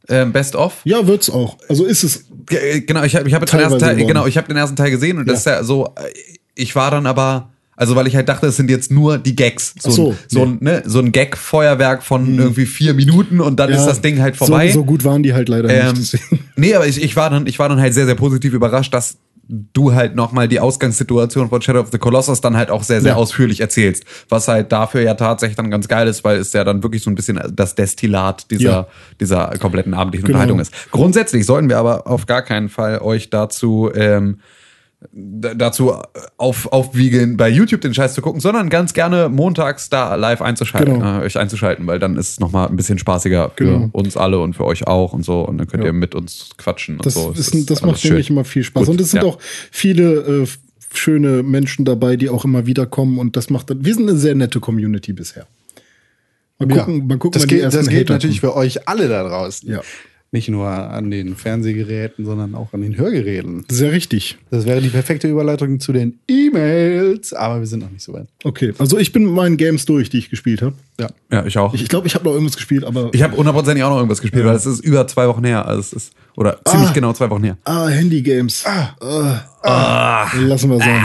S3: äh, Best-of.
S4: Ja, wird's auch. Also ist es.
S3: Ge- Genau, ich habe ich hab jetzt den
S4: Teilweise
S3: ersten Teil,
S4: geworden.
S3: genau, ich habe den ersten Teil gesehen und das ist ja so, äh, ich war dann aber, also weil ich halt dachte, es sind jetzt nur die Gags. So,
S4: Ach so, Hm.
S3: ein, so, ein, ne, so ein Gag-Feuerwerk von irgendwie vier Minuten und dann
S4: ja,
S3: ist das Ding halt vorbei.
S4: So, so gut waren die halt leider
S3: Ähm,
S4: nicht. deswegen.
S3: [laughs] nee, aber ich, ich, war dann, ich war dann halt sehr, sehr positiv überrascht, dass du halt nochmal die Ausgangssituation von Shadow of the Colossus dann halt auch sehr, sehr
S4: Ja.
S3: ausführlich erzählst. Was halt dafür ja tatsächlich dann ganz geil ist, weil es ja dann wirklich so ein bisschen das Destillat dieser,
S4: Ja.
S3: dieser kompletten abendlichen
S4: Genau.
S3: Unterhaltung ist. Grundsätzlich sollten wir aber auf gar keinen Fall euch dazu ähm, d- dazu äh, auf, aufwiegeln, bei YouTube den Scheiß zu gucken, sondern ganz gerne montags da live einzuschalten,
S4: Genau.
S3: äh, euch einzuschalten, weil dann ist es nochmal ein bisschen spaßiger für
S4: Genau.
S3: uns alle und für euch auch und so. Und dann könnt ihr mit uns quatschen
S4: Das,
S3: und so. Es
S4: ist, das
S3: alles
S4: macht nämlich immer viel Spaß.
S3: Gut,
S4: und es sind
S3: ja.
S4: auch viele äh, schöne Menschen dabei, die auch immer wieder kommen. Und das macht dann. Wir sind eine sehr nette Community bisher. Mal gucken, mal gucken
S2: das
S4: wann die
S2: geht,
S4: ersten
S2: das gilt
S4: Hater
S2: natürlich für euch alle da draußen.
S4: Ja.
S2: Nicht nur an den Fernsehgeräten, sondern auch an den Hörgeräten.
S4: kommen. Sehr richtig.
S2: Das wäre die perfekte Überleitung zu den E-Mails, aber wir sind noch nicht so weit.
S4: Okay. Also ich bin mit meinen Games durch, die ich gespielt habe.
S2: Ja.
S3: Ja, ich auch.
S4: Ich
S3: Ich,
S4: glaube, ich habe noch irgendwas gespielt, aber.
S3: habe hundertprozentig auch noch irgendwas gespielt, weil es ist über zwei Wochen her. Also es ist, oder ziemlich genau zwei Wochen her.
S4: Ah, Handygames. Ah. Ah. Lassen wir sein.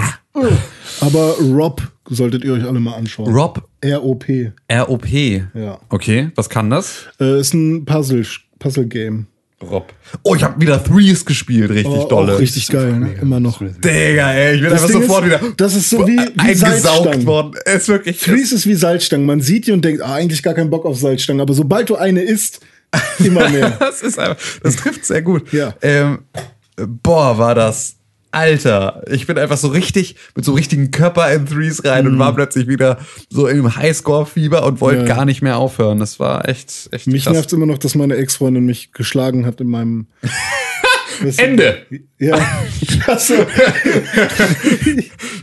S4: Aber Rob solltet ihr euch alle mal anschauen.
S3: Ah. Rob
S4: R.O.P.
S3: ROP. Ja. Okay, was kann das?
S4: Äh, ist ein Puzzle, Puzzle Game.
S3: Rob. Oh, ich habe wieder Threes gespielt, richtig dolle.
S4: Auch Oh, richtig geil, ne? immer noch.
S3: Digga, ey, ich bin einfach
S4: Ding
S3: sofort
S4: ist,
S3: wieder
S4: das ist so wie- wie
S3: Äh, eingesaugt
S4: Salzstangen.
S3: worden. Es ist wirklich
S4: Threes ist wie Salzstangen. Man sieht die und denkt, ah, eigentlich gar keinen Bock auf Salzstangen. Aber sobald du eine isst, immer
S3: [laughs]
S4: mehr.
S3: Das ist einfach, das trifft sehr gut.
S4: Ja.
S3: Ähm, boah, war das. Alter, ich bin einfach so richtig mit so einem richtigen Körper in Threes rein und war plötzlich wieder so im Highscore-Fieber und wollte
S4: Mhm. Ja.
S3: gar nicht mehr aufhören. Das war echt, echt
S4: mich
S3: krass.
S4: nervt immer noch, dass meine Ex-Freundin mich geschlagen hat in
S3: [laughs]
S4: meinem. Weißt du?
S3: Ende. [laughs]
S4: Ja. Klasse.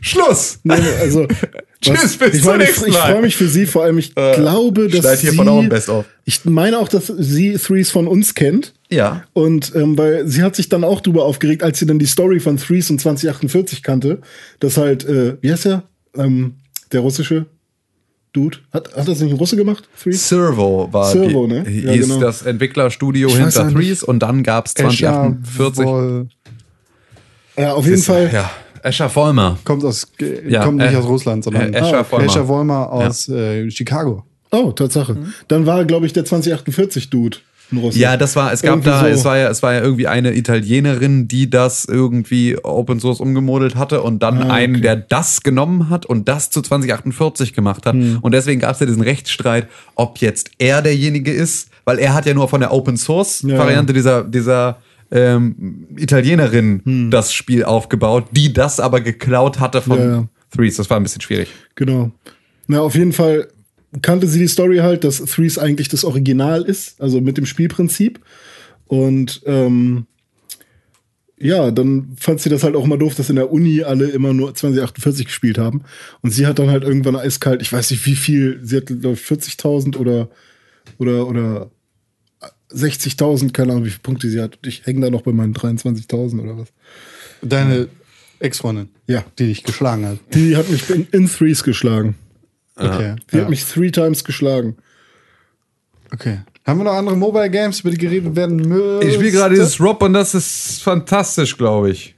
S3: Schluss.
S4: Nee, nee, also
S3: Tschüss, bis
S4: ich
S3: zum
S4: meine, ich-
S3: nächsten
S4: Ich
S3: Mal. Äh,
S4: freue mich für sie, vor allem ich glaube, dass
S3: schneid hier
S4: sie,
S3: von auch ein Best of.
S4: Ich meine auch, dass sie Threes von uns kennt.
S3: Ja.
S4: Und ähm, weil sie hat sich dann auch drüber aufgeregt, als sie dann die Story von Threes und 2048 kannte, dass halt, äh, wie heißt er? Ähm, der russische Dude. Hat, hat das nicht ein Russe gemacht? Threes?
S3: Servo war
S4: Servo,
S3: die,
S4: ne? Ja,
S3: hieß
S4: genau.
S3: das Entwicklerstudio
S2: Ich weiß
S3: hinter
S2: auch nicht.
S3: Threes und dann gab es 2048.
S2: Escher
S4: Ja, auf jeden Fall.
S3: Ja, Escher Vollmer.
S2: kommt aus, ge-
S3: Ja,
S2: kommt nicht
S3: äh,
S2: aus Russland, sondern
S3: äh, Escher
S2: Ah,
S3: Vollmer.
S2: Escher Vollmer aus äh, Chicago.
S4: Oh, Tatsache. Dann war, glaube ich, der 2048-Dude ein Russe.
S3: Ja, das war, es gab
S4: Irgendwie
S3: da,
S4: so.
S3: es war ja, es war ja irgendwie eine Italienerin, die das irgendwie Open Source umgemodelt hatte und dann einen, der das genommen hat und das zu 2048 gemacht hat. Und deswegen gab es ja diesen Rechtsstreit, ob jetzt er derjenige ist, weil er hat ja nur von der Open Source Variante dieser, dieser ähm, Italienerin das Spiel aufgebaut, die das aber geklaut hatte von
S4: Ja, ja.
S3: Threes. Das war ein bisschen schwierig.
S4: Genau. Na, auf jeden Fall kannte sie die Story halt, dass Threes eigentlich das Original ist, also mit dem Spielprinzip. Und ähm, ja, dann fand sie das halt auch mal doof, dass in der Uni alle immer nur 2048 gespielt haben. Und sie hat dann halt irgendwann eiskalt, ich weiß nicht wie viel, sie hat glaub ich 40.000 oder, oder, oder 60.000, keine Ahnung, wie viele Punkte sie hat. Ich hänge da noch bei meinen 23.000 oder was.
S2: Deine Ex-Freundin,
S4: Ja,
S2: die dich geschlagen hat.
S4: die hat mich in, in Threes geschlagen.
S2: Okay.
S4: Die
S2: Ja.
S4: hat mich three times geschlagen.
S2: okay. Haben wir noch andere Mobile Games, über die geredet werden müssen?
S3: Ich spiele gerade dieses Rob und das ist fantastisch, glaube ich.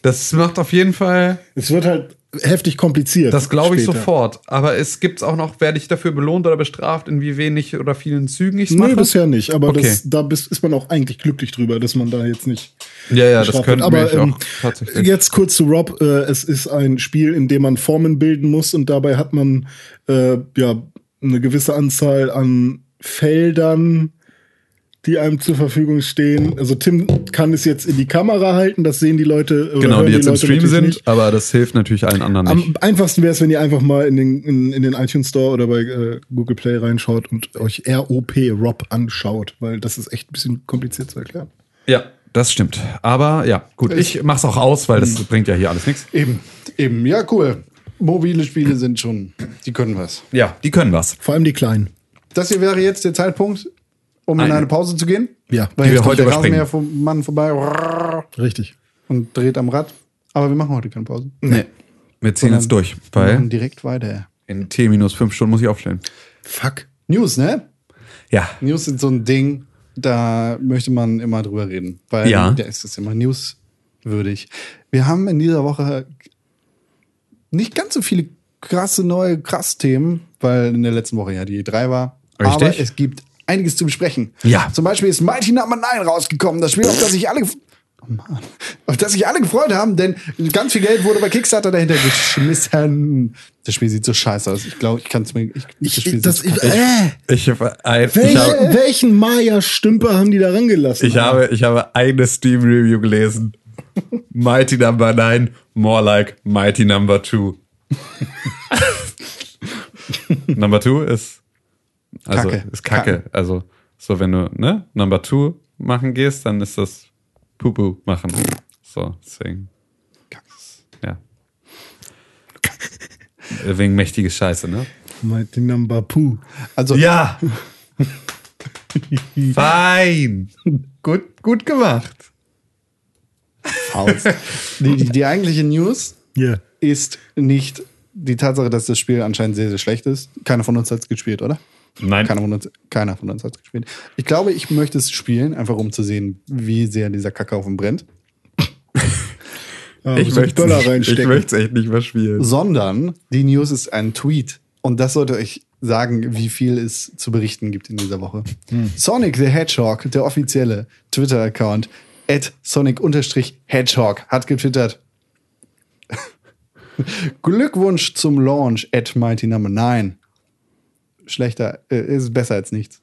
S3: Das macht auf jeden Fall.
S4: Es wird halt heftig kompliziert.
S3: Das glaube ich
S4: später.
S3: sofort. Aber es gibt auch noch, werde ich dafür belohnt oder bestraft, in wie wenig oder vielen Zügen ich es
S4: Nee,
S3: mache?
S4: bisher nicht, aber
S3: Okay.
S4: das, da bist, ist man auch eigentlich glücklich drüber, dass man da jetzt nicht.
S3: Ja, ja, das
S4: bestraft ähm,
S3: könnte
S4: wird.
S3: mich auch tatsächlich.
S4: Jetzt kurz zu Rob. Äh, es ist ein Spiel, in dem man Formen bilden muss und dabei hat man äh, ja eine gewisse Anzahl an Feldern, die einem zur Verfügung stehen. Also Tim kann es jetzt in die Kamera halten, das sehen die Leute. Oder
S3: Genau,
S4: hören
S3: die jetzt im Stream
S4: natürlich
S3: sind,
S4: nicht.
S3: aber das hilft natürlich allen anderen nicht.
S4: Am einfachsten wäre es, wenn ihr einfach mal in den, in, in den iTunes Store oder bei äh, Google Play reinschaut und euch ROP Rob anschaut, weil das ist echt ein bisschen kompliziert zu erklären.
S3: ja, das stimmt. Aber ja, gut, ich mach's auch aus, weil das
S4: Mhm.
S3: bringt ja hier alles nichts.
S2: Eben, eben. Ja, cool. Mobile Spiele sind schon, die können was.
S3: Ja, die können was.
S4: Vor allem die Kleinen.
S2: Das hier wäre jetzt der Zeitpunkt, um in
S3: Eine.
S2: eine Pause zu gehen.
S4: Ja,
S2: Weil
S3: die
S2: jetzt
S3: wir
S2: kommt
S3: heute
S2: der
S3: überspringen.
S2: Rasenmäher vom Mann vorbei
S4: richtig.
S2: und dreht am Rad. Aber wir machen heute keine Pause.
S3: Nee. Wir ziehen jetzt durch,
S2: Wir machen
S4: Mhm.
S3: weil
S2: direkt weiter.
S3: in T minus fünf Stunden muss ich aufstellen.
S4: Fuck.
S2: News, ne?
S3: Ja.
S2: News sind so ein Ding, da möchte man immer drüber reden, weil
S3: Ja.
S2: da ist es immer newswürdig. Wir haben in dieser Woche nicht ganz so viele krasse neue krass Themen, weil in der letzten Woche ja die E3 war. Aber
S3: Richtig.
S2: es gibt einiges zu besprechen.
S3: Ja.
S2: Zum Beispiel ist Mighty Number 9 rausgekommen, das Spiel, auf das sich alle gef- Oh Mann. Auf das sich alle gefreut haben, denn ganz viel Geld wurde bei Kickstarter dahinter geschmissen. Das Spiel sieht so scheiße aus. Ich glaube, ich kann es mir. Ich, Spiel
S4: das,
S2: sieht so kacke aus.
S4: äh,
S3: Ich, ich,
S4: welchen,
S3: habe,
S4: welchen Maya-Stümper haben die da rangelassen?
S3: Ich habe, ich habe eine Steam-Review gelesen. Mighty Number 9, more like Mighty Number 2. [laughs] Number 2 ist, also,
S2: Kacke.
S3: ist Kacke. Also, so wenn du, ne, Number 2 machen gehst, dann ist das Pupu machen. So, deswegen. [laughs] Ja. Wegen mächtige Scheiße, ne?
S4: Mighty Number Pooh.
S2: Also
S3: Ja! Fein! Gut, gut gemacht.
S2: Faust. die, die, die eigentliche News
S4: Ja.
S2: ist nicht die Tatsache, dass das Spiel anscheinend sehr, sehr schlecht ist. Keiner von uns hat es gespielt, oder?
S3: Nein.
S2: Keiner von uns, keiner von uns hat es gespielt. Ich glaube, ich möchte es spielen, einfach um zu sehen, wie sehr dieser Kackhaufen brennt.
S4: Ah,
S3: Ich
S4: so einen
S3: möchte
S4: Böller
S3: es nicht- ich
S4: reinstecken.
S3: möchte es echt nicht mehr spielen.
S2: Sondern die News ist ein Tweet. Und das sollte euch sagen, wie viel es zu berichten gibt in dieser Woche.
S3: Hm.
S2: Sonic the Hedgehog, der offizielle Twitter-Account, at sonic-hedgehog, hat getwittert. [laughs] Glückwunsch zum Launch at Mighty Number 9. Schlechter, äh, ist besser als nichts.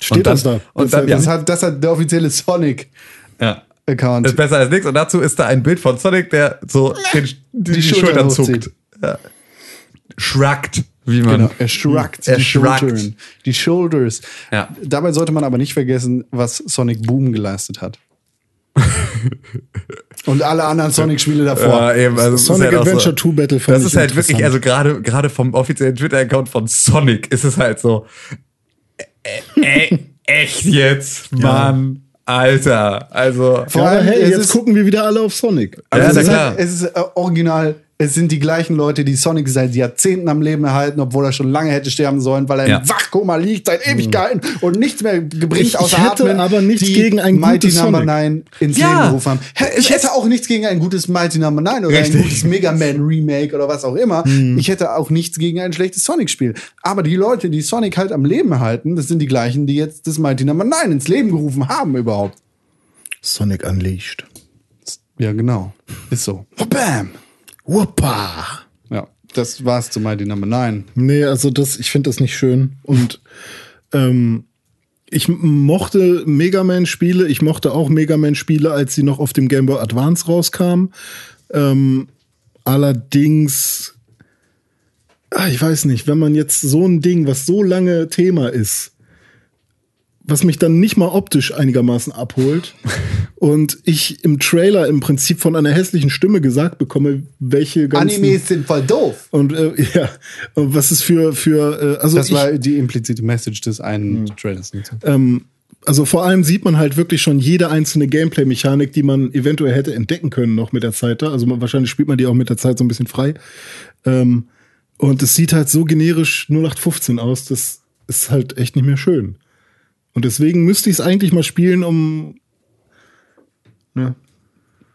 S4: Steht
S3: dann-
S4: das da?
S3: und dann-
S2: Das,
S3: Ja.
S2: hat, das hat der offizielle Sonic-Account.
S3: Ja. Ist besser als nichts. Und dazu ist da ein Bild von Sonic, der so den, die, die, Schultern
S2: Schultern
S3: zuckt.
S2: hochzieht.
S3: Ja. Shrugged, wie man.
S2: Genau, er shrugged
S3: Er
S2: die
S3: shrugged.
S2: Schultern, die Shoulders.
S3: Ja. [laughs]
S2: Dabei sollte man aber nicht vergessen, was Sonic Boom geleistet hat. Und alle anderen Sonic-Spiele davor.
S3: Äh, eben, also es ist
S4: Sonic
S3: auch
S4: Adventure 2 Battle fand
S3: Das
S4: ich
S3: ist halt wirklich, also
S4: interessant.
S3: gerade gerade vom offiziellen Twitter-Account von Sonic ist es halt so. Äh, äh,
S4: [laughs]
S3: echt jetzt, Mann. Alter. Also.
S2: Vor
S4: Ja,
S2: allem,
S4: hey,
S2: es
S4: jetzt
S2: ist-
S4: gucken wir wieder alle auf Sonic.
S3: Ja,
S2: Also
S3: na
S2: es, ist
S3: klar.
S2: halt, es ist äh, original. Es sind die gleichen Leute, die Sonic seit Jahrzehnten am Leben erhalten, obwohl er schon lange hätte sterben sollen, weil er
S3: Ja. Hm.
S2: im Wachkoma liegt seit Ewigkeiten und nichts mehr gebringt
S4: Ich- ich
S2: außer
S4: hätte
S2: Atmen.
S4: aber nichts
S2: die
S4: gegen ein
S2: Mighty
S4: gutes
S2: Number
S4: Sonic.
S2: 9 ins
S3: Ja.
S2: Leben gerufen haben. Hä, Ich hätte auch nichts gegen ein gutes Mighty Number 9 oder
S3: Richtig. Hm.
S2: ein gutes Mega Man Remake oder was auch immer. Ich hätte auch nichts gegen ein schlechtes Sonic-Spiel. Aber die Leute, die Sonic halt am Leben erhalten, das sind die gleichen, die jetzt das Mighty Number 9 ins Leben gerufen haben überhaupt.
S4: Sonic Unleashed.
S2: Ja, genau. Ist so. Bam!
S4: Whoppa!
S2: Ja, das war's zu Mighty Number 9.
S4: Nee, also das, ich finde das nicht schön. Und ähm, ich m- mochte Mega Man-Spiele, ich mochte auch Mega Man-Spiele, als sie noch auf dem Game Boy Advance rauskamen. Ähm, allerdings, ah, ich weiß nicht, wenn man jetzt so ein Ding, was so lange Thema ist, was mich dann nicht mal optisch einigermaßen abholt und ich im Trailer im Prinzip von einer hässlichen Stimme gesagt bekomme, welche ganzen
S2: Animes sind voll doof.
S4: und äh, [laughs] ja, und was ist für für äh, also
S2: Das
S4: ich,
S2: war die implizite Message des einen Trailers.
S4: also vor allem sieht man halt wirklich schon jede einzelne Gameplay Mechanik, die man eventuell hätte entdecken können noch mit der Zeit da. Also man, wahrscheinlich spielt man die auch mit der Zeit so ein bisschen frei. Ähm, und es sieht halt so generisch 0815 aus, das ist halt echt nicht mehr schön. Und deswegen müsste ich es eigentlich mal spielen, um ne,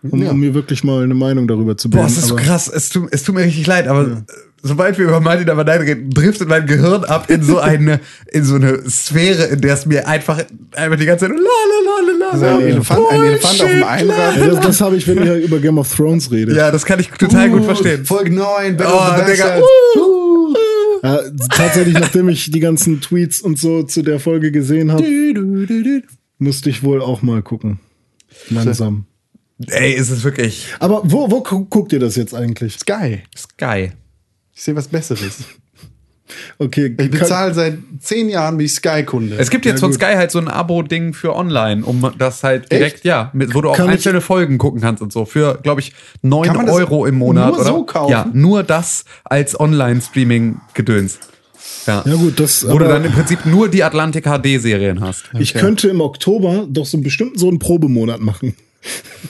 S4: um,
S2: Ja.
S4: um mir wirklich mal eine Meinung darüber zu bilden.
S3: Boah, es ist so
S4: aber-
S3: krass. Es tut, es tut mir richtig leid, aber äh, sobald wir über Martin aber nein reden, driftet mein Gehirn ab in so eine, in so eine Sphäre, in der es mir einfach, einfach die ganze Zeit la la la la la.
S2: Also ein Elefant, ein Elefant auf dem
S3: Bullshit,
S2: Einrad.
S4: Ja, das, das habe ich, wenn ihr über Game of Thrones redet.
S3: Ja, das kann ich total gut
S2: Uh,
S3: verstehen.
S2: Folge 9, Battle
S3: Oh,
S2: of the
S3: Digga.
S2: Bastards.
S3: Uh.
S4: Ja, Äh, tatsächlich, nachdem ich die ganzen Tweets und so zu der Folge gesehen habe, musste ich wohl auch mal gucken. Langsam.
S3: Ey, ist es wirklich
S4: Aber wo, wo gu guckt ihr das jetzt eigentlich?
S2: Sky.
S3: Sky.
S2: Ich sehe was Besseres.
S4: Okay,
S2: Ich
S4: kann-
S2: bezahle seit zehn Jahren bin ich Sky-Kunde.
S3: Es gibt jetzt von Sky halt so ein Abo-Ding für online, um das halt direkt, ja, mit, wo du auch
S4: Kann ich-
S3: einzelne Folgen gucken kannst und so. Für, glaube ich, 9
S2: Kann man das
S3: Euro im Monat.
S2: nur
S3: oder?
S2: so kaufen?
S3: Ja, nur das als Online-Streaming-Gedöns. Ja.
S4: Ja gut, das-
S3: Wo du
S4: aber-
S3: dann im Prinzip nur die Atlantik HD-Serien hast.
S4: ich könnte im Oktober doch so bestimmt so einen Probemonat machen.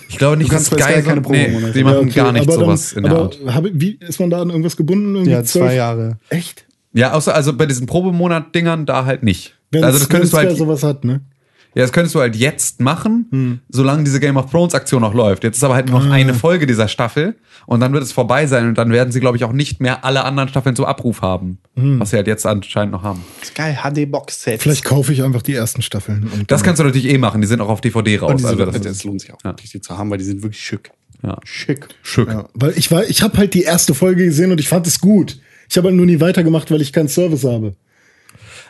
S3: Ich glaube nicht,
S2: Du kannst
S3: dass
S2: bei
S3: Sky,
S2: Sky keine
S3: so, nee,
S2: Promo-
S3: die machen gar nicht
S4: aber
S3: sowas in
S4: dann,
S3: der
S4: aber
S3: Art.
S4: hab ich, wie, ist man da an irgendwas gebunden? Irgendwie
S2: ja, zwei
S4: zwölf-
S2: Jahre.
S4: Echt?
S3: Ja, außer also bei diesen Probemonat-Dingern da halt nicht.
S4: Wenn
S3: also das könntest du halt
S4: sowas hat, ne?
S3: Ja, das könntest du halt jetzt machen,
S4: Hm.
S3: solange diese Game of Thrones Aktion noch läuft. Jetzt ist aber halt nur noch
S4: Ah.
S3: eine Folge dieser Staffel und dann wird es vorbei sein und dann werden sie, glaube ich, auch nicht mehr alle anderen Staffeln zum Abruf haben,
S4: Hm.
S3: was sie halt jetzt anscheinend noch haben.
S4: Genau.
S2: Sky HD Box Set.
S4: Vielleicht kaufe ich einfach die ersten Staffeln. Und
S3: Das kannst du natürlich eh machen, die sind auch auf DVD raus.
S2: Und diese,
S4: halt
S3: also das
S2: das,
S3: ist
S2: lohnt sich auch
S3: Ja.
S2: wirklich die zu haben, weil die sind wirklich schick.
S3: Ja.
S2: Schick.
S3: schick.
S4: Ja, weil ich war, ich habe halt die erste Folge gesehen und ich fand es gut. Ich habe halt nur nie weitergemacht, weil ich keinen Service habe.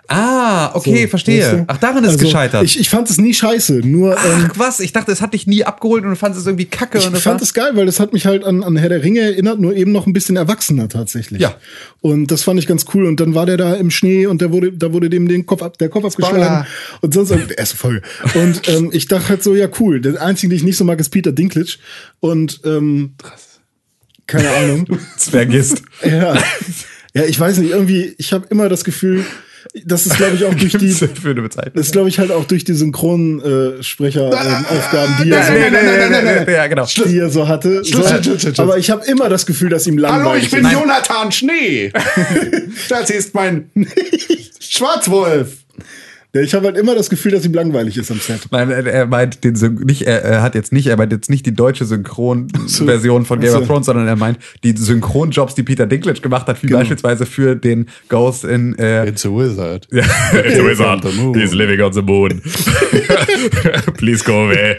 S3: Ah, okay,
S4: So, weißt
S3: verstehe.
S4: du?
S3: Ach, daran ist es
S4: Also,
S3: gescheitert.
S4: Ich, ich fand es nie scheiße, nur ähm,
S3: Ach was, ich dachte, es hat dich nie abgeholt und du fandest es irgendwie kacke. und
S4: ich
S3: das
S4: fand
S3: war-
S4: es geil, weil das hat mich halt an, an Herr der Ringe erinnert, nur eben noch ein bisschen erwachsener tatsächlich.
S3: Ja.
S4: Und das fand ich ganz cool. Und dann war der da im Schnee und der wurde, da wurde dem den Kopf ab, der Kopf abgeschlagen. Und sonst also, erste Folge. Und ähm, ich dachte halt so, ja cool. Der einzige, den ich nicht so mag, ist Peter Dinklage. Und ähm, keine
S3: [laughs]
S4: Ahnung.
S3: Zwergist.
S4: Ja. ja, ich weiß nicht, irgendwie, ich habe immer das Gefühl, das ist, glaube ich, auch durch
S2: [laughs]
S4: die.
S3: Gibt's für eine Bezeichnung.
S4: Das glaube ich halt auch durch die Synchronsprecher-Aufgaben, die, er
S2: nein, nein, nein, nein, nein,
S4: so-
S2: nein,
S3: Ja, genau.
S4: die er so hatte.
S2: Schluss,
S4: so,
S2: Schluss, Schluss, Schluss.
S4: Aber ich habe immer das Gefühl, dass ihm
S2: Hallo,
S4: langweilig
S2: ich bin
S4: ist.
S2: Jonathan [laughs] Schnee. das ist mein [laughs] Schwarzwolf.
S4: Ja, Ich habe halt immer das Gefühl, dass ihm langweilig ist am Set.
S3: Nein, er er meint den Syn nicht, er, er hat jetzt nicht, er meint jetzt nicht die deutsche Synchronversion von Game
S4: Ach so.
S3: of Thrones, sondern er meint die Synchronjobs, die Peter Dinklage gemacht hat, wie beispielsweise für den Ghost in äh,
S2: It's a wizard.
S3: [laughs] It's a
S2: on the moon. He's
S3: living on the moon. Please go away.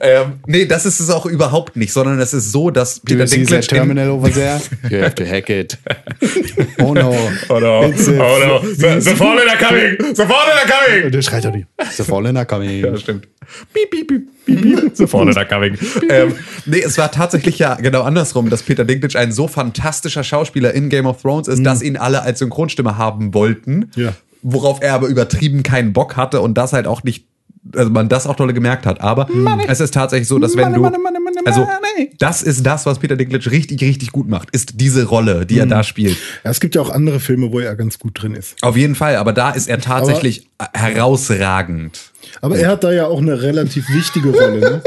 S3: ähm, nee, das ist es auch überhaupt nicht, sondern es ist so,
S2: Do
S3: dass Peter
S2: you see that
S3: Dinklage in,
S2: terminal over there? You have to hack it. [laughs] Oh no.
S3: Oh no,
S2: It's a-
S3: [laughs] no. The, the fallen are coming! The fallen are coming!
S2: Der schreit doch nicht. The Fallen are coming.
S3: Ja, stimmt. Piep, piep, piep, piep, piep. [laughs] So vorne da coming. ähm, nee, es war tatsächlich ja genau andersrum, dass Peter Dinklage ein so fantastischer Schauspieler in Game of Thrones ist, dass ihn alle als Synchronstimme haben wollten.
S4: Ja.
S3: Worauf er aber übertrieben keinen Bock hatte und das halt auch nicht also man das auch dolle gemerkt hat. Aber es ist tatsächlich so, dass wenn du,
S2: Money, money, money,
S3: also
S2: money.
S3: das ist das, was Peter Dinklage richtig, richtig gut macht, ist diese Rolle, die er da spielt.
S4: Ja, es gibt ja auch andere Filme, wo er ganz gut drin ist.
S3: Auf jeden Fall, aber da ist er tatsächlich äh, herausragend.
S4: Aber er hat da ja auch eine relativ wichtige Rolle.
S2: [laughs]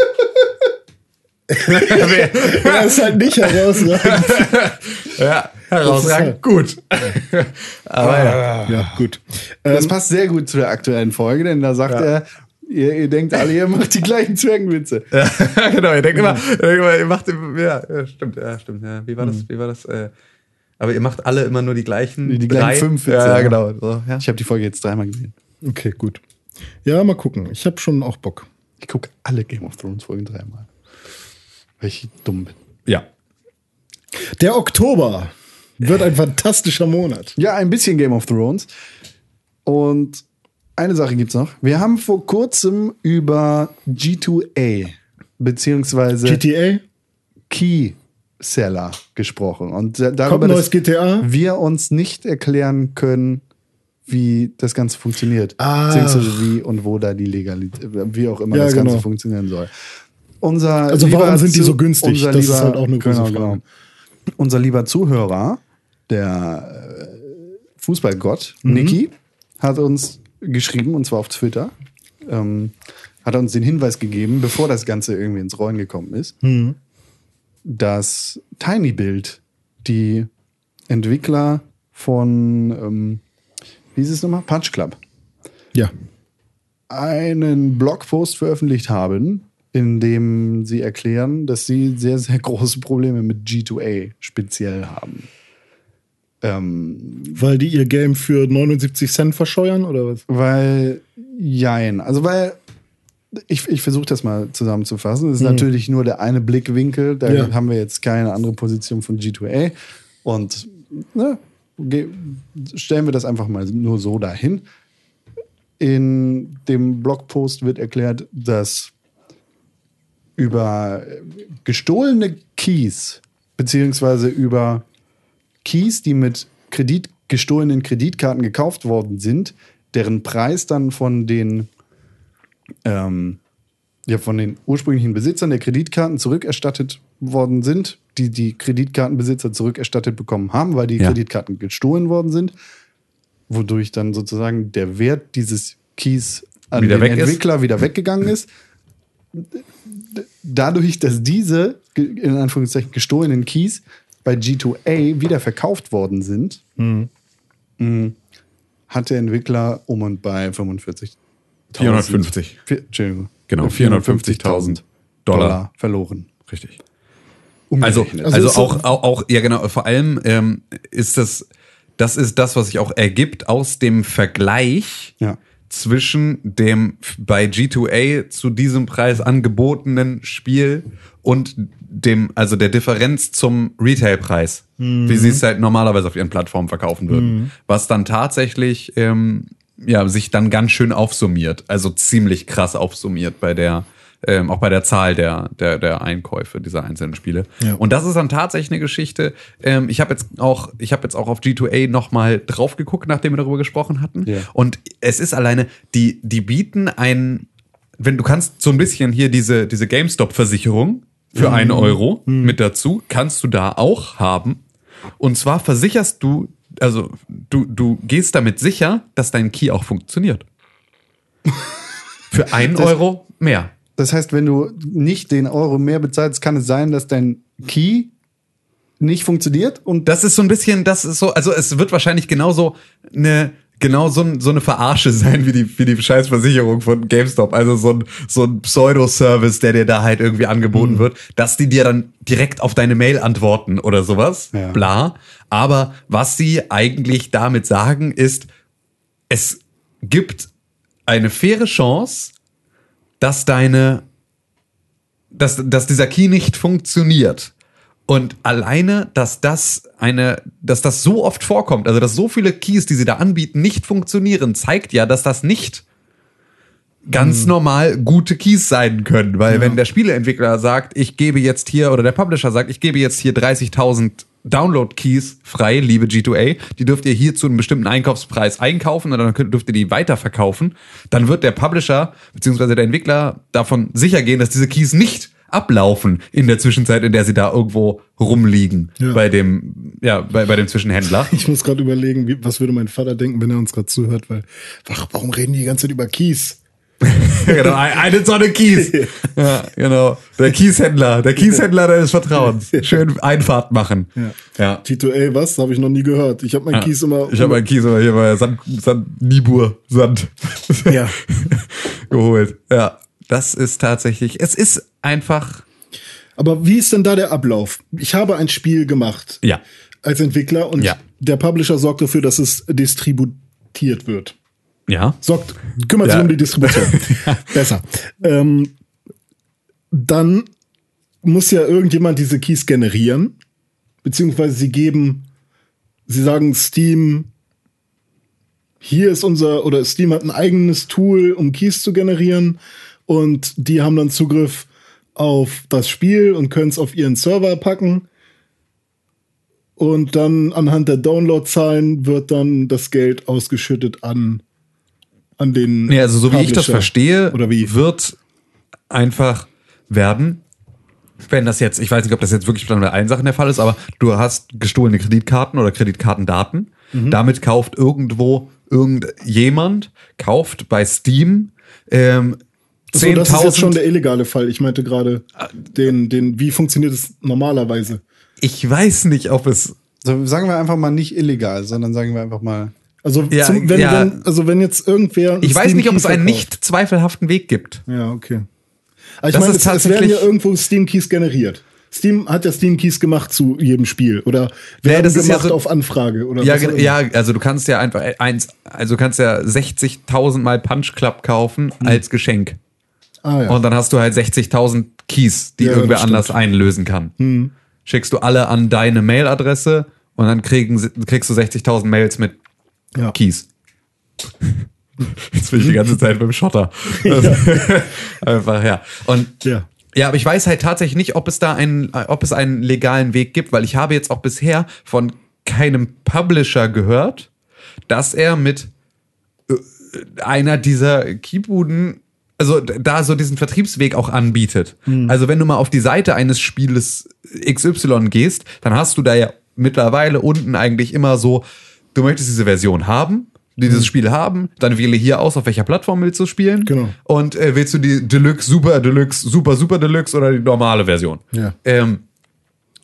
S4: Ne? er ist halt nicht herausragend.
S3: Ja, herausragend gut. aber
S4: Ah.
S3: ja.
S4: Ja, gut. Ähm,
S2: Das passt sehr gut zu der aktuellen Folge, denn da sagt er, ihr, ihr denkt alle, ihr macht die gleichen Zwergenwitze.
S3: ja, [laughs] genau, ihr denkt immer, ihr denkt immer, ihr macht, ja, ja, stimmt, ja, stimmt, ja. Wie war das, wie war das, äh, aber ihr macht alle immer nur die gleichen,
S2: Die gleichen
S3: drei?
S2: fünf Witze,
S3: Ja,
S2: ja.
S3: genau. So, ja.
S2: Ich habe die Folge jetzt dreimal gesehen.
S4: Okay, gut. Ja, mal gucken. Ich habe schon auch Bock.
S2: Ich gucke alle Game of Thrones Folgen dreimal. Weil ich dumm bin.
S3: ja.
S4: Der Oktober wird ein fantastischer Monat.
S2: Ja, ein bisschen Game of Thrones. Und eine Sache gibt's noch. Wir haben vor kurzem über G2A beziehungsweise
S3: Also
S4: GTA?
S2: Key Seller gesprochen und da-
S4: Kommt
S2: darüber,
S4: ein neues
S2: dass
S4: GTA?
S2: wir uns nicht erklären können, wie das Ganze funktioniert,
S4: Ach.
S2: beziehungsweise wie und wo da die Legalität, wie auch immer
S4: Ah. Ja,
S2: das Ganze
S4: genau.
S2: funktionieren soll. Unser
S4: Also warum
S2: lieber
S4: sind die
S2: Zu-
S4: so günstig?
S2: Unser
S4: Das ist
S2: lieber,
S4: halt auch eine große
S2: genau,
S4: Frage.
S2: Genau. Unser lieber Zuhörer, der äh, Fußballgott
S4: Mhm.
S2: Niki, hat uns geschrieben, und zwar auf Twitter, ähm, hat er uns den Hinweis gegeben, bevor das Ganze irgendwie ins Rollen gekommen ist,
S4: Mhm.
S2: dass Tiny Build die Entwickler von, ähm, wie hieß es nochmal? Punch Club
S4: Ja.
S2: einen Blogpost veröffentlicht haben, in dem sie erklären, dass sie sehr, sehr [laughs] große Probleme mit G2A speziell haben. Ähm,
S4: Weil die ihr Game für 79 Cent verscheuern oder was?
S2: weil, jein. Also, weil, ich, ich versuche das mal zusammenzufassen. Das ist natürlich nur der eine Blickwinkel. Da
S4: Ja.
S2: haben wir jetzt keine andere Position von G2A. Und ne, ge- stellen wir das einfach mal nur so dahin. In dem Blogpost wird erklärt, dass über gestohlene Keys, beziehungsweise über Keys, die mit Kredit, gestohlenen Kreditkarten gekauft worden sind, deren Preis dann von den, ähm, ja, von den ursprünglichen Besitzern der Kreditkarten zurückerstattet worden sind, die die Kreditkartenbesitzer zurückerstattet bekommen haben, weil die
S3: Ja.
S2: Kreditkarten gestohlen worden sind, wodurch dann sozusagen der Wert dieses Keys an
S3: Wieder
S2: den
S3: weg ist.
S2: Entwickler wieder weggegangen ist dadurch, dass diese ge- in Anführungszeichen gestohlenen Keys bei G2A wieder verkauft worden sind, mh, hat der Entwickler um und bei 45
S3: 450.
S2: Vier, Entschuldigung. Äh,
S3: Genau, 450.000 Dollar.
S2: Dollar verloren.
S3: Richtig. Also,
S2: Umgerechnet.
S3: also,
S4: ist so-
S3: auch, auch, auch, ja genau, vor allem ähm, ist das, das ist das, was sich auch ergibt aus dem Vergleich
S2: Ja.
S3: zwischen dem f- bei G2A zu diesem Preis angebotenen Spiel und dem, also der Differenz zum Retailpreis, wie sie es halt normalerweise auf ihren Plattformen verkaufen würden. Was dann tatsächlich ähm, ja, sich dann ganz schön aufsummiert, also ziemlich krass aufsummiert bei der, ähm, auch bei der Zahl der, der, der Einkäufe dieser einzelnen Spiele.
S4: Ja.
S3: Und das ist dann tatsächlich eine Geschichte. Ähm, ich habe jetzt auch, ich habe jetzt auch auf G2A nochmal drauf geguckt, nachdem wir darüber gesprochen hatten.
S2: Ja.
S3: Und es ist alleine, die, die bieten einen, wenn du kannst so ein bisschen hier diese, diese GameStop-Versicherung für einen Euro mit dazu, kannst du da auch haben. Und zwar versicherst du, also du, du gehst damit sicher, dass dein Key auch funktioniert. für einen Euro mehr.
S2: Das heißt, wenn du nicht den Euro mehr bezahlst, kann es sein, dass dein Key nicht funktioniert und
S3: Das ist so ein bisschen, das ist so, also es wird wahrscheinlich genauso eine, genau so, ein, so eine Verarsche [laughs] sein wie die, wie die Scheißversicherung von GameStop. Also so ein, so ein Pseudo-Service, der dir da halt irgendwie angeboten wird, dass die dir dann direkt auf deine Mail antworten oder sowas.
S2: Ja.
S3: Bla. Aber was sie eigentlich damit sagen, ist, es gibt eine faire Chance, dass deine, dass, dass dieser Key nicht funktioniert. Und alleine, dass das eine, dass das so oft vorkommt, also dass so viele Keys, die sie da anbieten, nicht funktionieren, zeigt ja, dass das nicht ganz
S4: Mhm.
S3: normal gute Keys sein können. Weil wenn der Spieleentwickler sagt, ich gebe jetzt hier, oder der Publisher sagt, ich gebe jetzt hier 30.000 Download-Keys frei, liebe G2A. Die dürft ihr hier zu einem bestimmten Einkaufspreis einkaufen und dann könnt, dürft ihr die weiterverkaufen. Dann wird der Publisher bzw. der Entwickler davon sicher gehen, dass diese Keys nicht ablaufen in der Zwischenzeit, in der sie da irgendwo rumliegen
S4: Ja.
S3: bei dem ja bei, bei dem Zwischenhändler.
S4: [laughs] Ich muss gerade überlegen, wie, was würde mein Vater denken, wenn er uns gerade zuhört, weil ach, warum reden die die ganze Zeit über Kies?
S3: genau, ein- eine
S4: [laughs]
S3: Sonne Kies. Ja, genau. Der Kieshändler, der Kieshändler deines Vertrauens. Schön Einfahrt machen. Ja.
S4: Tito, ey, was? Habe ich noch nie gehört. Ich habe meinen Kies immer.
S3: Ich habe einen Kies aber hier bei Sand, Sand Nibur Sand
S4: Ja.
S3: [laughs] geholt. Ja, das ist tatsächlich. Es ist einfach.
S4: Aber wie ist denn da der Ablauf? Ich habe ein Spiel gemacht
S3: Ja.
S4: als Entwickler und
S3: Ja.
S4: der Publisher sorgt dafür, dass es distributiert wird.
S3: Ja.
S4: Sorgt, kümmert sich
S3: Ja.
S4: um die Distribution. Besser. Ähm, dann muss ja irgendjemand diese Keys generieren, beziehungsweise sie geben, sie sagen Steam, hier ist unser, oder Steam hat ein eigenes Tool, um Keys zu generieren und die haben dann Zugriff auf das Spiel und können es auf ihren Server packen. Und dann anhand der Downloadzahlen wird dann das Geld ausgeschüttet an, an den.
S3: Nee, also so wie ich das
S4: Publisher.
S3: verstehe,
S4: Oder wie?
S3: wird einfach werden, wenn das jetzt, ich weiß nicht, ob das jetzt wirklich bei allen Sachen der Fall ist, aber du hast gestohlene Kreditkarten oder Kreditkartendaten.
S4: Mhm.
S3: Damit kauft irgendwo irgendjemand, kauft bei Steam ähm,
S4: So, das ist jetzt schon
S3: 10.000.
S4: der illegale Fall. Ich meinte gerade
S3: Ah.
S4: den, den, wie funktioniert es normalerweise?
S3: ich weiß nicht, ob es
S2: So, also sagen wir einfach mal nicht illegal, sondern sagen wir einfach mal.
S4: Also,
S3: Ja,
S4: zum, wenn,
S3: ja.
S4: wenn, also wenn jetzt irgendwer.
S3: Ich weiß
S4: Steam
S3: nicht, ob
S4: Keys
S3: es einen
S4: verkauft.
S3: nicht zweifelhaften Weg gibt.
S4: Ja, okay. Aber ich
S3: Das
S4: meine,
S3: ist
S4: es, es werden
S3: tatsächlich-
S4: ja irgendwo Steam Keys generiert. Steam hat ja Steam Keys gemacht zu jedem Spiel oder werden
S3: das ist ja
S4: gemacht
S3: so-
S4: auf Anfrage oder
S3: Ja,
S4: was auch
S3: gen-
S4: immer.
S3: ja, also du kannst ja einfach eins, also du kannst ja 60.000 mal Punch Club kaufen
S4: Mhm.
S3: als Geschenk.
S4: Ah, ja.
S3: Und dann hast du halt 60.000 Keys, die
S4: Ja,
S3: irgendwer
S4: das stimmt. Hm.
S3: anders einlösen kann. Schickst du alle an deine Mailadresse und dann kriegen, sie- kriegst du 60.000 Mails mit
S4: Ja.
S3: Keys. Jetzt bin ich die ganze Zeit beim Schotter. [laughs] Einfach, ja. Und
S4: Ja.
S3: ja, aber ich weiß halt tatsächlich nicht, ob es da einen, äh, ob es einen legalen Weg gibt, weil ich habe jetzt auch bisher von keinem Publisher gehört, dass er mit äh, einer dieser Keybuden also d- da so diesen Vertriebsweg auch anbietet.
S4: Mhm.
S3: Also wenn du mal auf die Seite eines Spieles XY gehst, dann hast du da ja mittlerweile unten eigentlich immer so, du möchtest diese Version haben, dieses
S4: Mhm.
S3: Spiel haben, dann wähle hier aus, auf welcher Plattform willst du spielen.
S4: Genau.
S3: Und äh, willst du die Deluxe, Super Deluxe, Super Super Deluxe oder die normale Version?
S4: Ja.
S3: Ähm,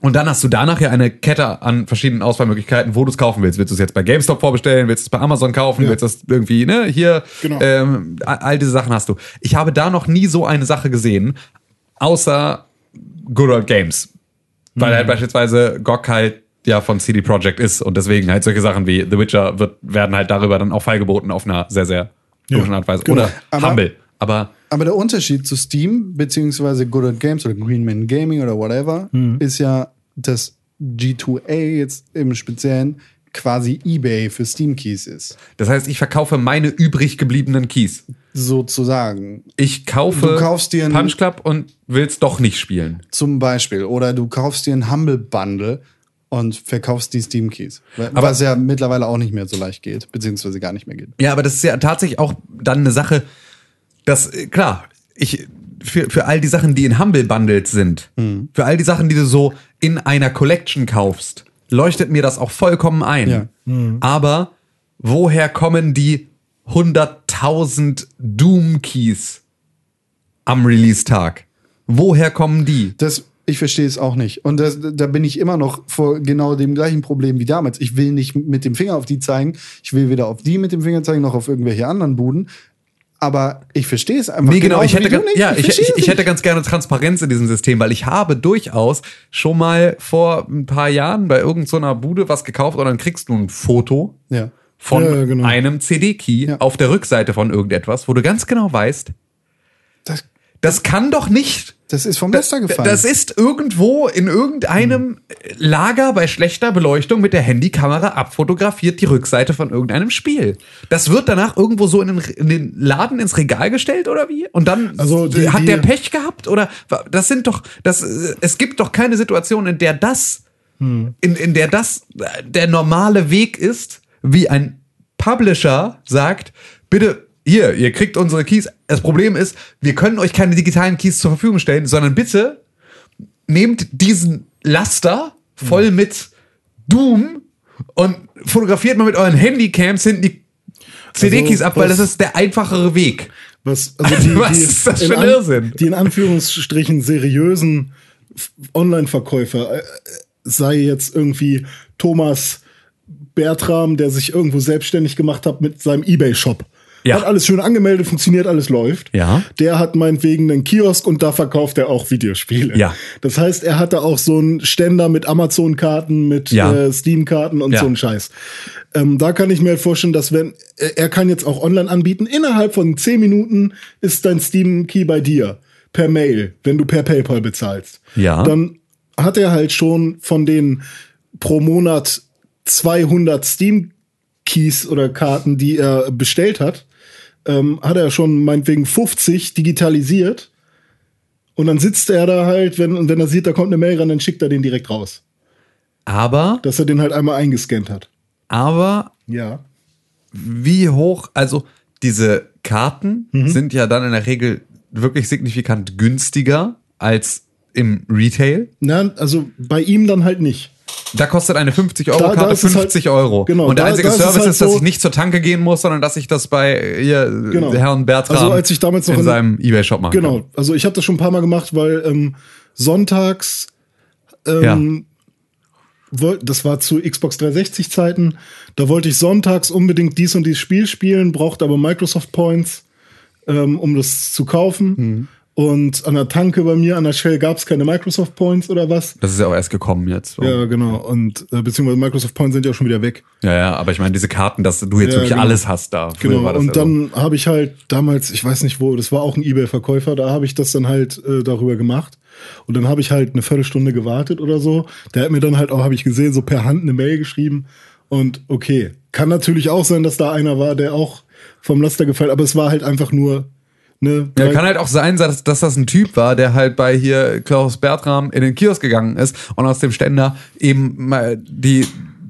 S3: und dann hast du danach ja eine Kette an verschiedenen Auswahlmöglichkeiten, wo du es kaufen willst. Willst du es jetzt bei GameStop vorbestellen? Willst du es bei Amazon kaufen? Willst du es irgendwie, ne, hier,
S4: Genau.
S3: ähm, a- all diese Sachen hast du. Ich habe da noch nie so eine Sache gesehen, außer Good Old Games. Weil halt beispielsweise GOG halt ja von CD Projekt ist und deswegen halt solche Sachen wie The Witcher wird, werden halt darüber dann auch feilgeboten auf einer sehr, sehr komischen Art und Weise. Oder
S2: Aber-
S3: Humble. Aber
S2: Aber der Unterschied zu Steam beziehungsweise Good Old Games oder Green Man Gaming oder whatever ist ja, dass G2A jetzt im Speziellen quasi eBay für Steam Keys ist,
S3: das heißt, ich verkaufe meine übrig gebliebenen Keys.
S2: sozusagen
S3: ich kaufe
S2: Du kaufst dir einen-
S3: Punch Club und will's doch nicht spielen.
S2: zum Beispiel. Oder du kaufst dir ein Humble Bundle und verkaufst die Steam Keys, Weil-
S3: Aber-
S2: was ja mittlerweile auch nicht mehr so leicht geht, beziehungsweise gar nicht mehr geht.
S3: Ja, aber das ist ja tatsächlich auch dann eine Sache, dass, äh, klar, ich, für, für all die Sachen, die in Humble Bundles sind, für all die Sachen, die du so in einer Collection kaufst, leuchtet mir das auch vollkommen ein.
S2: Ja.
S3: Mhm. Aber woher kommen die 100.000 Doom Keys am Release-Tag? Woher kommen die?
S2: Das, ich verstehe es auch nicht. Und das, da bin ich immer noch vor genau dem gleichen Problem wie damals. Ich will nicht mit dem Finger auf die zeigen. Ich will weder auf die mit dem Finger zeigen, noch auf irgendwelche anderen Buden. Aber ich verstehe es einfach
S3: Nee, genau.
S2: genauso
S3: Ich hätte,
S2: wie du
S3: ganz,
S2: oh, nicht.
S3: ja, ich,
S2: verstehe
S3: ich,
S2: es
S3: ich hätte
S2: nicht.
S3: ganz gerne Transparenz in diesem System, weil ich habe durchaus schon mal vor ein paar Jahren bei irgendeiner so einer Bude was gekauft und dann kriegst du ein Foto
S2: Ja.
S3: von
S4: Ja, ja, genau.
S3: einem CD-Key
S2: Ja.
S3: auf der Rückseite von irgendetwas, wo du ganz genau weißt,
S2: Das,
S3: das kann doch nicht.
S2: das ist vom Lester gefallen. Hm.
S3: Das ist irgendwo in irgendeinem Lager bei schlechter Beleuchtung mit der Handykamera abfotografiert die Rückseite von irgendeinem Spiel. Das wird danach irgendwo so in den, Re- in den Laden ins Regal gestellt oder wie? Und dann
S4: Also die-
S3: hat der
S4: die-
S3: Pech gehabt oder wa- das sind doch das äh, es gibt doch keine Situation, in der das
S4: Hm.
S3: in, in der das äh, der normale Weg ist, wie ein Publisher sagt, bitte hier, ihr kriegt unsere Keys. Das Problem ist, wir können euch keine digitalen Keys zur Verfügung stellen, sondern bitte nehmt diesen Laster
S4: Hm.
S3: voll mit Doom und fotografiert mal mit euren Handycams hinten die
S4: Also
S3: CD-Keys ab, weil
S4: was-
S3: das ist der einfachere Weg.
S4: Was,
S3: [laughs]
S4: also die,
S3: Was
S4: die,
S3: ist das
S4: in
S3: für ein
S4: An-
S3: Irrsinn?
S4: Die in Anführungsstrichen seriösen F- Online-Verkäufer, äh, sei jetzt irgendwie Thomas Bertram, der sich irgendwo selbstständig gemacht hat mit seinem Ebay-Shop.
S3: Ja.
S4: Hat alles schön angemeldet, funktioniert, alles läuft.
S3: Ja.
S4: Der hat meinetwegen einen Kiosk und da verkauft er auch Videospiele.
S3: Ja.
S4: Das heißt, er hatte auch so einen Ständer mit Amazon-Karten, mit
S3: Ja.
S4: äh, Steam-Karten und
S3: Ja.
S4: so einen Scheiß. Ähm, da kann ich mir halt vorstellen, dass wenn äh, er kann jetzt auch online anbieten, innerhalb von 10 Minuten ist dein Steam Key bei dir per Mail, wenn du per PayPal bezahlst.
S3: Ja.
S4: Dann hat er halt schon von den pro Monat 200 Steam Keys oder Karten, die er bestellt hat, ähm, hat er schon meinetwegen 50 digitalisiert. Und dann sitzt er da halt, wenn, und wenn er sieht, da kommt eine Mail ran, dann schickt er den direkt raus.
S3: Aber,
S4: Dass er den halt einmal eingescannt hat.
S3: aber
S4: Ja.
S3: wie hoch, also diese Karten
S4: Mhm.
S3: sind ja dann in der Regel wirklich signifikant günstiger als im Retail.
S4: Na, also bei ihm dann halt nicht.
S3: Da kostet eine
S4: Da- da
S3: 50-Euro-Karte
S4: ist es
S3: 50
S4: halt-
S3: Euro.
S4: genau,
S3: Und der
S4: da-
S3: einzige
S4: da ist es
S3: Service
S4: halt
S3: ist, dass
S4: so-
S3: ich nicht zur Tanke gehen muss, sondern dass ich das bei äh, hier,
S4: Genau.
S3: Herrn Bertram
S4: Also als ich damals noch
S3: in
S4: in-
S3: seinem Ebay-Shop machen
S4: Genau. Also ich habe das schon ein paar Mal gemacht, weil ähm, sonntags, ähm, woll- das war zu Xbox 360 Zeiten, da wollte ich sonntags unbedingt dies und dieses Spiel spielen, brauchte aber Microsoft Points, ähm, um das zu kaufen. Und an der Tanke bei mir, an der Shell, gab es keine Microsoft Points oder was.
S3: Das ist ja auch erst gekommen jetzt. So.
S4: Ja, genau. Und äh, beziehungsweise Microsoft Points sind ja auch schon wieder weg.
S3: ja, ja, aber ich meine, diese Karten, dass du jetzt
S4: Ja,
S3: wirklich
S4: genau.
S3: alles hast da. Früher
S4: Genau,
S3: war das
S4: und
S3: ja so.
S4: dann habe ich halt damals, ich weiß nicht wo, das war auch ein Ebay-Verkäufer, da habe ich das dann halt äh, darüber gemacht. Und dann habe ich halt eine Viertelstunde gewartet oder so. Der hat mir dann halt auch, habe ich gesehen, so per Hand eine Mail geschrieben. Und okay, kann natürlich auch sein, dass da einer war, der auch vom Laster gefällt, aber es war halt einfach nur, ne?
S3: Ja,
S4: drei-
S3: kann halt auch sein, dass, dass das ein Typ war, der halt bei hier Klaus Bertram in den Kiosk gegangen ist und aus dem Ständer eben mal die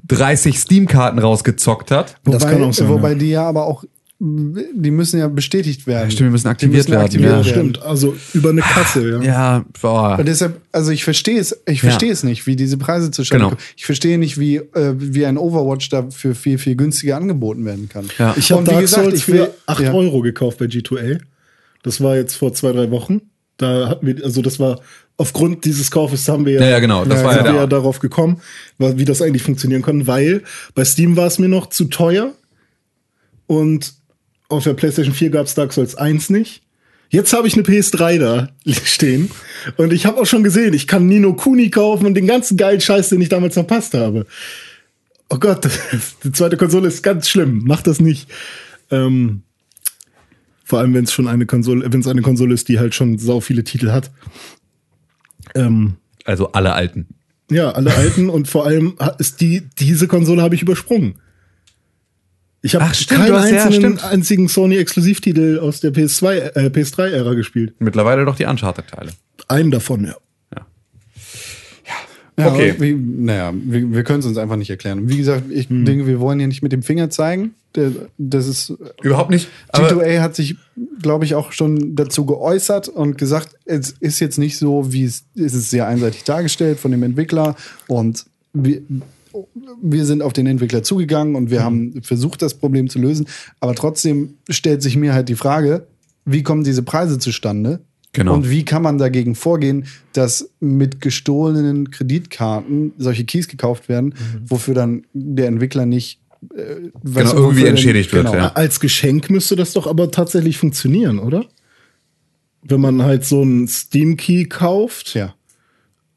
S3: 30 Steam-Karten rausgezockt hat.
S4: Das kann auch sein,
S2: Wobei
S4: ja.
S2: die ja aber auch, die müssen ja bestätigt werden.
S3: stimmt, die müssen aktiviert werden,
S2: aktiviert
S3: ja.
S4: ja, stimmt. Also über
S2: Ah,
S4: eine Kasse, ja.
S3: Ja, boah.
S2: Und deshalb, also ich verstehe es, ich
S3: Ja.
S2: verstehe es nicht, wie diese Preise zustande
S3: Genau.
S2: kommen. Ich verstehe nicht, wie, äh, wie ein Overwatch dafür viel, viel günstiger angeboten werden kann.
S3: Ja.
S4: Ich habe
S2: Und wie
S4: Dark
S2: gesagt,
S4: Souls
S2: ich will-
S4: für 8
S2: ja.
S4: Euro gekauft bei G2A. Das war jetzt vor zwei, drei Wochen. Da hatten wir, also das war, aufgrund dieses Kaufes haben wir
S3: Ja, ja, genau, das
S4: sind
S3: war ja
S4: wir
S3: der-
S4: ja darauf gekommen, wa- wie das eigentlich funktionieren kann, weil bei Steam war es mir noch zu teuer und auf der PlayStation 4 gab es Dark Souls 1 nicht. Jetzt habe ich eine PS3 da [laughs] stehen und ich habe auch schon gesehen, ich kann Nino Kuni kaufen und den ganzen geilen Scheiß, den ich damals verpasst habe. Oh Gott, [laughs] die zweite Konsole ist ganz schlimm. Macht das nicht. Ähm, vor allem, wenn es schon eine Konsole, wenn es eine Konsole ist, die halt schon sau viele Titel hat. Ähm,
S3: Also alle alten.
S4: ja,
S3: [laughs]
S4: alle alten und vor allem ha- ist die, diese Konsole habe ich übersprungen. Ich habe
S3: Ach, stimmt,
S4: keinen
S3: du hast- ja,
S4: einzelnen,
S3: stimmt.
S4: einzigen Sony-Exklusivtitel aus der PS2, äh, PS3-Ära gespielt.
S3: Mittlerweile doch die Uncharted-Teile.
S4: Einen davon, ja.
S2: Ja,
S3: Okay.
S2: okay. Wie, naja, wir, wir können es uns einfach nicht erklären. Wie gesagt, ich
S4: Hm.
S2: denke, wir wollen hier nicht mit dem Finger zeigen. Der- Das ist
S3: Überhaupt nicht. Aber
S2: G2A hat sich, glaube ich, auch schon dazu geäußert und gesagt, es ist jetzt nicht so, wie es, es ist sehr einseitig dargestellt von dem Entwickler und wir, wir sind auf den Entwickler zugegangen und
S3: Mhm.
S2: wir haben versucht, das Problem zu lösen. Aber trotzdem stellt sich mir halt die Frage, wie kommen diese Preise zustande?
S3: Genau.
S2: Und wie kann man dagegen vorgehen, dass mit gestohlenen Kreditkarten solche Keys gekauft werden,
S3: Mhm.
S2: wofür dann der Entwickler nicht äh, weißt du,
S3: Genau, irgendwie
S2: wofür er genau. denn-
S3: entschädigt wird, ja.
S4: Als Geschenk müsste das doch aber tatsächlich funktionieren, oder? Wenn man halt so einen Steam Key kauft
S2: Ja.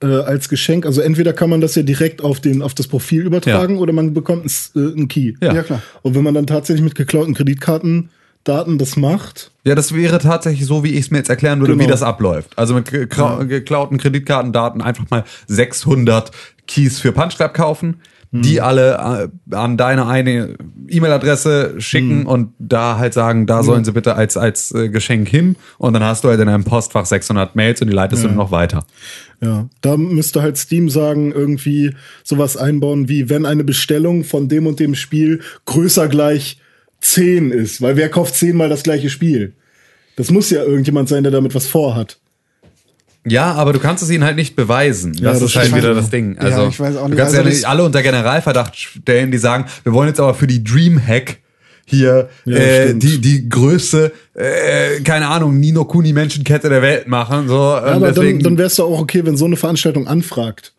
S4: äh, als Geschenk, also entweder kann man das ja direkt auf den auf das Profil übertragen oder man bekommt einen, S- äh, einen Key.
S3: Ja. Ja,
S2: klar.
S4: Und wenn man dann tatsächlich mit geklauten Kreditkartendaten das macht,
S3: ja, das wäre tatsächlich so, wie ich es mir jetzt erklären würde,
S4: Genau.
S3: wie das abläuft. Also mit gekra- geklauten Kreditkartendaten einfach mal 600 Keys für Punch Club kaufen.
S2: Hm.
S3: die alle äh, an deine eine E-Mail-Adresse schicken
S2: Hm.
S3: und da halt sagen, da sollen sie bitte als, als äh, Geschenk hin. Und dann hast du halt in deinem Postfach 600 Mails und die leitest
S2: Hm.
S3: du noch weiter.
S4: Ja, da müsste halt Steam sagen, irgendwie sowas einbauen, wie wenn eine Bestellung von dem und dem Spiel größer gleich 10 ist. Weil wer kauft 10 mal das gleiche Spiel? Das muss ja irgendjemand sein, der damit was vorhat.
S3: Ja, aber du kannst es ihnen halt nicht beweisen. Das,
S4: das
S3: ist halt
S4: stimmt.
S3: wieder das Ding.
S2: Ja,
S3: Also,
S2: ich weiß auch
S3: Du
S2: nicht.
S3: kannst
S2: Also
S3: ja
S2: das-
S3: nicht alle unter Generalverdacht stellen, die sagen, wir wollen jetzt aber für die Dreamhack hier
S4: Ja,
S3: äh,
S4: stimmt.
S3: die, die größte, äh, keine Ahnung, Nino Kuni Menschenkette der Welt machen. So, ja,
S4: Aber
S3: deswegen,
S4: dann, dann wär's doch auch okay, wenn so eine Veranstaltung anfragt.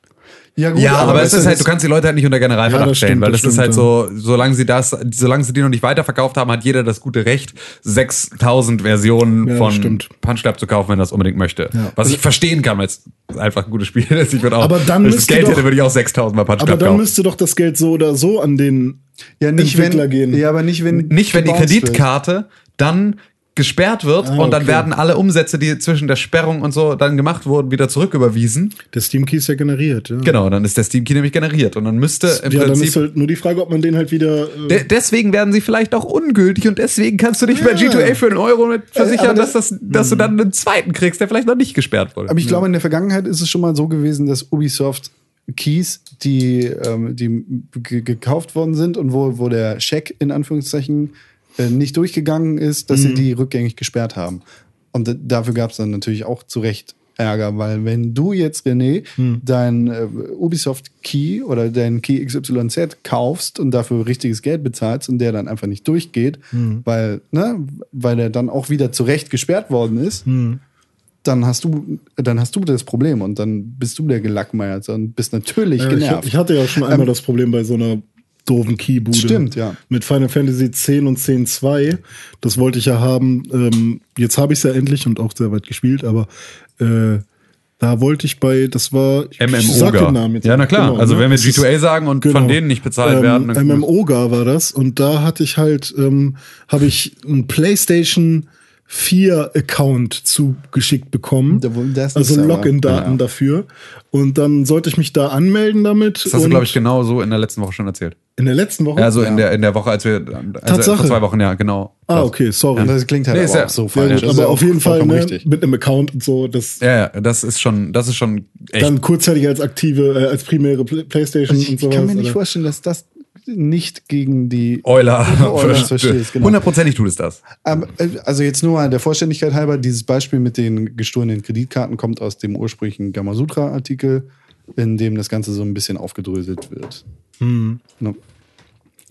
S2: Ja, gut,
S3: ja, aber, es
S2: das
S3: ist halt, du kannst die Leute halt nicht unter Generalverdacht
S4: Ja, das
S3: stellen,
S4: stimmt,
S3: weil das,
S4: das
S3: ist halt
S4: stimmt,
S3: so, solange sie das, solange sie die noch nicht weiterverkauft haben, hat jeder das gute Recht, 6000 Versionen
S4: Ja, das
S3: von
S4: stimmt.
S3: Punch Club zu kaufen, wenn das unbedingt möchte. Was ich verstehen kann, weil es einfach ein gutes Spiel ist. Ich würde auch,
S4: Aber dann
S3: wenn ich das
S4: müsste
S3: Geld
S4: doch-
S3: hätte, würde ich auch 6000 mal Punch
S4: Aber
S3: Club
S4: dann
S3: kaufen.
S4: müsste doch das Geld so oder so an den
S2: ja, nicht, wenn,
S4: Entwickler gehen.
S2: Ja, aber nicht, wenn.
S3: Nicht, wenn die
S2: gebounced wird.
S3: Kreditkarte dann gesperrt wird und dann
S4: Ah, okay.
S3: werden alle Umsätze, die zwischen der Sperrung und so dann gemacht wurden, wieder zurücküberwiesen.
S4: Der Steam Key ist ja generiert. Ja.
S3: Genau, dann ist der Steam Key nämlich generiert und dann müsste im
S4: Ja, dann ist
S3: Prinzip
S4: halt nur die Frage, ob man den halt wieder. Äh,
S3: De deswegen werden sie vielleicht auch ungültig und deswegen kannst du nicht bei G2A für einen Euro mit versichern, dass, das, dass
S4: Hm.
S3: du dann einen zweiten kriegst, der vielleicht noch nicht gesperrt wurde.
S2: Aber ich glaube, in der Vergangenheit ist es schon mal so gewesen, dass Ubisoft Keys, die, ähm, die ge- gekauft worden sind und wo, wo der Scheck in Anführungszeichen äh, nicht durchgegangen ist, dass sie die rückgängig gesperrt haben. Und d- dafür gab es dann natürlich auch zu Recht Ärger, weil wenn du jetzt, René, dein äh, Ubisoft Key oder dein Key XYZ kaufst und dafür richtiges Geld bezahlst und der dann einfach nicht durchgeht, weil, ne, weil der dann auch wieder zu Recht gesperrt worden ist, dann hast du, dann hast du das Problem und dann bist du der Gelackmeiert und bist natürlich
S4: Ja,
S2: genervt. Ähm,
S4: Ich, ich hatte ja schon einmal das Problem bei so einer doofen Keybude.
S2: Stimmt, ja.
S4: Mit Final Fantasy 10 und 10.2. Das wollte ich ja haben. Ähm, jetzt habe ich es ja endlich und auch sehr weit gespielt, aber äh, da wollte ich bei, das war ich sag den Namen jetzt
S3: Ja, na klar.
S4: Genau,
S3: also
S4: ne?
S3: wenn wir
S4: Das ist-
S3: G2A sagen und
S4: genau.
S3: von denen nicht bezahlt
S4: ähm,
S3: werden, dann
S4: MMOGA war das und da hatte ich halt, ähm, habe ich einen PlayStation 4 Account zugeschickt bekommen.
S2: Da- wo- das ist
S4: also
S2: aber-
S4: Login-Daten
S2: ja.
S4: dafür. Und dann sollte ich mich da anmelden damit.
S3: das hast du,
S4: und
S3: glaube ich, genau so in der letzten Woche schon erzählt.
S4: in der letzten Woche.
S3: Also in der in der Woche, als wir also
S4: Tatsache.
S3: vor zwei Wochen, ja, genau.
S4: ah, okay, sorry.
S2: Und das klingt halt
S3: Nee,
S2: aber
S3: ist ja-
S2: auch so
S3: ja,
S2: falsch.
S4: Ja, gut,
S2: Das ist
S4: aber
S2: ja
S4: auf jeden
S2: auch
S4: Fall
S2: vollkommen
S4: ne,
S2: richtig.
S4: mit einem Account und so, das
S3: Ja, ja, das ist schon, das ist schon echt.
S4: dann kurzzeitig als aktive, äh, als primäre Pl Playstation
S2: Also Ich,
S4: und sowas.
S2: kann mir nicht
S4: oder?
S2: vorstellen, dass das nicht gegen die
S3: Euler,
S2: Euler verstehst, genau.
S3: hundertprozentig tut es das.
S2: Ähm, äh, also jetzt nur mal der Vollständigkeit halber, dieses Beispiel mit den gestohlenen Kreditkarten kommt aus dem ursprünglichen Gamasutra-Artikel, in dem das Ganze so ein bisschen aufgedröselt wird. Ne?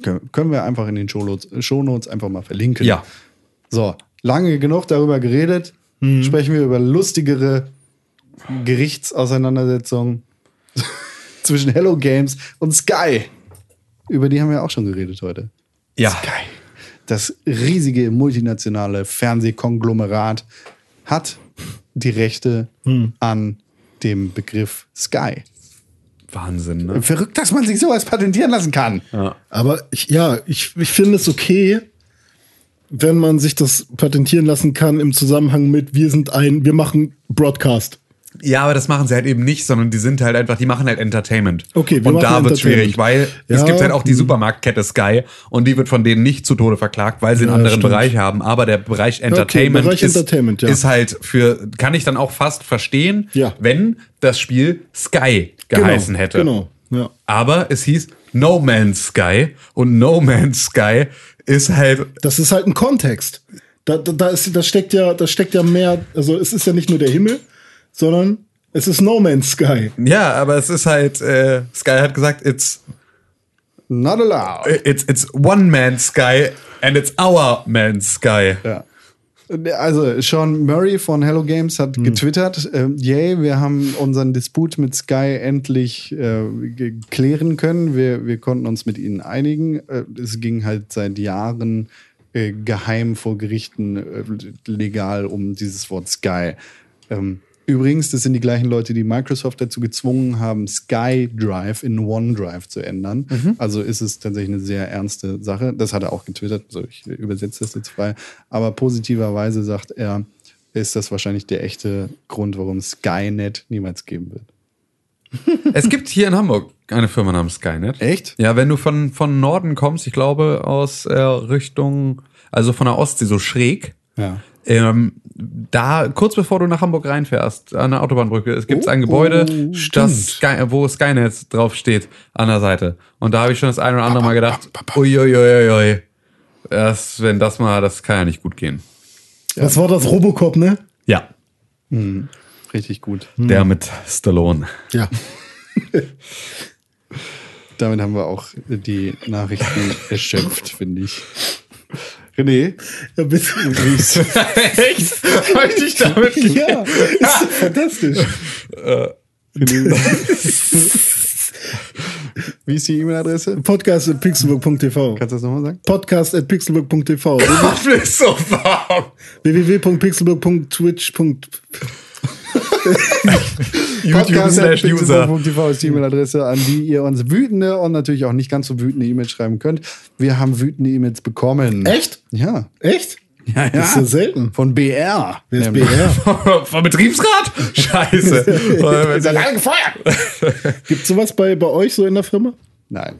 S2: Kön- Können wir einfach in den Shownotes, Shownotes einfach mal
S4: Genau.
S2: verlinken.
S3: Ja.
S2: So, lange genug darüber geredet. Sprechen wir über lustigere Gerichtsauseinandersetzungen [laughs] zwischen Hello Games und Sky. Über die haben wir auch schon geredet heute.
S3: Ja.
S2: Sky. Das riesige multinationale Fernsehkonglomerat hat die Rechte an dem Begriff Sky.
S3: Wahnsinn, ne?
S2: Verrückt, dass man sich sowas patentieren lassen kann.
S4: Aber ich, ja, ich, ich finde es okay, wenn man sich das patentieren lassen kann im Zusammenhang mit, wir sind ein, wir machen Broadcast.
S3: Ja, aber das machen sie halt eben nicht, sondern die sind halt einfach, die machen halt Entertainment.
S4: Okay, wir
S3: wir Und
S4: machen
S3: da wird schwierig,
S4: Entertainment.
S3: weil es
S4: Ja. hm.
S3: gibt halt auch die Supermarktkette Sky und die wird von denen nicht zu Tode verklagt, weil sie einen anderen
S4: stimmt.
S3: Bereich haben. Aber der Bereich Entertainment,
S4: Bereich
S3: ist,
S4: Entertainment, ja.
S3: ist halt für, kann ich dann auch fast verstehen,
S4: Ja.
S3: wenn das Spiel Sky geheißen hätte.
S4: Genau. Ja.
S3: Aber es hieß No Man's Sky und No Man's Sky ist halt
S4: Das ist halt ein Kontext. Da, da, da, ist, da steckt ja, da steckt ja mehr, also es ist ja nicht nur der Himmel, sondern es ist No Man's Sky.
S3: Ja, aber es ist halt, äh, Sky hat gesagt, it's,
S2: Not allowed.
S3: it's, it's one man's Sky and it's our man's Sky.
S2: Ja. Also Sean Murray von Hello Games hat getwittert, äh, yay, wir haben unseren Disput mit Sky endlich äh, ge- klären können. Wir, wir konnten uns mit ihnen einigen. Äh, es ging halt seit Jahren äh, geheim vor Gerichten äh, legal um dieses Wort Sky. Ähm, übrigens, das sind die gleichen Leute, die Microsoft dazu gezwungen haben, Sky Drive in OneDrive zu ändern. Also ist es tatsächlich eine sehr ernste Sache. Das hat er auch getwittert, also ich übersetze das jetzt frei. Aber positiverweise sagt er, ist das wahrscheinlich der echte Grund, warum Skynet niemals geben wird.
S3: Es gibt hier in Hamburg eine Firma namens Skynet.
S2: Echt?
S3: Ja, wenn du von, von Norden kommst, ich glaube aus äh, Richtung, also von der Ostsee, so schräg.
S2: Ja.
S3: Ähm, da, kurz bevor du nach Hamburg reinfährst, an der Autobahnbrücke, es gibt ein Gebäude, das Sky, wo Skynet draufsteht, an der Seite. Und da habe ich schon das ein oder andere Mal gedacht, uiuiuiui, das, wenn das mal, das kann ja nicht gut gehen.
S4: Das war das Robocop, ne?
S3: Ja.
S2: Richtig gut.
S3: Der mit Stallone.
S4: Ja.
S2: [laughs] Damit haben wir auch die Nachrichten erschöpft, finde ich. René,
S4: Ja, bist [laughs]
S3: Echt? Möchte ich damit
S4: ja, ist doch fantastisch.
S2: [laughs] wie ist die E-Mail-Adresse?
S4: Podcast at pixelburg.tv.
S2: Kannst du das nochmal sagen?
S4: Podcast at pixelburg.tv.
S3: Macht mich so warm.
S4: www.pixelburg.twitch.
S3: YouTube slash User.
S2: Podcast.pixelburg.tv ist die E-Mail-Adresse, an die ihr uns wütende und natürlich auch nicht ganz so wütende E-Mails schreiben könnt. Wir haben wütende E-Mails bekommen.
S4: Echt?
S2: Ja.
S4: Echt?
S2: ja, ja.
S4: Ist ja selten.
S2: Von BR.
S4: Wer ist
S2: nämlich.
S4: BR?
S3: Vom Betriebsrat? Scheiße.
S4: [laughs] Gibt's sowas bei, bei euch so in der Firma?
S2: Nein.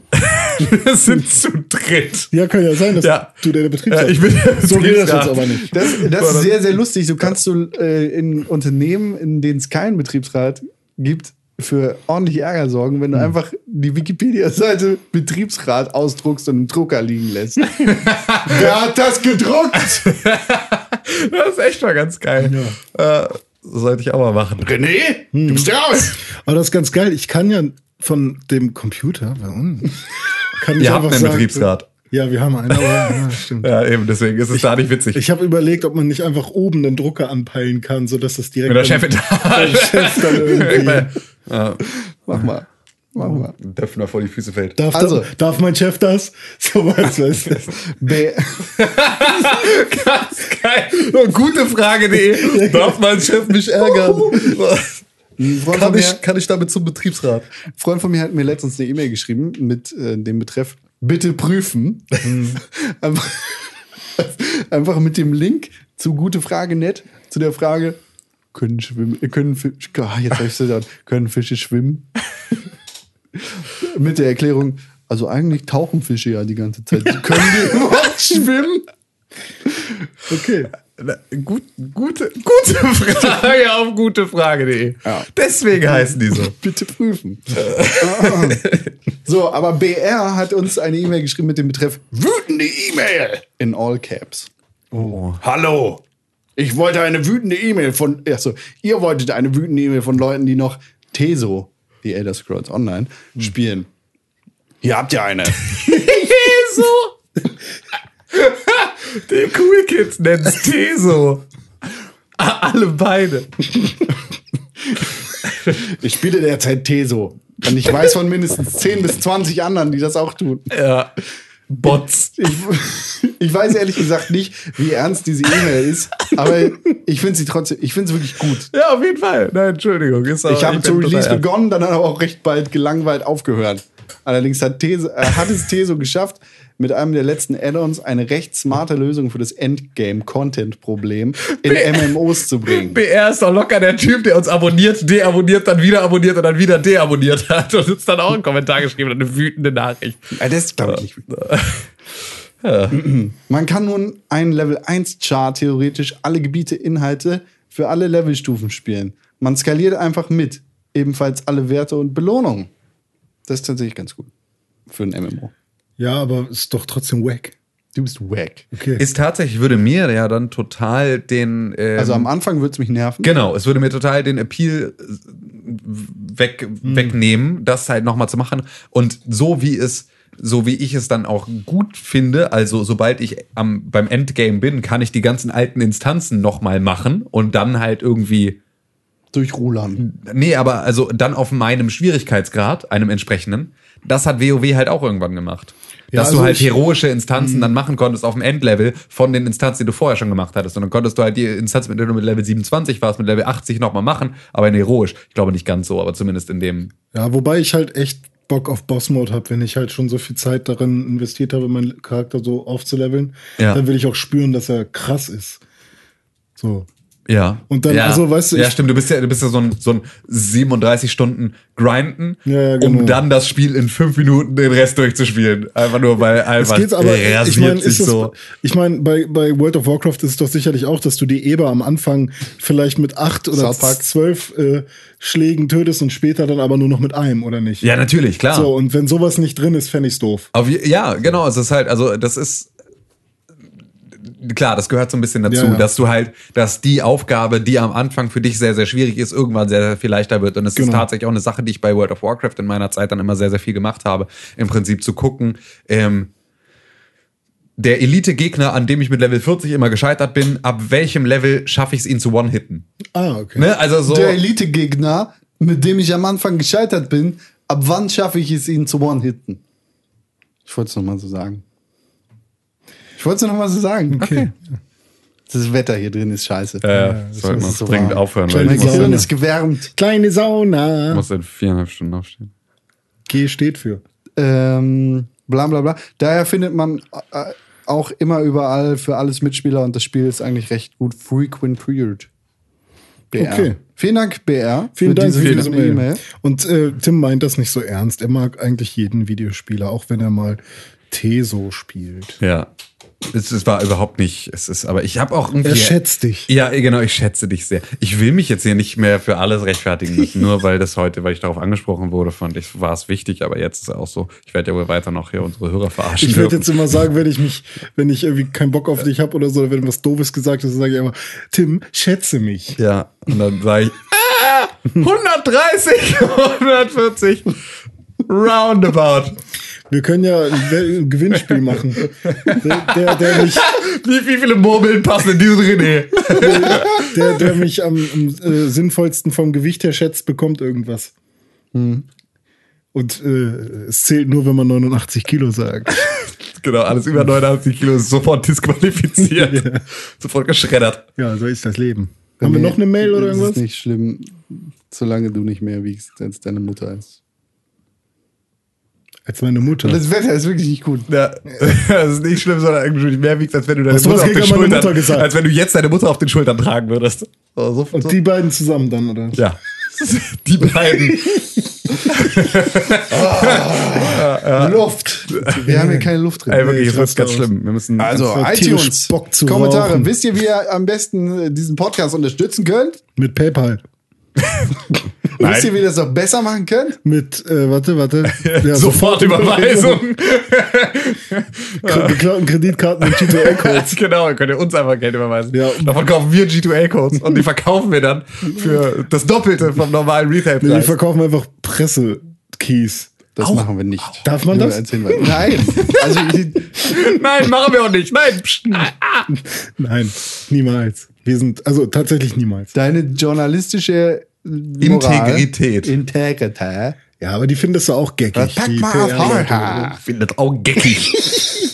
S3: Wir sind zu dritt.
S4: Ja, kann ja sein, dass
S3: Ja.
S4: du der Betrieb
S3: Ja, ich bin der
S4: So geht das
S3: Betriebsrat.
S4: jetzt aber nicht.
S2: Das, das ist sehr, sehr lustig. So kannst du äh, in Unternehmen, in denen es keinen Betriebsrat gibt, für ordentlich Ärger sorgen, wenn du einfach die Wikipedia-Seite Betriebsrat ausdruckst und einen Drucker liegen lässt. Wer hat das gedruckt?
S3: Das ist echt mal ganz geil. Äh, sollte ich auch mal machen.
S5: René, du bist raus.
S4: Aber das ist ganz geil. Ich kann ja von dem Computer bei uns. Kann ich
S3: Ihr habt
S4: einfach
S3: einen
S4: sagen-
S3: Betriebsrat.
S4: Ja, wir haben einen, aber ja, stimmt.
S3: Ja, eben, deswegen ist es da nicht witzig.
S4: Ich habe überlegt, ob man nicht einfach oben einen Drucker anpeilen kann, sodass das direkt.
S3: Mit der
S4: dann- [laughs] Chef dann irgendwie-
S3: [laughs] Chefetage.
S2: Mach mal. Mach mal.
S3: Döpfen da vor die Füße fällt.
S4: Darf,
S2: Also.
S4: da, darf mein Chef das? [laughs] So was, weißt du.
S2: B
S3: [laughs] Ganz geil. Gute Frage.de. Darf mein Chef mich ärgern?
S2: Ein Freund
S3: Kann
S2: von
S3: ich,
S2: mir-
S3: kann ich damit zum Betriebsrat?
S2: Ein Freund von mir hat mir letztens eine E-Mail geschrieben mit äh, dem Betreff Bitte prüfen.
S3: Hm.
S2: [laughs] einfach, einfach mit dem Link zu Gute Frage nett zu der Frage können schwimmen äh, können Fische, jetzt hab ich's gesagt, können Fische schwimmen? [laughs] mit der Erklärung also eigentlich tauchen Fische ja die ganze Zeit. Können die [laughs] überhaupt schwimmen?
S4: Okay.
S3: Na, Gut, gute, gute Frage auf gutefrage.de.
S2: Ja.
S3: Deswegen heißen die so.
S2: Bitte prüfen. so, aber BR hat uns eine E-Mail geschrieben mit dem Betreff
S5: Wütende E-Mail.
S2: in all caps.
S5: Hallo.
S2: Ich wollte eine wütende E-Mail von, achso, ihr wolltet eine wütende E-Mamail von Leuten, die noch Teso, die Elder Scrolls Online, spielen. Hier habt ihr eine.
S3: Teso! [laughs] Die Cool Kids nennen es Teso. A- Alle beide.
S2: Ich spiele derzeit Teso. Und ich weiß von mindestens 10 bis 20 anderen, die das auch tun.
S3: Ja. Bots.
S2: Ich, ich weiß ehrlich gesagt nicht, wie ernst diese E-Mail ist, aber ich finde sie trotzdem, ich finde sie wirklich gut.
S3: Ja, auf jeden Fall. Nein, Entschuldigung. Ist aber-
S2: Ich habe
S3: bin
S2: zu Release
S3: total ernst.
S2: begonnen, dann aber auch recht bald gelangweilt aufgehört. Allerdings hat, These, äh, hat es Teso geschafft, mit einem der letzten Add-ons eine recht smarte Lösung für das Endgame-Content-Problem in MMOs zu bringen.
S3: BR ist doch locker der Typ, der uns abonniert, deabonniert, dann wieder abonniert und dann wieder deabonniert hat und uns dann auch einen Kommentar geschrieben hat, eine wütende Nachricht.
S2: Äh, das glaube ich nicht. Man kann nun einen Level 1-Chart theoretisch alle Gebiete, Inhalte für alle Levelstufen spielen. Man skaliert einfach mit. Ebenfalls alle Werte und Belohnungen. Das ist tatsächlich ganz gut. Für ein MMO.
S4: Ja, aber ist doch trotzdem wack.
S2: Du bist wack.
S4: Okay.
S3: Ist tatsächlich, würde mir ja dann total den. ähm,
S2: Also am Anfang würde es mich nerven.
S3: Genau, es würde mir total den Appeal äh, weg,
S2: Hm.
S3: wegnehmen, das halt nochmal zu machen. Und so wie es, so wie ich es dann auch gut finde, also sobald ich am, beim Endgame bin, kann ich die ganzen alten Instanzen nochmal machen und dann halt irgendwie.
S2: Durch Rulan.
S3: Nee, aber also dann auf meinem Schwierigkeitsgrad, einem entsprechenden. Das hat WoW halt auch irgendwann gemacht. Dass
S4: also
S3: du halt
S4: ich- Hm.
S3: heroische Instanzen dann machen konntest auf dem Endlevel von den Instanzen, die du vorher schon gemacht hattest. Und dann konntest du halt die Instanz, mit der du mit Level 27 warst, mit Level 80 nochmal machen, aber in heroisch. Ich glaube nicht ganz so, aber zumindest in dem.
S4: Ja, wobei ich halt echt Bock auf Boss-Mode habe, wenn ich halt schon so viel Zeit darin investiert habe, meinen Charakter so aufzuleveln,
S3: Ja.
S4: dann will ich auch spüren, dass er krass ist. So.
S3: Ja.
S4: Und dann,
S3: ja.
S4: also, weißt du,
S3: Ja,
S4: ich-
S3: stimmt, du bist ja, du bist ja so ein, so ein 37 Stunden Grinden,
S4: Ja, ja,
S3: um
S4: genau.
S3: dann das Spiel in fünf Minuten den Rest durchzuspielen. Einfach nur, weil einfach
S4: Es geht aber,
S3: rasiert
S4: ich meine,
S3: sich
S4: ist das,
S3: so.
S4: ich meine, bei, bei World of Warcraft ist es doch sicherlich auch, dass du die Eber am Anfang vielleicht mit acht oder
S2: South Park.
S4: zwölf äh, Schlägen tötest und später dann aber nur noch mit einem, oder nicht?
S3: Ja, natürlich, klar.
S4: So, und wenn sowas nicht drin ist, fände ich's doof.
S3: Auf, je- ja, genau, es ist halt, also das ist klar, das gehört so ein bisschen dazu,
S4: Ja, ja.
S3: dass du halt, dass die Aufgabe, die am Anfang für dich sehr, sehr schwierig ist, irgendwann sehr, sehr viel leichter wird. Und es ist
S4: Genau.
S3: tatsächlich auch eine Sache, die ich bei World of Warcraft in meiner Zeit dann immer sehr, sehr viel gemacht habe. Im Prinzip zu gucken, ähm, der Elite-Gegner, an dem ich mit Level 40 immer gescheitert bin, ab welchem Level schaffe ich es, ihn zu one-hitten?
S4: Ah, okay.
S3: Ne? Also so.
S2: Der Elite-Gegner, mit dem ich am Anfang gescheitert bin, ab wann schaffe ich es, ihn zu one-hitten? Ich wollte es nochmal so sagen. Ich wollte es nochmal so sagen. Okay. Das Wetter hier drin ist scheiße.
S3: äh, sollte man
S2: ist so
S3: dringend
S2: warm.
S3: aufhören, weil
S2: Mein
S3: ich muss,
S2: Gehirn
S4: Sauna.
S2: ist gewärmt.
S4: Kleine Sauna.
S3: muss in viereinhalb Stunden aufstehen.
S4: G steht für.
S2: Ähm, bla bla bla. Daher findet man äh, auch immer überall für alles Mitspieler und das Spiel ist eigentlich recht gut frequent peered. BR.
S4: Okay.
S2: Vielen Dank, BR.
S4: Vielen Dank
S2: für diese
S4: Mail.
S2: E-Mail.
S4: Und äh, Tim meint das nicht so ernst. Er mag eigentlich jeden Videospieler, auch wenn er mal Teso spielt.
S3: Ja. Es, es war überhaupt nicht, es ist, aber ich habe auch irgendwie.
S4: Er schätzt dich.
S3: Ja, eh, genau, ich schätze dich sehr. Ich will mich jetzt hier nicht mehr für alles rechtfertigen müssen, nur weil das heute, weil ich darauf angesprochen wurde, fand ich, war es wichtig, aber jetzt ist es auch so, ich werde ja wohl weiter noch hier unsere Hörer verarschen.
S4: Ich werde
S3: dürfen.
S4: jetzt immer sagen, wenn ich mich, wenn ich irgendwie keinen Bock auf dich habe oder so, wenn was Doofes gesagt ist, sage ich immer, Tim, schätze mich.
S3: ja, und dann [laughs] sage ich, ah, 130, 140, roundabout.
S4: Wir können ja ein We- ein Gewinnspiel machen. Der, der, der, mich,
S3: [laughs] Wie, wie viele Murmeln passen in diesen René?
S4: der, der mich am, am äh, sinnvollsten vom Gewicht her schätzt, bekommt irgendwas.
S2: Hm.
S4: Und äh, es zählt nur, wenn man 89 Kilo sagt.
S3: Genau, alles über 89 Kilo ist sofort [laughs] disqualifiziert. Sofort geschreddert.
S4: Ja, so ist das Leben. Haben wir noch eine Mail oder
S2: Das
S4: irgendwas?
S2: Ist nicht schlimm, solange du nicht mehr wiegst, als deine Mutter ist.
S4: Als meine Mutter.
S2: Das Wetter ist wirklich nicht gut.
S3: Ja, [laughs] das ist nicht schlimm, sondern irgendwie mehr wiegt, als wenn du deine
S4: Hast du was
S3: Mutter auf
S4: gegen
S3: den
S4: meine
S3: Schultern,
S4: Mutter gesagt?
S3: als wenn du jetzt deine Mutter auf den Schultern tragen würdest.
S2: Oh,
S3: So, so,
S4: Und die beiden zusammen dann, oder? [laughs]
S3: ja. Die beiden.
S2: Luft. Wir haben hier keine Luft drin.
S3: Ey, wirklich,
S4: Nee,
S3: es wird
S4: ich
S3: ganz
S4: raste aus.
S3: schlimm. Wir müssen
S2: Also
S4: Das war tierisch
S2: iTunes,
S4: Bock zu
S2: Kommentare.
S4: rauchen.
S2: Wisst ihr, wie ihr am besten äh, diesen Podcast unterstützen könnt?
S4: Mit PayPal.
S3: Nein.
S2: Wisst ihr, wie ihr das noch besser machen könnt?
S4: Mit, äh,
S2: [laughs]
S4: warte, warte. Ja,
S3: sofort Überweisung. [laughs]
S4: Kre- geklauten Kreditkarten und
S2: [laughs]
S4: G2A-Codes.
S3: genau, könnt ihr uns einfach Geld überweisen.
S4: Ja.
S3: Davon kaufen wir G2A-Codes und die verkaufen wir dann für das Doppelte vom normalen
S4: Nee, die
S3: Retail-Preis.
S4: verkaufen einfach Presse-Keys.
S2: Das machen wir nicht.
S4: Darf man
S2: Nur
S4: das?
S2: als Hinweis. Nein. Also
S3: [laughs] Nein, machen wir auch nicht. Nein. pst.
S2: Ah,
S4: Nein, niemals. Wir sind, also tatsächlich niemals.
S2: [laughs] deine journalistische Moral,
S3: Integrität.
S2: Integrität.
S4: Ja, aber die findest du auch geckig.
S2: Pack
S4: die
S2: mal auf
S4: PR Leute.
S2: Pornhub.
S3: Findet auch geckig.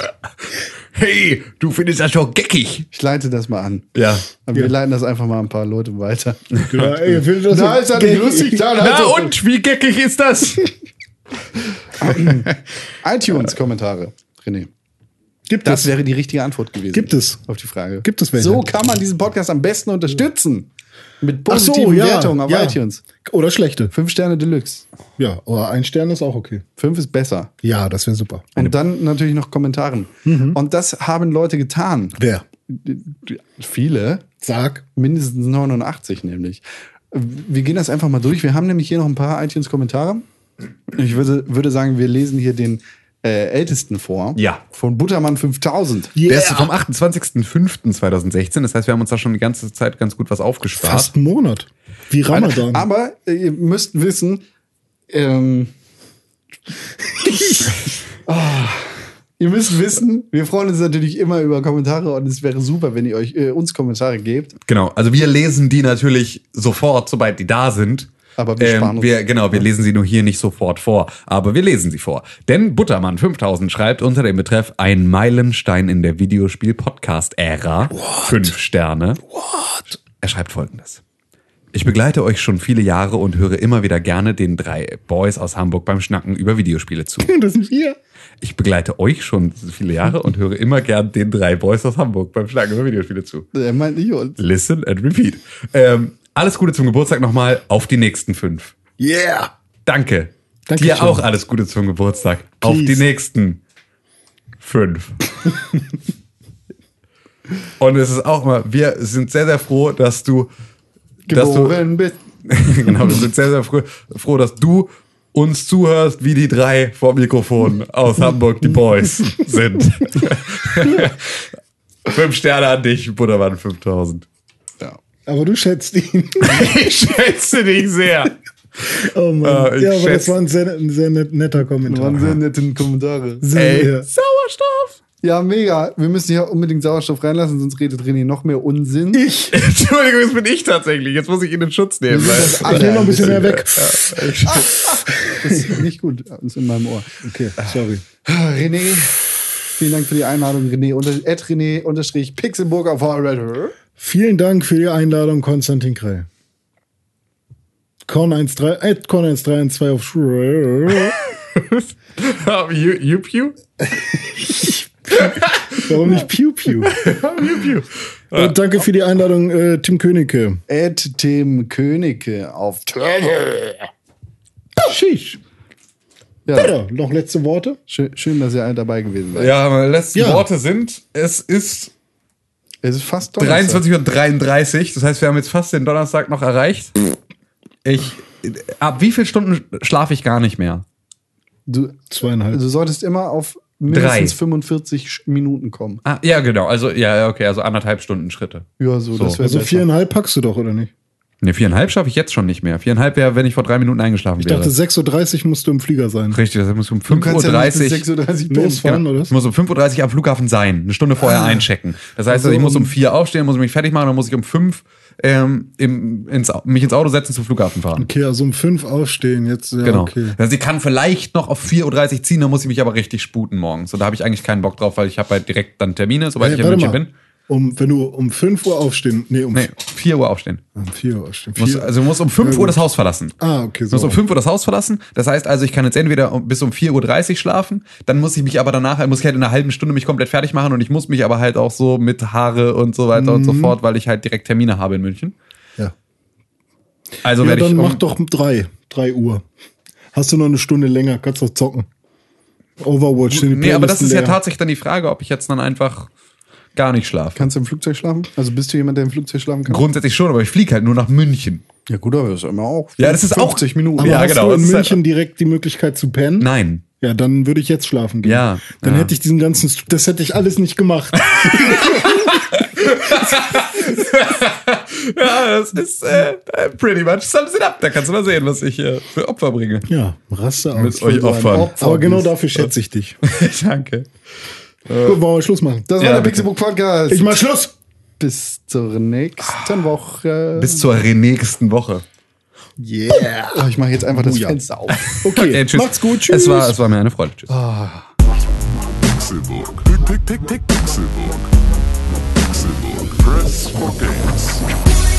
S2: [laughs]
S3: hey, du findest das schon geckig.
S2: Ich leite das mal an.
S3: Ja.
S2: Und wir leiten das einfach mal ein paar Leute
S4: [laughs]
S2: weiter.
S4: Ja, ey, ihr findet das
S2: Na,
S4: so
S2: ist das nicht
S4: geckig.
S2: lustig? Da, da,
S3: Na
S2: da.
S3: und, wie geckig ist das?
S2: iTunes-Kommentare, René.
S4: Gibt
S2: Das
S4: es.
S2: wäre die richtige Antwort gewesen.
S4: Gibt es.
S2: Auf die Frage.
S4: Gibt es welche?
S2: So kann man diesen Podcast am besten unterstützen. Mit
S4: Ach
S2: positiven Wertungen auf iTunes.
S4: Oder schlechte.
S2: Fünf Sterne Deluxe.
S4: Ja, oder ein Stern ist auch okay.
S2: Fünf ist besser.
S4: Ja, das wäre super.
S2: Und dann natürlich noch Kommentaren.
S4: Mhm.
S2: Und das haben Leute getan.
S4: Wer?
S2: Viele.
S4: Sag.
S2: Mindestens 89 nämlich. Wir gehen das einfach mal durch. Wir haben nämlich hier noch ein paar iTunes-Kommentare. Ich würde, würde sagen, wir lesen hier den äh, ältesten vor.
S3: Ja.
S2: Von Buttermann 5000.
S3: Der ist vom 28.05.2016. Das heißt, wir haben uns da schon die ganze Zeit ganz gut was aufgespart.
S4: Fast einen Monat. Wie Ramadan.
S2: Aber äh, ihr müsst wissen, ähm, Ah, ihr müsst wissen, wir freuen uns natürlich immer über Kommentare und es wäre super, wenn ihr euch äh, uns Kommentare gebt.
S3: Genau. Also wir lesen die natürlich sofort, sobald die da sind.
S2: Aber wir sparen uns-
S3: wir, Genau, wir lesen sie nur hier nicht sofort vor. Aber wir lesen sie vor. Denn Buttermann 5000 schreibt unter dem Betreff ein Meilenstein in der Videospiel-Podcast-Ära. Fünf Sterne. What? Er schreibt folgendes. Ich begleite euch schon viele Jahre und höre immer wieder gerne den drei Boys aus Hamburg beim Schnacken über Videospiele
S2: [laughs]
S3: zu.
S4: Das sind wir.
S3: Ich begleite euch schon viele Jahre und höre immer gern den drei Boys aus Hamburg beim Schnacken über Videospiele zu.
S2: Er meint nicht uns.
S3: Listen and repeat. Ähm, alles Gute zum Geburtstag nochmal. Auf die nächsten fünf.
S4: Yeah.
S3: Danke.
S4: Dankeschön.
S3: Dir auch alles Gute zum Geburtstag. Auf die nächsten fünf. Und es ist auch mal, wir sind sehr, sehr froh, dass du, dass du,
S2: Geboren bist.
S3: [laughs] genau, wir sind sehr, sehr froh, froh, dass du uns zuhörst, wie die drei vor Mikrofon aus Hamburg, die Boys sind. [laughs] Fünf Sterne an dich, Buttermann 5000.
S2: Ja.
S4: Aber du schätzt ihn. [laughs]
S3: Ich schätze dich sehr.
S4: Oh Mann.
S3: Äh, ich
S4: ja, aber das
S3: schätz-
S4: war ein sehr, ein sehr net, netter
S2: Das
S4: Kommentar.
S2: waren sehr nette Kommentare.
S4: Sind
S3: Ey,
S4: wir.
S3: Sauerstoff. [laughs]
S2: Ja, mega. Wir müssen hier unbedingt Sauerstoff reinlassen, sonst redet René noch mehr Unsinn.
S4: Ich.
S3: Entschuldigung, das bin ich tatsächlich. Jetzt muss ich ihn in Schutz nehmen.
S2: Das
S3: Weil
S4: Ich nehme noch ein bisschen mehr weg.
S2: [laughs] Das ist nicht gut. Das ist in meinem Ohr.
S4: Okay, Ah, sorry.
S2: René, vielen Dank für die Einladung. René, unter, at René unterstrich Pixelburg auf Red.
S4: Vielen Dank für die Einladung, Konstantin Krell. Korn 13, äh, Korn 1312 auf Sch-
S3: ähm, you, you pew?
S4: [laughs] Warum nicht Piu
S3: [laughs]
S4: Piu? Und danke für die Einladung, äh, Tim Königke.
S2: At Tim Königke auf Twitter.
S4: Schisch.
S2: Ja,
S4: Ja, noch letzte Worte?
S2: schön, schön, dass ihr alle dabei gewesen seid.
S3: Ja, meine letzten
S4: Ja.
S3: Worte sind, es ist
S2: Es ist fast Donnerstag.
S3: 23.33 Uhr. Das heißt, wir haben jetzt fast den Donnerstag noch erreicht. Ich, ab wie viel Stunden schlafe ich gar nicht mehr?
S2: Du,
S4: Zweieinhalb.
S2: Also, du solltest immer auf mindestens
S3: Drei.
S2: 45 Sch- Minuten kommen.
S3: Ah, ja, genau. Also, ja, ja, okay, also anderthalb Stunden Schritte.
S2: Ja, so,
S3: So.
S2: das wäre
S4: Also
S2: besser.
S4: viereinhalb packst du doch, oder nicht?
S3: Ne, viereinhalb schaffe ich jetzt schon nicht mehr. Viereinhalb wäre, wenn ich vor drei Minuten eingeschlafen
S4: Ich
S3: wäre.
S4: dachte, 6.30 Uhr musst du im Flieger sein.
S3: Richtig, das muss um
S2: Du kannst ja nicht bis
S3: 5.30 Uhr.
S2: 6.30 Uhr
S4: Los,
S2: pennen.
S4: fahren, oder? Ah.
S3: Ich muss um 5.30 Uhr am Flughafen sein, eine Stunde vorher einchecken. Das heißt,
S4: Also
S3: ich muss um 4 aufstehen, muss mich fertig machen, dann muss ich um 5 ähm, im, ins, Au- mich ins Auto setzen, zum Flughafen fahren.
S4: Okay, also um fünf aufstehen jetzt. Ja,
S3: Genau.
S4: okay.
S3: Also ich kann vielleicht noch auf 4.30 Uhr ziehen, dann muss ich mich aber richtig sputen morgens. Und da habe ich eigentlich keinen Bock drauf, weil ich habe halt direkt dann Termine, sobald
S4: Hey,
S3: ich in München bin.
S4: Um, wenn du um 5 Uhr aufstehen, nee, um,
S3: Nee, 4 Uhr aufstehen.
S4: um 4 Uhr aufstehen.
S3: Muss,
S4: Vier-
S3: also muss um 5 Uhr das Haus verlassen.
S4: ah, okay, so.
S3: Ich muss um 5 Uhr das Haus verlassen. Das heißt also, ich kann jetzt entweder um- bis um 4.30 Uhr schlafen, dann muss ich mich aber danach, muss ich halt in einer halben Stunde mich komplett fertig machen und ich muss mich aber halt auch so mit Haare und so weiter und so fort, weil ich halt direkt Termine habe in München.
S4: ja.
S3: Also
S4: ja,
S3: werde ich
S4: dann
S3: um,
S4: mach doch um drei, drei Uhr. Hast du noch eine Stunde länger, kannst doch zocken. Overwatch. sind die
S3: Nee, aber das
S4: Playlisten
S3: ist ja
S4: leer.
S3: tatsächlich dann die Frage, ob ich jetzt dann einfach gar nicht schlafe.
S2: Kannst du im Flugzeug schlafen? Also bist du jemand, der im Flugzeug schlafen kann?
S3: Grundsätzlich schon, aber ich fliege halt nur nach München.
S2: Ja gut, aber das ist immer auch.
S3: Ja, das ist auch-
S2: 50 Minuten.
S4: Aber
S3: Ja,
S4: hast
S3: genau,
S4: du
S3: das
S4: in
S3: ist halt-
S4: München direkt die Möglichkeit zu pennen?
S3: Nein.
S4: Ja, dann würde ich jetzt schlafen gehen.
S3: Ja,
S4: Dann
S3: ja.
S4: hätte ich diesen ganzen, St- das hätte ich alles nicht
S3: [laughs]
S4: gemacht.
S3: Ja, das ist äh, pretty much sums it up. Da kannst du mal sehen, was ich äh, für Opfer bringe. [laughs]
S4: ja, raste aus.
S3: Mit euch opfern.
S4: Aber genau dafür schätze ich dich.
S3: Danke.
S4: Äh. Gut, wollen wir Schluss machen?
S2: Das war
S3: Ja,
S2: der
S3: bitte.
S2: Pixelbook Podcast.
S4: Ich mach Schluss!
S2: Bis zur nächsten Woche.
S3: Ah. Bis zur nächsten Woche.
S2: yeah.
S3: Ah,
S2: Oh, ich mache jetzt einfach das Fenster auf.
S4: Okay,
S3: Äh, tschüss.
S4: macht's gut, tschüss.
S3: Es war, es war mir eine Freude. Tschüss.
S1: Pixelbook. Pick, pick, pick, pick, Pixelbook. Pixelbook. Press for games.